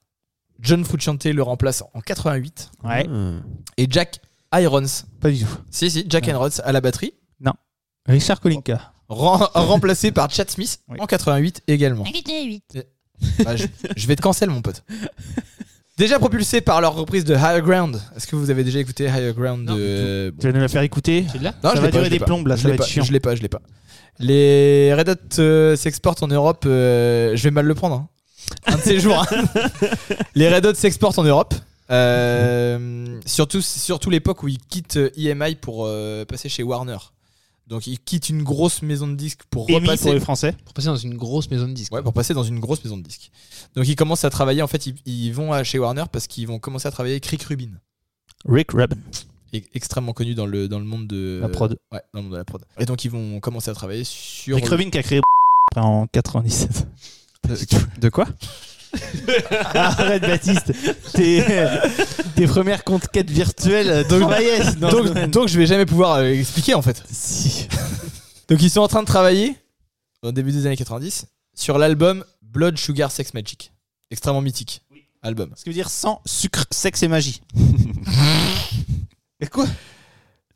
Speaker 4: John Frusciante le remplace en 88.
Speaker 5: Ouais.
Speaker 6: Hmm.
Speaker 4: Et Jack Irons.
Speaker 5: Pas du tout.
Speaker 4: Si, si, Jack Irons à la batterie.
Speaker 5: Richard Kolinka.
Speaker 4: ren- remplacé par Chad Smith
Speaker 5: Oui.
Speaker 4: en 88 également. Bah, je, je vais te cancel, mon pote. Déjà propulsé par leur reprise de Higher Ground. Est-ce que vous avez déjà écouté Higher Ground euh,
Speaker 7: Non.
Speaker 4: de...
Speaker 5: Tu vas nous la faire écouter.
Speaker 7: C'est de là
Speaker 4: Non,
Speaker 5: Ça
Speaker 4: je
Speaker 5: va
Speaker 4: l'ai pas,
Speaker 5: durer
Speaker 4: je l'ai
Speaker 5: des
Speaker 4: pas.
Speaker 5: plombes, là,
Speaker 4: Je
Speaker 5: ça
Speaker 4: l'ai
Speaker 5: va
Speaker 4: pas,
Speaker 5: être chiant.
Speaker 4: Je l'ai pas, je l'ai pas. Les Red Hot euh, s'exportent en Europe. euh, je vais mal le prendre. hein. Un de ces jours. hein. Les Red Hot s'exportent en Europe. Euh, surtout surtout l'époque où ils quittent euh, EMI pour euh, passer chez Warner. Donc ils quittent une grosse maison de disques E pour
Speaker 5: Émis pour
Speaker 4: repasser
Speaker 5: les Français.
Speaker 7: Pour passer dans une grosse maison de disques.
Speaker 4: Ouais, pour passer dans une grosse maison de disques. Donc ils commencent à travailler, en fait, ils, ils vont à chez Warner parce qu'ils vont commencer à travailler avec Rick Rubin,
Speaker 5: Rick Rubin.
Speaker 4: e- extrêmement connu dans le, dans le monde de
Speaker 5: La prod.
Speaker 4: Ouais, dans le monde de la prod. Et donc ils vont commencer à travailler sur.
Speaker 5: Rick Rubin qui a créé après en 97.
Speaker 4: De quoi
Speaker 5: Arrête Baptiste, tes, euh, tes premières conquêtes virtuelles euh, de
Speaker 4: donc, donc je vais jamais pouvoir euh, expliquer en fait. Donc ils sont en train de travailler, au début des années 90, sur l'album Blood Sugar Sex Magic. Extrêmement mythique. Album.
Speaker 5: ce qui veut dire sans sucre, sexe et magie. et quoi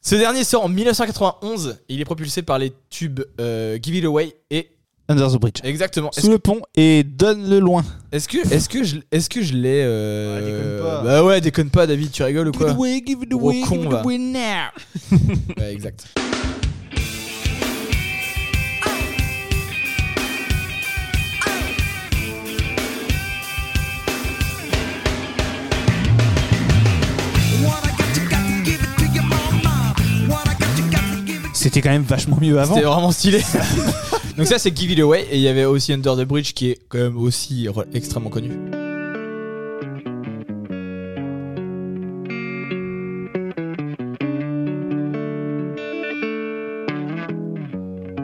Speaker 4: Ce dernier sort en 1991 et il est propulsé par les tubes euh, Give It Away et.
Speaker 5: Under the Bridge.
Speaker 4: Exactement. Est-ce
Speaker 5: Sous le pont et donne le loin.
Speaker 4: Est-ce que, est-ce que je, est-ce que je l'ai euh,
Speaker 5: Ouais, déconne pas.
Speaker 4: Bah ouais, déconne pas, David, tu rigoles ou quoi
Speaker 5: away, give it
Speaker 4: Gros con, va.
Speaker 5: now.
Speaker 4: Ouais, exact.
Speaker 5: C'était quand même vachement mieux avant.
Speaker 4: C'était vraiment stylé. Donc ça, c'est Give It Away, et il y avait aussi Under the Bridge, qui est quand même aussi re- extrêmement connu.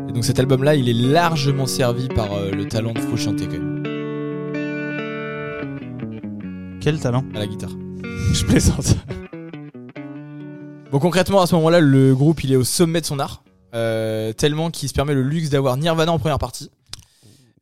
Speaker 4: Et donc cet album-là, il est largement servi par euh, le talent de Frusciante quand même,
Speaker 5: Quel talent.
Speaker 4: à la guitare.
Speaker 5: Je plaisante.
Speaker 4: Bon, concrètement, à ce moment-là, le groupe il est au sommet de son art, euh, tellement qu'il se permet le luxe d'avoir Nirvana en première partie,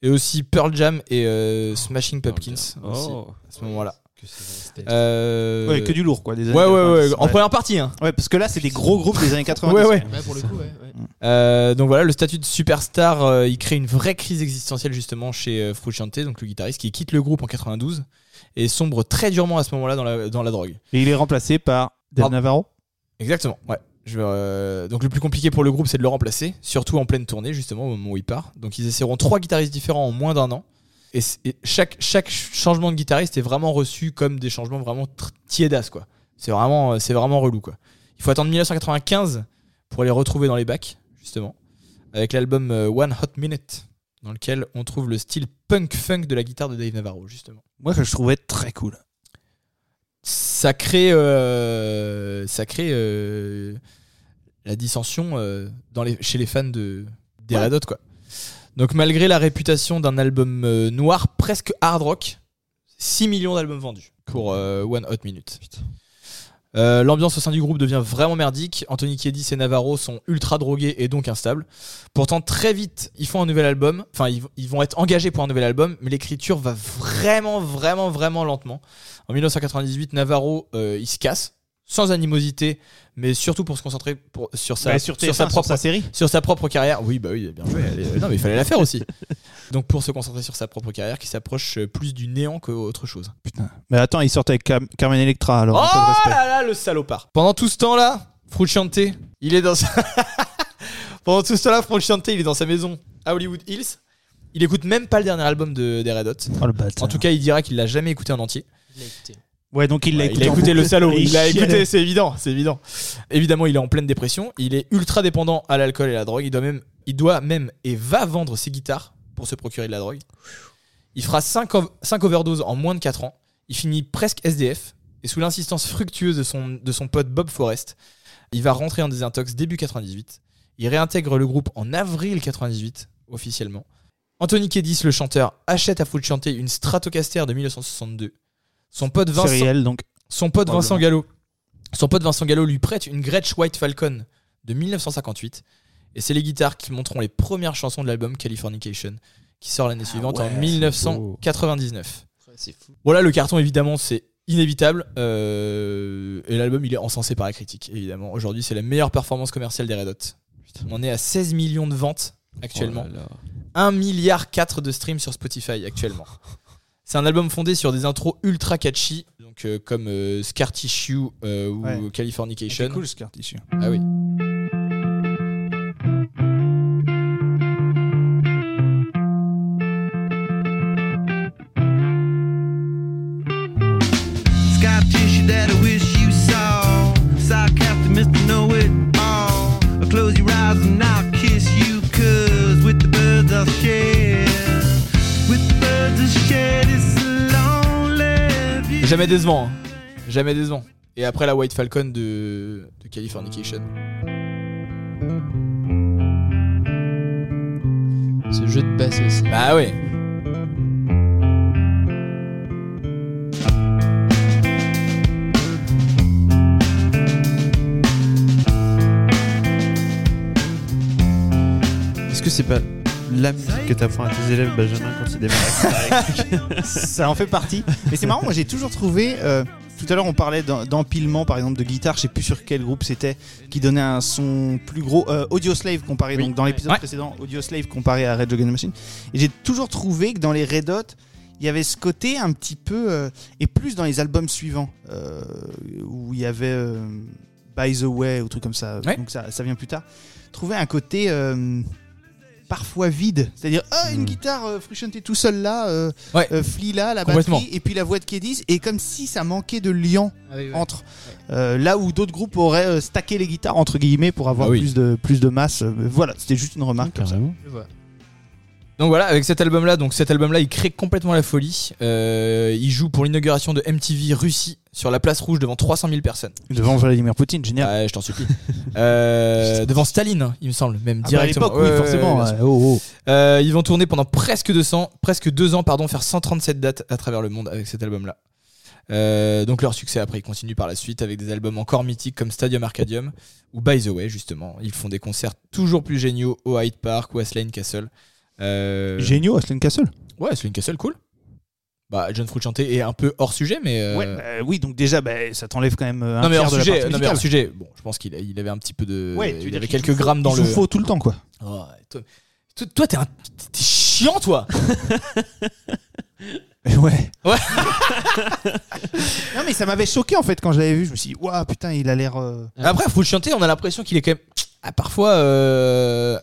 Speaker 4: et aussi Pearl Jam et euh, Smashing Pumpkins aussi,
Speaker 6: Oh.
Speaker 4: à ce moment-là.
Speaker 6: Que
Speaker 7: que c'est. c'était-
Speaker 4: Euh,
Speaker 5: Ouais, que du lourd, quoi. Des années
Speaker 4: Ouais, ouais, ouais,
Speaker 5: 90.
Speaker 4: En première partie, hein.
Speaker 5: Ouais, parce que là, c'est des gros groupes des années 90.
Speaker 4: Ouais, ouais.
Speaker 7: Ouais, pour le coup, ouais. ouais.
Speaker 4: Euh, donc voilà, le statut de superstar, euh, il crée une vraie crise existentielle justement chez euh, Frusciante, donc le guitariste qui quitte le groupe en 92 et sombre très durement à ce moment-là dans la, dans la drogue.
Speaker 5: Et il est remplacé par Del
Speaker 4: Pardon.
Speaker 5: Navarro.
Speaker 4: Exactement, ouais. Je, vais, euh, donc le plus compliqué pour le groupe, c'est de le remplacer, surtout en pleine tournée justement au moment où il part. Donc ils essaieront trois guitaristes différents en moins d'un an. Et, c- et chaque, chaque changement de guitariste est vraiment reçu comme des changements vraiment tr- tiédas quoi. C'est vraiment, euh, c'est vraiment relou quoi. Il faut attendre 1995 pour les retrouver dans les bacs justement, avec l'album euh, One Hot Minute, dans lequel on trouve le style punk funk de la guitare de Dave Navarro justement
Speaker 5: Moi, que je trouvais très cool.
Speaker 4: ça crée, euh, ça crée euh, la dissension euh, dans les, chez les fans de, des Red Hot, quoi. Donc malgré la réputation d'un album euh, noir presque hard rock, 6 millions d'albums vendus pour euh, One Hot Minute. Euh, L'ambiance au sein du groupe devient vraiment merdique. Anthony Kiedis et Navarro sont ultra drogués et donc instables. Pourtant, très vite, ils font un nouvel album. Enfin, ils, ils vont être engagés pour un nouvel album, mais l'écriture va vraiment, vraiment, vraiment lentement. En 1998, Navarro, euh, il se casse, sans animosité, mais surtout pour se concentrer pour- sur sa,
Speaker 5: Bah,
Speaker 4: sur
Speaker 5: TF1,
Speaker 4: sa propre
Speaker 5: sur sa série.
Speaker 4: sur sa propre carrière. Oui, bah oui, bien joué. elle est- non, mais il fallait la faire aussi. Donc pour se concentrer sur sa propre carrière, qui s'approche euh, plus du néant qu'autre chose.
Speaker 5: Mais attends, il sortait avec Cam- Carmen Electra, alors. un peu de
Speaker 4: oh
Speaker 5: respect.
Speaker 4: là là, le salopard. Pendant tout ce temps-là, Frusciante, il est dans sa... Pendant tout ce temps-là, Frusciante, il est dans sa maison à Hollywood Hills. Il écoute même pas le dernier album de, des Red Hot.
Speaker 5: Oh, le bâtard.
Speaker 4: En tout cas, il dira qu'il l'a jamais écouté en entier.
Speaker 7: Il l'a écouté.
Speaker 5: Ouais, donc il
Speaker 4: Ouais,
Speaker 5: l'a écouté.
Speaker 4: il a écouté
Speaker 5: en
Speaker 4: le
Speaker 5: boucle.
Speaker 4: salaud.
Speaker 5: Et
Speaker 4: Il l'a
Speaker 5: chialait.
Speaker 4: écouté, c'est évident, c'est évident. Évidemment, il est en pleine dépression. Il est ultra dépendant à l'alcool et à la drogue. Il doit même, il doit même et va vendre ses guitares pour se procurer de la drogue. Il fera 5, overdoses en moins de 4 ans. Il finit presque SDF. Et sous l'insistance fructueuse de son, de son pote Bob Forrest, il va rentrer en désintox début 98. Il réintègre le groupe en avril 98, officiellement. Anthony Kiedis, le chanteur, achète à Frusciante une Stratocaster de 1962. Son pote Vincent,
Speaker 5: Céréales, donc.
Speaker 4: son pote
Speaker 5: Probablement.
Speaker 4: Vincent Gallo. Son pote Vincent Gallo lui prête une Gretsch White Falcon de 1958. Et c'est les guitares qui monteront les premières chansons de l'album Californication, qui sort l'année suivante en 1999.
Speaker 7: C'est fou.
Speaker 4: Voilà, le carton, évidemment, c'est inévitable. euh, et l'album, il est encensé par la critique, évidemment. Aujourd'hui, c'est la meilleure performance commerciale des Red Hot. On est à 16 millions de ventes actuellement.
Speaker 6: Oh
Speaker 4: 1 milliard 4 de streams sur Spotify actuellement. C'est un album fondé sur des intros ultra catchy, donc euh, comme euh, Scar Tissue euh, ou
Speaker 5: Ouais.
Speaker 4: Californication.
Speaker 5: C'est cool, ce carte ici.
Speaker 4: Ah oui.
Speaker 9: Sky tissue that I wish you saw. Sarcastic Mr. Know It All. I'll close your eyes and I'll kiss you, cause with the birds I'll share. With the birds I'll share this lonely view.
Speaker 4: Jamais décevant. hein. Jamais décevant. Et après la White Falcon de, de Californication.
Speaker 7: Ce jeu de basse aussi.
Speaker 4: Bah ouais.
Speaker 6: Est-ce que c'est pas la musique que t'apprends à tes élèves, Benjamin, quand ils démarrent
Speaker 5: ça en fait partie. Mais c'est marrant, moi j'ai toujours trouvé. euh, tout à l'heure, on parlait d'en- d'empilement, par exemple, de guitare. Je sais plus sur quel groupe c'était qui donnait un son plus gros. euh, Audio Slave comparé, donc dans l'épisode
Speaker 4: Ouais.
Speaker 5: précédent, Audio Slave comparé à Red Dragon Machine. Et j'ai toujours trouvé que dans les Red Hot, il y avait ce côté un petit peu. euh, et plus dans les albums suivants, euh, où il y avait euh, By the Way ou truc comme ça.
Speaker 4: Ouais.
Speaker 5: Donc ça, ça vient plus tard. Trouver un côté. euh, parfois vide, c'est-à-dire ah une guitare euh, Frusciante tout seul là, euh,
Speaker 4: Hmm. Ouais.
Speaker 5: euh, Flea là, la
Speaker 4: Complètement.
Speaker 5: batterie et puis la voix de Kedis et comme si ça manquait de lien
Speaker 7: En-
Speaker 5: entre Euh, là où d'autres groupes auraient euh, stacké les guitares entre guillemets pour avoir
Speaker 4: Ah oui.
Speaker 5: plus de plus de masse. Euh, voilà, c'était juste une remarque.
Speaker 6: Carrément.
Speaker 7: Je vois.
Speaker 4: Donc voilà, avec cet album-là, donc cet album-là, il crée complètement la folie. Euh, il joue pour l'inauguration de MTV Russie sur la place rouge devant 300 000 personnes. Ah
Speaker 5: Devant Vladimir Poutine, génial.
Speaker 4: Ouais, je t'en supplie. Euh, devant Staline, il me semble, même
Speaker 5: Ah bah, à
Speaker 4: directement.
Speaker 5: l'époque, oui,
Speaker 4: Ouais,
Speaker 5: forcément.
Speaker 4: ouais, ouais,
Speaker 5: ouais, oh, oh.
Speaker 4: Euh, ils vont tourner pendant presque 200, presque deux ans, pardon, faire 137 dates à travers le monde avec cet album-là. Euh, donc leur succès après, ils continuent par la suite avec des albums encore mythiques comme Stadium Arcadium ou By the Way justement. Ils font des concerts toujours plus géniaux au Hyde Park ou à Slane Castle. Euh,
Speaker 5: Géniaux, Aslan Castle.
Speaker 4: ouais, Slane Castle, cool. Bah, John Frusciante est un peu hors sujet, mais. euh,
Speaker 5: Ouais, bah, oui, donc déjà, bah, ça t'enlève quand même euh, un
Speaker 4: non, mais
Speaker 5: tiers
Speaker 4: hors
Speaker 5: de la
Speaker 4: sujet,
Speaker 5: partie
Speaker 4: non, mais hors
Speaker 5: musicale.
Speaker 4: sujet. Bon, je pense qu'il a- il avait un petit peu de.
Speaker 5: Ouais, tu veux
Speaker 4: il
Speaker 5: dire
Speaker 4: avait
Speaker 5: qu'il
Speaker 4: quelques
Speaker 5: joue
Speaker 4: grammes dans
Speaker 5: Il
Speaker 4: le.
Speaker 5: joue faux tout le temps, quoi.
Speaker 4: Oh, toi, toi- toi, t'es un. T'es chiant, toi
Speaker 5: Ouais.
Speaker 4: Ouais.
Speaker 5: non, mais ça m'avait choqué en fait quand je l'avais vu. Je me suis dit, waouh, putain, il a l'air. euh,
Speaker 4: Après, Frusciante, on a l'impression qu'il est quand même. Ah, parfois. euh,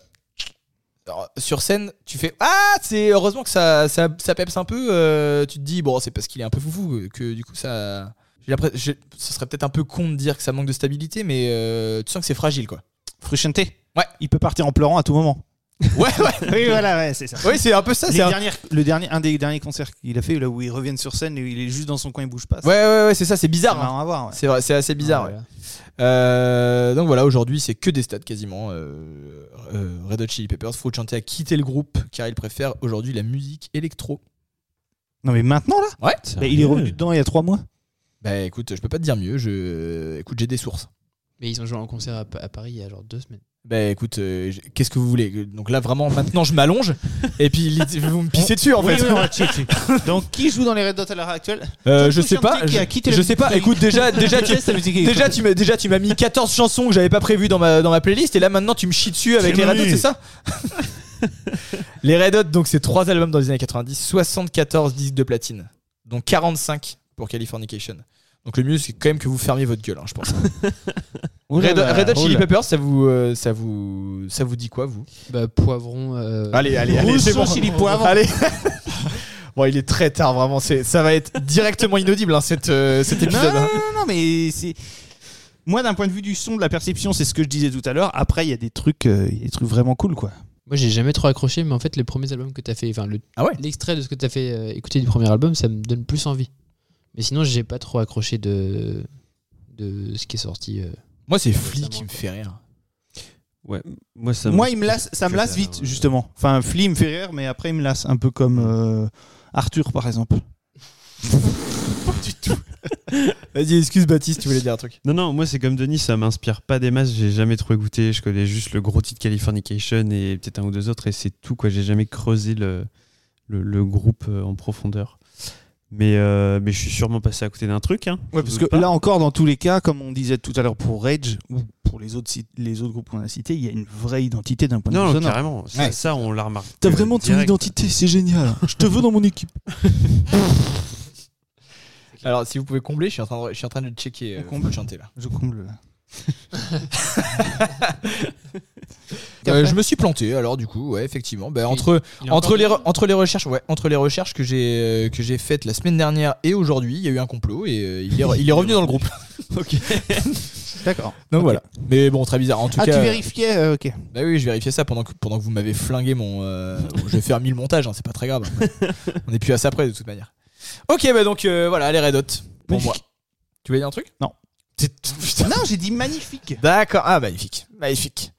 Speaker 4: alors, Sur scène, tu fais Ah, c'est heureusement que ça, ça, ça peps un peu. euh, tu te dis, bon, c'est parce qu'il est un peu foufou que du coup ça. j'ai l'impression- j'ai- Ce serait peut-être un peu con de dire que ça manque de stabilité, mais euh, tu sens que c'est fragile quoi.
Speaker 5: Frusciante.
Speaker 4: Ouais.
Speaker 5: Il peut partir en pleurant à tout moment.
Speaker 4: Ouais, ouais,
Speaker 5: oui, voilà, ouais, c'est ça.
Speaker 4: oui, c'est un peu ça.
Speaker 5: Les
Speaker 4: c'est un-
Speaker 5: dernières- le dernier, un des derniers concerts qu'il a fait, là où ils reviennent sur scène et il est juste dans son coin, il bouge pas.
Speaker 4: Ouais, ouais, ouais, c'est ça, c'est
Speaker 5: c'est
Speaker 4: bizarre. hein.
Speaker 5: marrant à voir. ouais.
Speaker 4: C'est vrai, c'est assez bizarre.
Speaker 7: Voilà.
Speaker 4: ouais. Euh, donc voilà, aujourd'hui, c'est que des stats quasiment. Euh, euh, Red Hot Chili Peppers, Fruit Chanté a quitté le groupe car il préfère aujourd'hui la musique électro.
Speaker 5: Non, mais maintenant là, Bah, il est revenu dedans il y a trois mois.
Speaker 4: Bah écoute, je peux pas te dire mieux. Je, écoute, j'ai des sources.
Speaker 7: Mais ils ont joué en concert à, Pa- à Paris il y a genre deux semaines.
Speaker 4: Bah écoute, euh, j'ai- qu'est-ce que vous voulez Donc là, vraiment, maintenant, je m'allonge et puis li- vous me pissez dessus en
Speaker 5: Oui,
Speaker 4: fait.
Speaker 5: oui, on va chier dessus. Donc, qui joue dans les Red Dot à l'heure actuelle
Speaker 4: Euh,
Speaker 5: John
Speaker 4: je sais pas.
Speaker 5: Frusciante qui a
Speaker 4: Je,
Speaker 5: quitté la
Speaker 4: je sais pas.
Speaker 5: musique.
Speaker 4: Écoute, déjà, déjà, tu,
Speaker 5: ça
Speaker 4: déjà, tu m'as, déjà, tu m'as mis 14 chansons que j'avais pas prévues dans ma, dans ma playlist et là maintenant tu me chies dessus avec les Red Hot, c'est ça Les Red Hot, donc c'est trois albums dans les années 90, 74 disques de platine, dont 45 pour Californication. Donc le mieux c'est quand même que vous fermiez votre gueule, hein, je pense. Red, Red Hot Chili Peppers, ça vous, euh, ça vous, ça vous dit quoi vous
Speaker 7: Bah, poivron. euh,
Speaker 4: Allez, allez, allez, c'est bon.
Speaker 5: chili poivre.
Speaker 4: Allez. Bon, il est très tard, vraiment. C'est, ça va être directement inaudible, hein, cette, euh, cet
Speaker 5: Non,
Speaker 4: épisode.
Speaker 5: non,
Speaker 4: hein.
Speaker 5: non, non, mais c'est. Moi, d'un point de vue du son, de la perception, c'est ce que je disais tout à l'heure. Après, il y a des trucs, euh, il y a des trucs vraiment cool, quoi.
Speaker 7: Moi, j'ai jamais trop accroché, mais en fait, les premiers albums que t'as fait, enfin, le-
Speaker 4: Ah ouais
Speaker 7: l'extrait de ce que t'as fait euh, écouter du premier album, ça me donne plus envie. Mais sinon, j'ai pas trop accroché de, de ce qui est sorti. euh.
Speaker 4: Moi, c'est Flea qui me fait rire.
Speaker 6: Ouais, moi, ça me-
Speaker 5: Moi, il me lasse, ça me
Speaker 6: Je
Speaker 5: lasse
Speaker 6: sais,
Speaker 5: vite,
Speaker 6: ouais.
Speaker 5: justement. Enfin, Flea me fait rire, mais après, il me lasse. Un peu comme euh, Arthur, par exemple.
Speaker 4: Vas-y, excuse Baptiste, tu voulais dire un truc.
Speaker 6: Non, non, moi c'est comme Denis, ça m'inspire pas des masses, j'ai jamais trop écouté, je connais juste le gros titre Californication et peut-être un ou deux autres et c'est tout quoi, j'ai jamais creusé le, le, le groupe euh, en profondeur. Mais, euh, mais je suis sûrement passé à côté d'un truc. Hein,
Speaker 5: Ouais,
Speaker 6: je
Speaker 5: parce
Speaker 6: doute
Speaker 5: que
Speaker 6: pas.
Speaker 5: là encore, dans tous les cas, comme on disait tout à l'heure pour Rage ou pour les autres, sit- les autres groupes qu'on a cités, il y a une vraie identité d'un point de
Speaker 6: Non,
Speaker 5: vue
Speaker 6: non,
Speaker 5: sonore.
Speaker 6: carrément, ça,
Speaker 5: Ouais.
Speaker 6: ça, on l'a remarqué.
Speaker 5: T'as
Speaker 6: euh,
Speaker 5: vraiment ton
Speaker 6: direct.
Speaker 5: identité, c'est génial. Je te veux dans mon équipe.
Speaker 4: Alors, si vous pouvez combler, je suis en train de, je suis en train de checker. euh,
Speaker 5: On comble.
Speaker 4: vous chanter là.
Speaker 5: Je comble là.
Speaker 4: Euh, je me suis planté. Alors, du coup, ouais, effectivement, Bah, entre
Speaker 7: Il a
Speaker 4: entre
Speaker 7: encore-
Speaker 4: les re- entre les recherches, ouais, entre les recherches que j'ai euh, que j'ai faites la semaine dernière et aujourd'hui, il y a eu un complot et euh, il, est, re- il est revenu dans le groupe.
Speaker 5: D'accord.
Speaker 4: Donc voilà. Mais bon, très bizarre. En tout
Speaker 5: Ah,
Speaker 4: cas,
Speaker 5: tu vérifiais euh, Ok.
Speaker 4: bah oui, je vérifiais ça pendant que pendant que vous m'avez flingué mon. euh, bon, je vais faire mille montages, hein, c'est pas très grave. On est plus à ça près de toute manière. Ok, bah donc euh, voilà, les Red Hot. Pour
Speaker 5: Magnifique.
Speaker 4: moi. Tu voulais dire un truc
Speaker 5: Non.
Speaker 4: C'est- Putain.
Speaker 5: Non, j'ai dit magnifique.
Speaker 4: D'accord, ah magnifique, magnifique.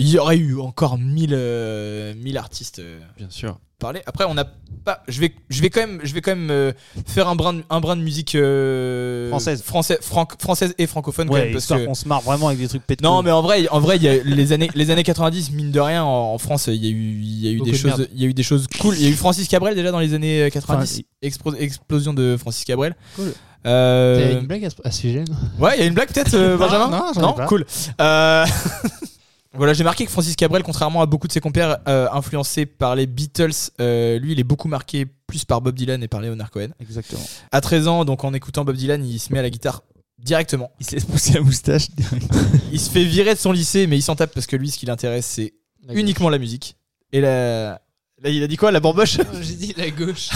Speaker 4: Il y aurait eu encore 1000 euh, 1000 artistes euh,
Speaker 6: Bien sûr.
Speaker 4: parler. Après, on n'a pas. Je vais, je vais quand même, je vais quand même euh, faire un brin de, un brin de musique euh,
Speaker 5: Française.
Speaker 4: français- franc- française et francophone quand même,
Speaker 5: Ouais,
Speaker 4: parce
Speaker 5: histoire
Speaker 4: que-
Speaker 5: qu'on se marre vraiment avec des trucs pétés.
Speaker 4: non, mais en vrai, en vrai, il y a les années, les années 90, mine de rien, en, en France, il y a eu, il y a eu
Speaker 7: Beaucoup
Speaker 4: des
Speaker 7: de
Speaker 4: choses,
Speaker 7: merde.
Speaker 4: il y a eu des choses cool. Il y a eu Francis Cabrel déjà dans les années 90.
Speaker 5: Enfin,
Speaker 4: Expro- explosion de Francis Cabrel.
Speaker 5: Cool.
Speaker 4: Euh,
Speaker 7: T'avais une blague à ce, à ce sujet non
Speaker 4: Ouais, il y a une blague peut-être, euh, Benjamin
Speaker 5: non, j'en ai pas.
Speaker 4: cool. Euh, voilà, j'ai marqué que Francis Cabrel, contrairement à beaucoup de ses compères euh, influencés par les Beatles, euh, lui, il est beaucoup marqué plus par Bob Dylan et par Leonard Cohen.
Speaker 5: Exactement.
Speaker 4: À 13 ans, donc en écoutant Bob Dylan, il se met à la guitare directement.
Speaker 5: Il se laisse pousser la moustache.
Speaker 4: Il se fait virer de son lycée, mais il s'en tape parce que lui, ce qui l'intéresse, c'est
Speaker 7: La gauche.
Speaker 4: uniquement la musique. Et la... Là, il a dit quoi La bamboche
Speaker 7: Ah, J'ai dit la gauche.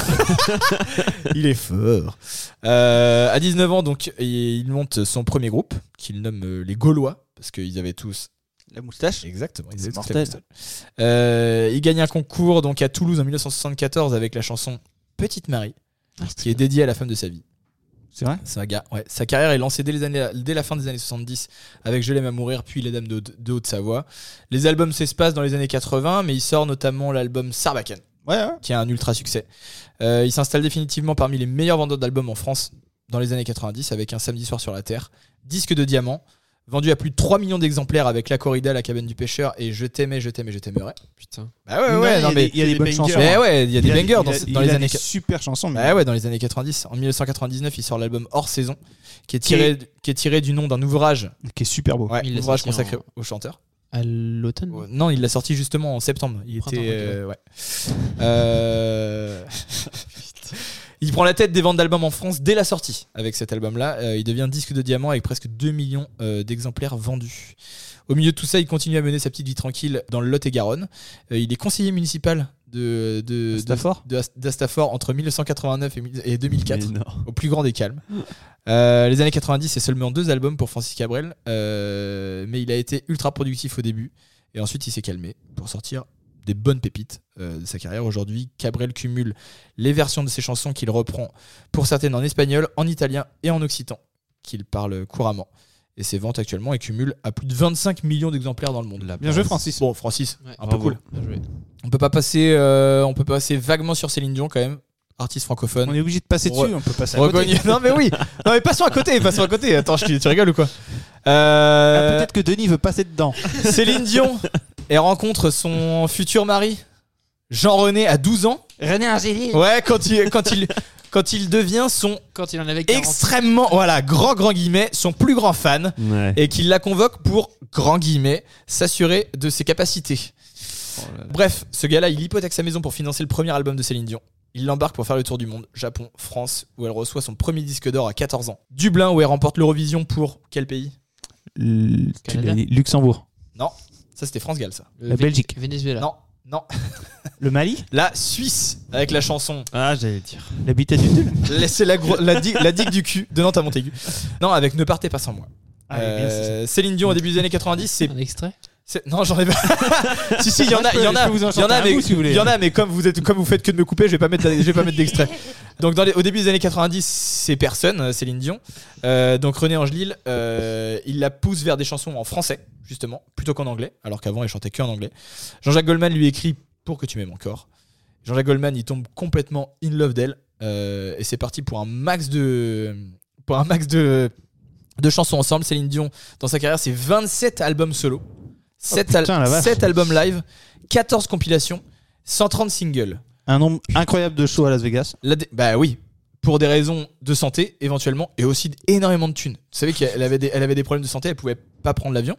Speaker 4: Il est fort. Euh, à 19 ans, donc, il monte son premier groupe, qu'il nomme euh, les Gaulois, parce qu'ils avaient tous
Speaker 5: la moustache.
Speaker 4: Exactement, ils
Speaker 5: C'est
Speaker 4: étaient
Speaker 5: mortel.
Speaker 4: tous là tout seuls. Euh, il gagne un concours donc à Toulouse en 1974 avec la chanson Petite Marie,
Speaker 5: Ah,
Speaker 4: qui est dédiée à la femme de sa vie.
Speaker 5: C'est vrai
Speaker 4: Sa, ga- ouais, sa carrière est lancée dès, les années, dès la fin des années 70 avec Je l'aime à mourir, puis Les Dames de, de Haute-Savoie. Les albums s'espacent dans les années 80, mais il sort notamment l'album Sarbacane,
Speaker 5: Ouais. ouais.
Speaker 4: qui a un ultra succès. Euh, il s'installe définitivement parmi les meilleurs vendeurs d'albums en France dans les années 90 avec Un samedi soir sur la Terre, disque de diamant, vendu à plus de 3 millions d'exemplaires avec La Corrida, La Cabane du Pêcheur et Je t'aimais, je t'aimais, je t'aimerais.
Speaker 7: Putain.
Speaker 4: Bah ouais, ouais, ouais, non,
Speaker 5: il y a
Speaker 4: mais.
Speaker 5: des- il y a des bonnes chansons.
Speaker 4: Mais ouais, il y a des
Speaker 5: Il
Speaker 4: bangers
Speaker 5: il
Speaker 4: dans,
Speaker 5: a-
Speaker 4: dans
Speaker 5: il
Speaker 4: les
Speaker 5: a
Speaker 4: années.
Speaker 5: des super chansons. mais-
Speaker 4: Bah ouais, dans les années 90. En 1999, il sort l'album Hors Saison, qui est tiré, qui est tiré du nom d'un ouvrage,
Speaker 5: Qui est super beau.
Speaker 4: ouais,
Speaker 7: Il l'a
Speaker 4: ouvrage
Speaker 7: sorti en-
Speaker 4: consacré au chanteur.
Speaker 7: À l'automne
Speaker 4: Ouais, Non, il l'a sorti justement en septembre. Il
Speaker 7: Printemps,
Speaker 4: était. euh, ouais. Euh, il prend la tête des ventes d'albums en France dès la sortie avec cet album-là. Euh, il devient disque de diamant avec presque 2 millions euh, d'exemplaires vendus. Au milieu de tout ça, il continue à mener sa petite vie tranquille dans le Lot-et-Garonne. Euh, il est conseiller municipal de, de,
Speaker 5: Stafford
Speaker 4: de- d'Astaffort entre 1989 et mille- et 2004
Speaker 6: Mais non.
Speaker 4: au plus grand des calmes. Euh, les années 90, c'est seulement deux albums pour Francis Cabrel, euh, mais il a été ultra productif au début, et ensuite il s'est calmé pour sortir des bonnes pépites euh, de sa carrière. Aujourd'hui, Cabrel cumule les versions de ses chansons qu'il reprend, pour certaines en espagnol, en italien et en occitan, qu'il parle couramment. Et ses ventes actuellement, elles cumulent à plus de 25 millions d'exemplaires dans le monde.
Speaker 5: Bien joué, Francis.
Speaker 4: Bon, Francis,
Speaker 7: Ouais.
Speaker 4: un peu cool.
Speaker 7: Bien joué.
Speaker 4: On peut pas passer, euh, on peut passer vaguement sur Céline Dion quand même, artiste francophone.
Speaker 5: On est obligé de passer
Speaker 4: Re-
Speaker 5: dessus, on peut passer à côté.
Speaker 4: Reconnu. Non mais oui. Non mais passons à côté, passons à côté. Attends, je- tu rigoles ou quoi
Speaker 5: Ah,
Speaker 4: Euh,
Speaker 5: Peut-être que Denis veut passer dedans.
Speaker 4: Céline Dion. Elle rencontre son futur mari, Jean-René, à 12 ans.
Speaker 7: René Angélique
Speaker 4: Ouais, quand il, quand il, quand il devient son
Speaker 7: Quand il en avait 40.
Speaker 4: extrêmement, voilà, grand grand guillemet, son plus grand fan,
Speaker 6: Ouais.
Speaker 4: et qu'il la convoque pour grand guillemet s'assurer de ses capacités. Bref, ce gars-là, il hypothèque sa maison pour financer le premier album de Céline Dion. Il l'embarque pour faire le tour du monde, Japon, France, où elle reçoit son premier disque d'or à 14 ans. Dublin, où elle remporte l'Eurovision pour quel pays
Speaker 7: Canada.
Speaker 5: Luxembourg.
Speaker 4: Ça, c'était France Gall, ça.
Speaker 5: La Belgique.
Speaker 7: Venezuela.
Speaker 4: Non, non.
Speaker 5: Le Mali
Speaker 4: La Suisse, avec la chanson
Speaker 6: Ah, j'allais le dire.
Speaker 5: L'habitat du Nul
Speaker 4: Laissez la, gro- la, di- la digue du cul de Nantes à Montaigu. Non, avec Ne partez pas sans moi.
Speaker 5: Ah, elle est bien,
Speaker 4: Euh, Céline Dion, au début des années 90, c'est
Speaker 7: Un extrait
Speaker 4: C'est- Non, j'en ai pas. si si, il y en a, il y en a, il y en a, mais il y en a, mais comme vous êtes, comme vous faites que de me couper, je vais pas mettre, je vais pas mettre d'extrait. Donc, dans les- au début des années 90, c'est personne, euh, Céline Dion. Euh, donc René Angelil, euh, il la pousse vers des chansons en français justement, plutôt qu'en anglais, alors qu'avant elle chantait que en anglais. Jean-Jacques Goldman lui écrit Pour que tu m'aimes encore. Jean-Jacques Goldman, il tombe complètement in love d'elle euh, et c'est parti pour un max de, pour un max de, de chansons ensemble. Céline Dion, dans sa carrière, c'est 27 albums solo. 7,
Speaker 5: Oh, putain, la vache.
Speaker 4: albums live, 14 compilations, 130 singles.
Speaker 5: Un nombre incroyable de shows à Las Vegas.
Speaker 4: La dé- bah oui, pour des raisons de santé éventuellement, et aussi d- énormément de thunes. Vous savez qu'elle avait des, elle avait des problèmes de santé, elle pouvait pas prendre l'avion,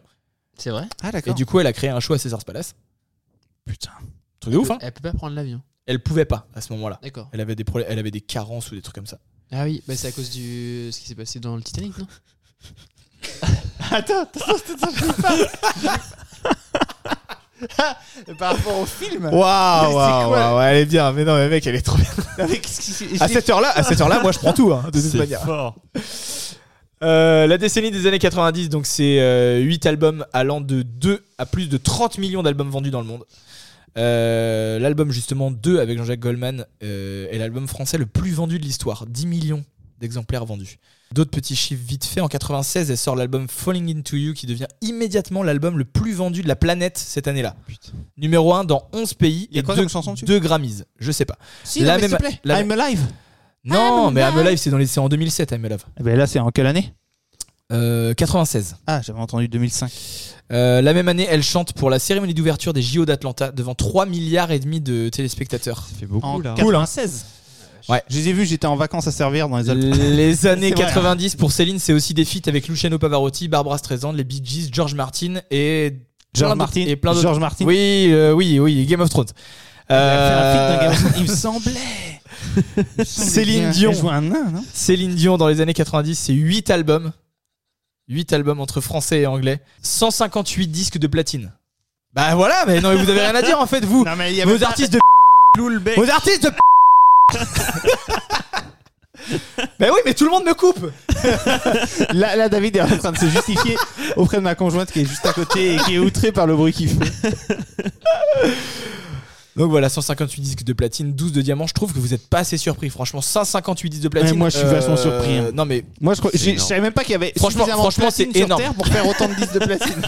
Speaker 7: C'est vrai
Speaker 5: Ah,
Speaker 4: et du coup elle a créé un show à César's Palace.
Speaker 5: Putain.
Speaker 4: Truc de ouf, hein
Speaker 7: Elle peut pas prendre l'avion.
Speaker 4: Elle pouvait pas à ce moment-là.
Speaker 7: D'accord.
Speaker 4: Elle avait des problèmes, elle avait des carences ou des trucs comme ça.
Speaker 7: Ah oui, bah c'est à cause du ce qui s'est passé dans le Titanic, non
Speaker 5: Attends, attends, attends, attends, je sais pas. Ah, Par rapport au film.
Speaker 4: Waouh,
Speaker 5: waouh, waouh,
Speaker 4: elle est bien, mais non, mais mec, elle est trop bien.
Speaker 5: Avec ce qui s'est-
Speaker 4: À cette heure-là, à cette heure-là, moi je prends tout, hein, de toute
Speaker 6: C'est
Speaker 4: manière.
Speaker 6: fort.
Speaker 4: Euh, la décennie des années 90, donc c'est euh, 8 albums allant de 2 à plus de 30 millions d'albums vendus dans le monde. Euh, l'album justement 2 avec Jean-Jacques Goldman euh, est l'album français le plus vendu de l'histoire, 10 millions d'exemplaires vendus. D'autres petits chiffres vite fait, en 96 elle sort l'album Falling Into You qui devient immédiatement l'album le plus vendu de la planète cette année-là. Numéro 1 dans 11 pays
Speaker 5: Il y a
Speaker 4: et
Speaker 5: quoi
Speaker 4: deux,
Speaker 5: comme chanson dessus
Speaker 4: deux Grammys, je sais pas.
Speaker 5: Si,
Speaker 4: la
Speaker 5: non, mais
Speaker 4: même-
Speaker 5: s'il te plaît,
Speaker 4: la-
Speaker 5: I'm Alive.
Speaker 4: Non, mais I'm Alive c'est dans les- c'est en 2007 I'm Alive.
Speaker 5: Eh ben là, c'est en quelle année
Speaker 4: Euh, 96.
Speaker 5: Ah, j'avais entendu 2005.
Speaker 4: Euh, la même année, elle chante pour la cérémonie d'ouverture des JO d'Atlanta devant 3 milliards et demi de téléspectateurs.
Speaker 6: Ça fait beaucoup,
Speaker 5: En
Speaker 6: là.
Speaker 5: 96.
Speaker 4: Ouais.
Speaker 5: Je les ai vus, j'étais en vacances à servir dans les Alpes.
Speaker 4: Les années
Speaker 5: C'est vrai. hein.
Speaker 4: 90 pour Céline, c'est aussi des feats avec Luciano Pavarotti, Barbara Streisand, les Bee Gees, George Martin et plein
Speaker 5: George
Speaker 4: d'autres-
Speaker 5: Martin.
Speaker 4: et plein d'autres.
Speaker 5: George Martin.
Speaker 4: Oui, euh, oui, oui, Game of Thrones.
Speaker 5: Il a fait un feat
Speaker 4: Euh,
Speaker 5: dans Game of Thrones. Il me semblait. Il me semblait
Speaker 4: Céline
Speaker 5: bien.
Speaker 4: Dion.
Speaker 5: Elle joue un nain, non
Speaker 4: Céline Dion dans les années 90, c'est 8 albums. 8 albums entre français et anglais. 158 disques de platine. Bah voilà, mais non, mais vous avez rien à dire en fait, vous.
Speaker 5: Non, mais il y
Speaker 4: Vos artistes de
Speaker 5: Loulbec.
Speaker 4: Aux artistes de Mais Ben oui, mais tout le monde me coupe
Speaker 5: Là, là, David est en train de se justifier auprès de ma conjointe qui est juste à côté et qui est outrée par le bruit qu'il fait.
Speaker 4: Donc voilà, 158 disques de platine, 12 de diamant. Je trouve que vous êtes pas assez surpris, franchement. 158 disques de platine. euh,
Speaker 5: Ouais, moi, je suis vachement surpris, hein.
Speaker 4: Non, mais
Speaker 5: Moi, je, crois-
Speaker 6: C'est
Speaker 5: j'ai- je
Speaker 6: énorme.
Speaker 5: savais même pas qu'il y avait
Speaker 4: Franchement-
Speaker 5: suffisamment
Speaker 4: franchement,
Speaker 5: de platine
Speaker 4: c'est
Speaker 5: sur
Speaker 4: énorme.
Speaker 5: Terre pour faire autant de disques de platine.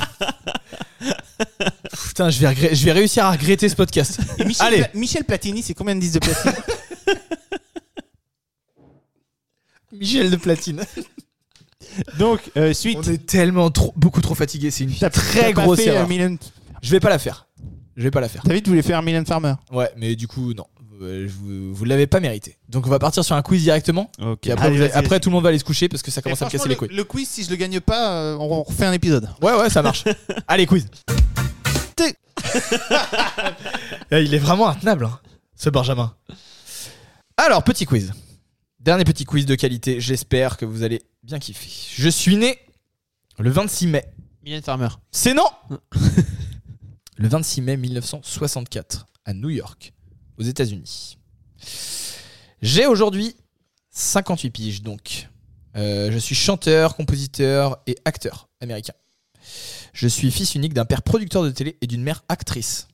Speaker 4: putain, je vais, regret- je vais réussir à regretter ce podcast.
Speaker 5: Et Michel,
Speaker 4: Allez.
Speaker 5: Pla- Michel Platini, c'est combien de disques de platine
Speaker 4: Michel de platine.
Speaker 10: Donc, euh, suite.
Speaker 4: On est tellement trop, beaucoup trop fatigué. C'est une très
Speaker 10: T'as pas
Speaker 4: grosse
Speaker 10: fait, euh,
Speaker 4: erreur.
Speaker 10: Million-
Speaker 4: Je vais pas la faire. Je vais pas la faire.
Speaker 10: T'as vu, tu voulais faire Million Farmer.
Speaker 4: Ouais, mais du coup, non. Euh, je Vous, vous l'avez pas mérité. Donc on va partir sur un quiz directement.
Speaker 6: Ok.
Speaker 4: Et après,
Speaker 10: Allez,
Speaker 4: vous-
Speaker 10: vas-y,
Speaker 4: après,
Speaker 10: vas-y.
Speaker 4: tout le monde va aller se coucher parce que ça
Speaker 10: Mais
Speaker 4: commence à me casser
Speaker 10: franchement, le-
Speaker 4: les couilles.
Speaker 10: Le quiz, si je le gagne pas, euh, on refait un épisode.
Speaker 4: Ouais, ouais, ça marche. Allez, quiz.
Speaker 10: T'es-
Speaker 4: Eh, Il est vraiment intenable, hein, ce Benjamin. Alors, petit quiz. Dernier petit quiz de qualité. J'espère que vous allez bien kiffer. Je suis né le 26 mai.
Speaker 7: Mylène Farmer.
Speaker 4: C'est non Le 26 mai 1964, à New York, aux États-Unis. J'ai aujourd'hui 58 piges, donc. Euh, je suis chanteur, compositeur et acteur américain. Je suis fils unique d'un père producteur de télé et d'une mère actrice.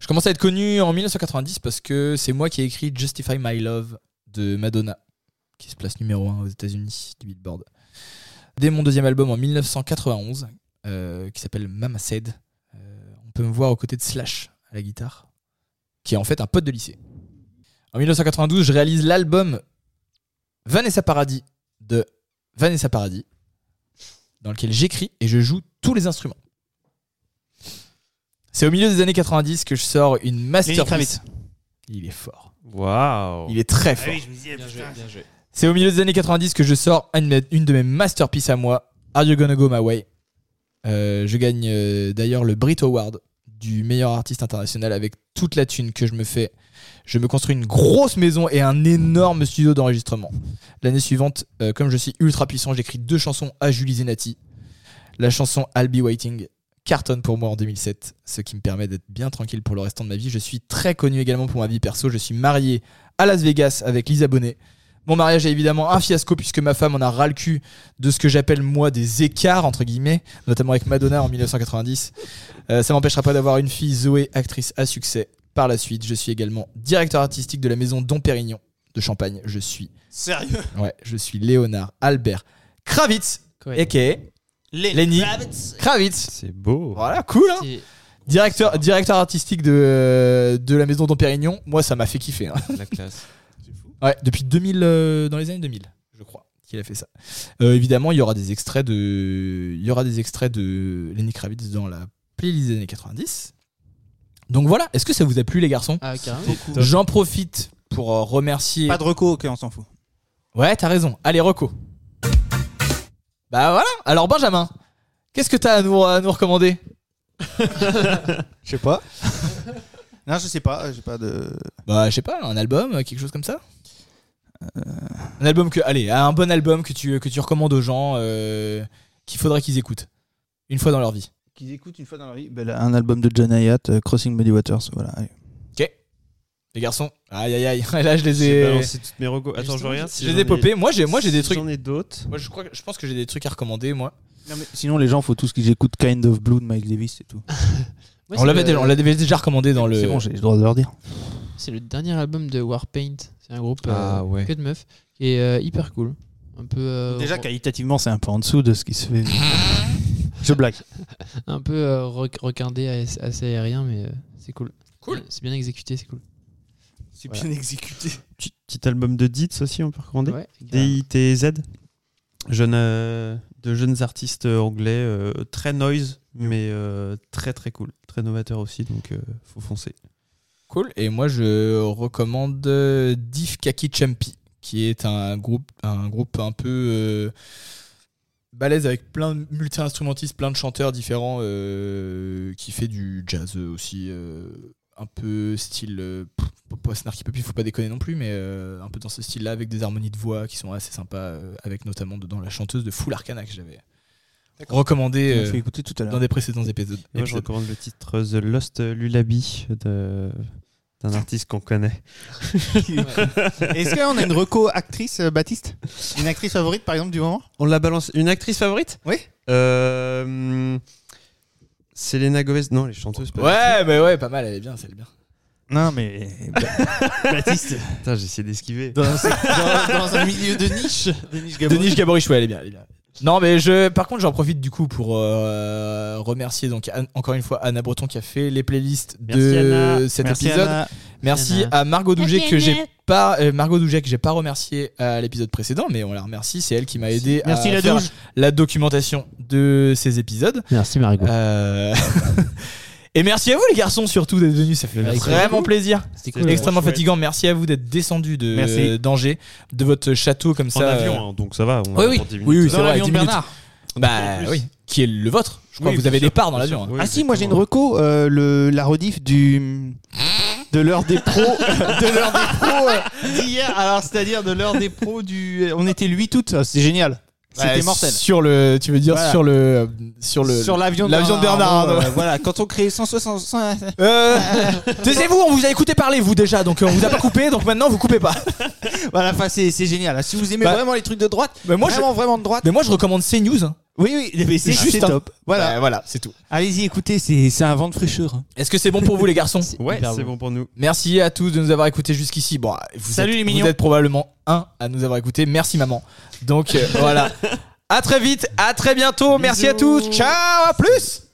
Speaker 4: Je commence à être connu en 1990 parce que c'est moi qui ai écrit Justify My Love de Madonna, qui se place numéro 1 aux États-Unis du Billboard. Dès mon deuxième album en 1991, euh, qui s'appelle Mama Said, euh, on peut me voir aux côtés de Slash à la guitare, qui est en fait un pote de lycée. En 1992, je réalise l'album Vanessa Paradis de Vanessa Paradis, dans lequel j'écris et je joue tous les instruments. C'est au milieu des années 90 que je sors une masterpiece. Il est fort.
Speaker 6: Waouh.
Speaker 4: Il est très fort.
Speaker 10: Ah je me disais,
Speaker 4: C'est au milieu des années 90 que je sors une, une de mes masterpieces à moi, Are You Gonna Go My Way. Euh, je gagne euh, d'ailleurs le Brit Award du meilleur artiste international avec toute la thune que je me fais. Je me construis une grosse maison et un énorme studio d'enregistrement. L'année suivante, euh, comme je suis ultra puissant, j'écris deux chansons à Julie Zenati. La chanson I'll Be Waiting cartonne pour moi en 2007, ce qui me permet d'être bien tranquille pour le restant de ma vie. Je suis très connu également pour ma vie perso. Je suis marié à Las Vegas avec Lisa Bonet. Mon mariage est évidemment un fiasco puisque ma femme en a ras le cul de ce que j'appelle moi des écarts, entre guillemets, notamment avec Madonna en 1990. Euh, ça m'empêchera pas d'avoir une fille, Zoé, actrice à succès. Par la suite, je suis également directeur artistique de la maison Dom Pérignon de Champagne. Je suis,
Speaker 10: Sérieux
Speaker 4: ouais, je suis Léonard Albert Kravitz,
Speaker 7: Correct.
Speaker 4: a.k.a.
Speaker 10: Les
Speaker 4: Lenny.
Speaker 10: Kravitz.
Speaker 4: Kravitz.
Speaker 6: C'est beau.
Speaker 4: Voilà, cool, hein
Speaker 7: C'est-
Speaker 4: Directeur, directeur artistique de, de la maison Dompérignon, moi ça m'a fait kiffer. hein.
Speaker 6: La classe.
Speaker 4: Ouais, depuis 2000, euh, dans les années 2000, je crois, qu'il a fait ça. Euh, évidemment, il y aura des extraits de, il y aura des extraits de Lenny Kravitz dans la playlist des années 90. Donc voilà, est-ce que ça vous a plu les garçons
Speaker 7: Ah, carrément.
Speaker 4: J'en profite pour euh, remercier.
Speaker 10: Pas de recours, ok, on s'en fout.
Speaker 4: Ouais, t'as raison. Allez, Rocco. Bah voilà. Alors Benjamin, qu'est-ce que t'as à nous, à nous recommander
Speaker 10: Je sais pas. non, je sais pas, j'ai pas de.
Speaker 4: Bah, je sais pas, un album, euh, quelque chose comme ça Euh, Un album que. Allez, un bon album que tu, que tu recommandes aux gens euh, qu'il faudrait qu'ils écoutent. Une fois dans leur vie.
Speaker 10: Qu'ils écoutent une fois dans leur vie. Ben là, un album de John Hyatt, euh, Crossing Muddy Waters, voilà. allez.
Speaker 4: Les garçons, aïe aïe aïe, là je les
Speaker 6: J'ai
Speaker 4: ai.
Speaker 6: balancé toutes mes recos. Attends, je regarde. si
Speaker 4: Je
Speaker 6: j'en
Speaker 4: les ai
Speaker 6: ai-
Speaker 4: popés. Moi j'ai, moi, j'ai des
Speaker 6: si
Speaker 4: trucs.
Speaker 6: J'en ai d'autres.
Speaker 4: Moi, je, crois, que- je pense que j'ai des trucs à recommander, moi.
Speaker 10: Sinon, les gens, faut tous qu'ils écoutent Kind of Blue de Mike Davis, c'est tout. Euh,
Speaker 7: Moi,
Speaker 4: on,
Speaker 7: c'est
Speaker 4: l'avait
Speaker 7: le-
Speaker 4: déjà, on l'avait déjà recommandé dans le.
Speaker 10: Ah, C'est bon, j'ai le droit de leur dire.
Speaker 7: C'est le dernier album de Warpaint. C'est un groupe euh,
Speaker 6: Ah, ouais.
Speaker 7: que de meufs. Et euh, hyper cool. Un peu. euh,
Speaker 10: Déjà,
Speaker 7: ro-
Speaker 10: qualitativement, c'est un peu en dessous de ce qui se fait. je blague.
Speaker 7: un peu euh, rock- rockindé assez- assez aérien, mais euh, c'est cool.
Speaker 4: Cool.
Speaker 7: C'est bien exécuté, c'est cool.
Speaker 10: C'est
Speaker 7: Voilà.
Speaker 10: bien exécuté.
Speaker 6: Petit petit album de Dits aussi, on peut recommander.
Speaker 7: Ouais,
Speaker 6: DITZ. Jeune, euh, de jeunes artistes anglais, euh, très noise, mais euh, très très cool, très novateur aussi, donc euh, faut foncer.
Speaker 4: Cool. Et moi, je recommande euh, Diff Kaki Champi, qui est un groupe, un groupe un peu euh, balèze avec plein de multi-instrumentistes, plein de chanteurs différents, euh, qui fait du jazz euh, aussi, euh, un peu style euh, pff, pas snarky puppy, faut pas déconner non plus, mais euh, un peu dans ce style-là, avec des harmonies de voix qui sont assez sympas, euh, avec notamment dedans la chanteuse de Full Arcana que j'avais recommandé
Speaker 10: Je
Speaker 4: euh,
Speaker 10: vais écouter tout à l'heure.
Speaker 4: dans des précédents épisodes.
Speaker 6: Et moi, je
Speaker 4: épisodes.
Speaker 6: recommande le titre euh, The Lost Lullaby de- d'un artiste qu'on connaît.
Speaker 10: Est-ce qu'on a une reco actrice, euh, Baptiste Une actrice favorite, par exemple, du moment
Speaker 6: On la balance. Une actrice favorite
Speaker 10: Oui.
Speaker 6: Euh, hum, Selena Gomez. Non, les chanteuses. pas-
Speaker 4: Ouais, mais ouais, pas mal, elle est bien, celle bien.
Speaker 10: Non, mais. Baptiste,
Speaker 6: Putain, j'ai essayé d'esquiver.
Speaker 10: dans, dans un milieu de niche, de niche
Speaker 4: Denis Gabory, ouais, elle est bien, elle est bien. Non, mais je, par contre, j'en profite du coup pour euh, remercier donc Anne- encore une fois Anna Breton qui a fait les playlists
Speaker 6: Merci,
Speaker 4: de
Speaker 10: Euh,
Speaker 6: Anna.
Speaker 4: cet
Speaker 9: Merci,
Speaker 4: épisode.
Speaker 9: Anna.
Speaker 4: Merci
Speaker 7: Anna.
Speaker 4: à Margot Douget
Speaker 9: Merci,
Speaker 4: que
Speaker 9: Anna.
Speaker 4: j'ai pas euh, Margot Douget que j'ai pas remercié à l'épisode précédent, mais on la remercie. C'est elle qui m'a aidé
Speaker 9: Merci,
Speaker 4: à
Speaker 9: la
Speaker 4: faire
Speaker 9: douche.
Speaker 4: la documentation de ces épisodes.
Speaker 7: Merci Marigot.
Speaker 4: Euh, Et merci à vous les garçons surtout d'être venus, ça fait
Speaker 6: Merci
Speaker 4: vraiment
Speaker 7: beaucoup.
Speaker 4: plaisir.
Speaker 7: C'était
Speaker 6: C'était
Speaker 7: cool.
Speaker 4: Extrêmement
Speaker 6: chouette.
Speaker 4: fatigant. Merci à vous d'être descendus de
Speaker 6: Merci.
Speaker 4: d'Angers, de votre château comme
Speaker 6: En
Speaker 4: ça.
Speaker 6: avion, hein, donc ça va. On
Speaker 4: Oui,
Speaker 6: a
Speaker 4: oui.
Speaker 6: pour 10 minutes.
Speaker 4: Oui, oui,
Speaker 6: Dans
Speaker 4: c'est vrai,
Speaker 6: l'avion
Speaker 4: 10
Speaker 6: de
Speaker 4: minutes.
Speaker 6: Bernard.
Speaker 4: Bah
Speaker 6: En plus.
Speaker 4: oui, qui est le vôtre. Je crois
Speaker 6: Oui,
Speaker 4: que vous
Speaker 6: bien
Speaker 4: avez
Speaker 6: sûr,
Speaker 4: des parts dans
Speaker 6: bien
Speaker 4: l'avion. hein.
Speaker 6: sûr. Oui,
Speaker 5: ah si, moi j'ai une
Speaker 6: exactement.
Speaker 5: reco, euh, le, la rediff du de l'heure des pros, de l'heure des pros euh, d'hier. Alors c'est-à-dire de l'heure des pros du, on était 8 août, c'est génial, c'était
Speaker 4: Ouais,
Speaker 5: mortel.
Speaker 4: Sur le, tu veux dire
Speaker 5: Voilà.
Speaker 4: sur le, euh, sur le.
Speaker 5: Sur l'avion de
Speaker 4: l'avion de Bernard
Speaker 5: Arnault,
Speaker 4: Arnault.
Speaker 5: euh, voilà, quand on crée 160.
Speaker 4: Euh, Taisez-vous, on vous a écouté parler vous déjà, donc euh, on vous a pas coupé, donc maintenant vous coupez pas.
Speaker 5: voilà, enfin, c'est c'est génial. hein. Si vous aimez
Speaker 4: Bah,
Speaker 5: vraiment les trucs de droite,
Speaker 4: Mais moi, je,
Speaker 5: vraiment vraiment de droite.
Speaker 4: mais moi je recommande CNews. Hein.
Speaker 5: Oui oui, mais c'est
Speaker 4: C'est juste,
Speaker 5: c'est
Speaker 4: hein.
Speaker 5: top. Voilà,
Speaker 4: Bah, voilà, c'est tout.
Speaker 5: allez-y, écoutez, c'est c'est un vent de fraîcheur. hein.
Speaker 4: Est-ce que c'est bon pour vous les garçons
Speaker 6: Ouais,
Speaker 7: Hyper
Speaker 6: c'est bon pour nous.
Speaker 4: Merci à tous de nous avoir écoutés jusqu'ici. Bon, vous
Speaker 9: Salut,
Speaker 4: êtes,
Speaker 9: les
Speaker 4: vous
Speaker 9: mignons.
Speaker 4: êtes probablement un à nous avoir écoutés. Merci maman. Donc euh, voilà. À très vite, à très bientôt. Merci à tous. Ciao, à plus.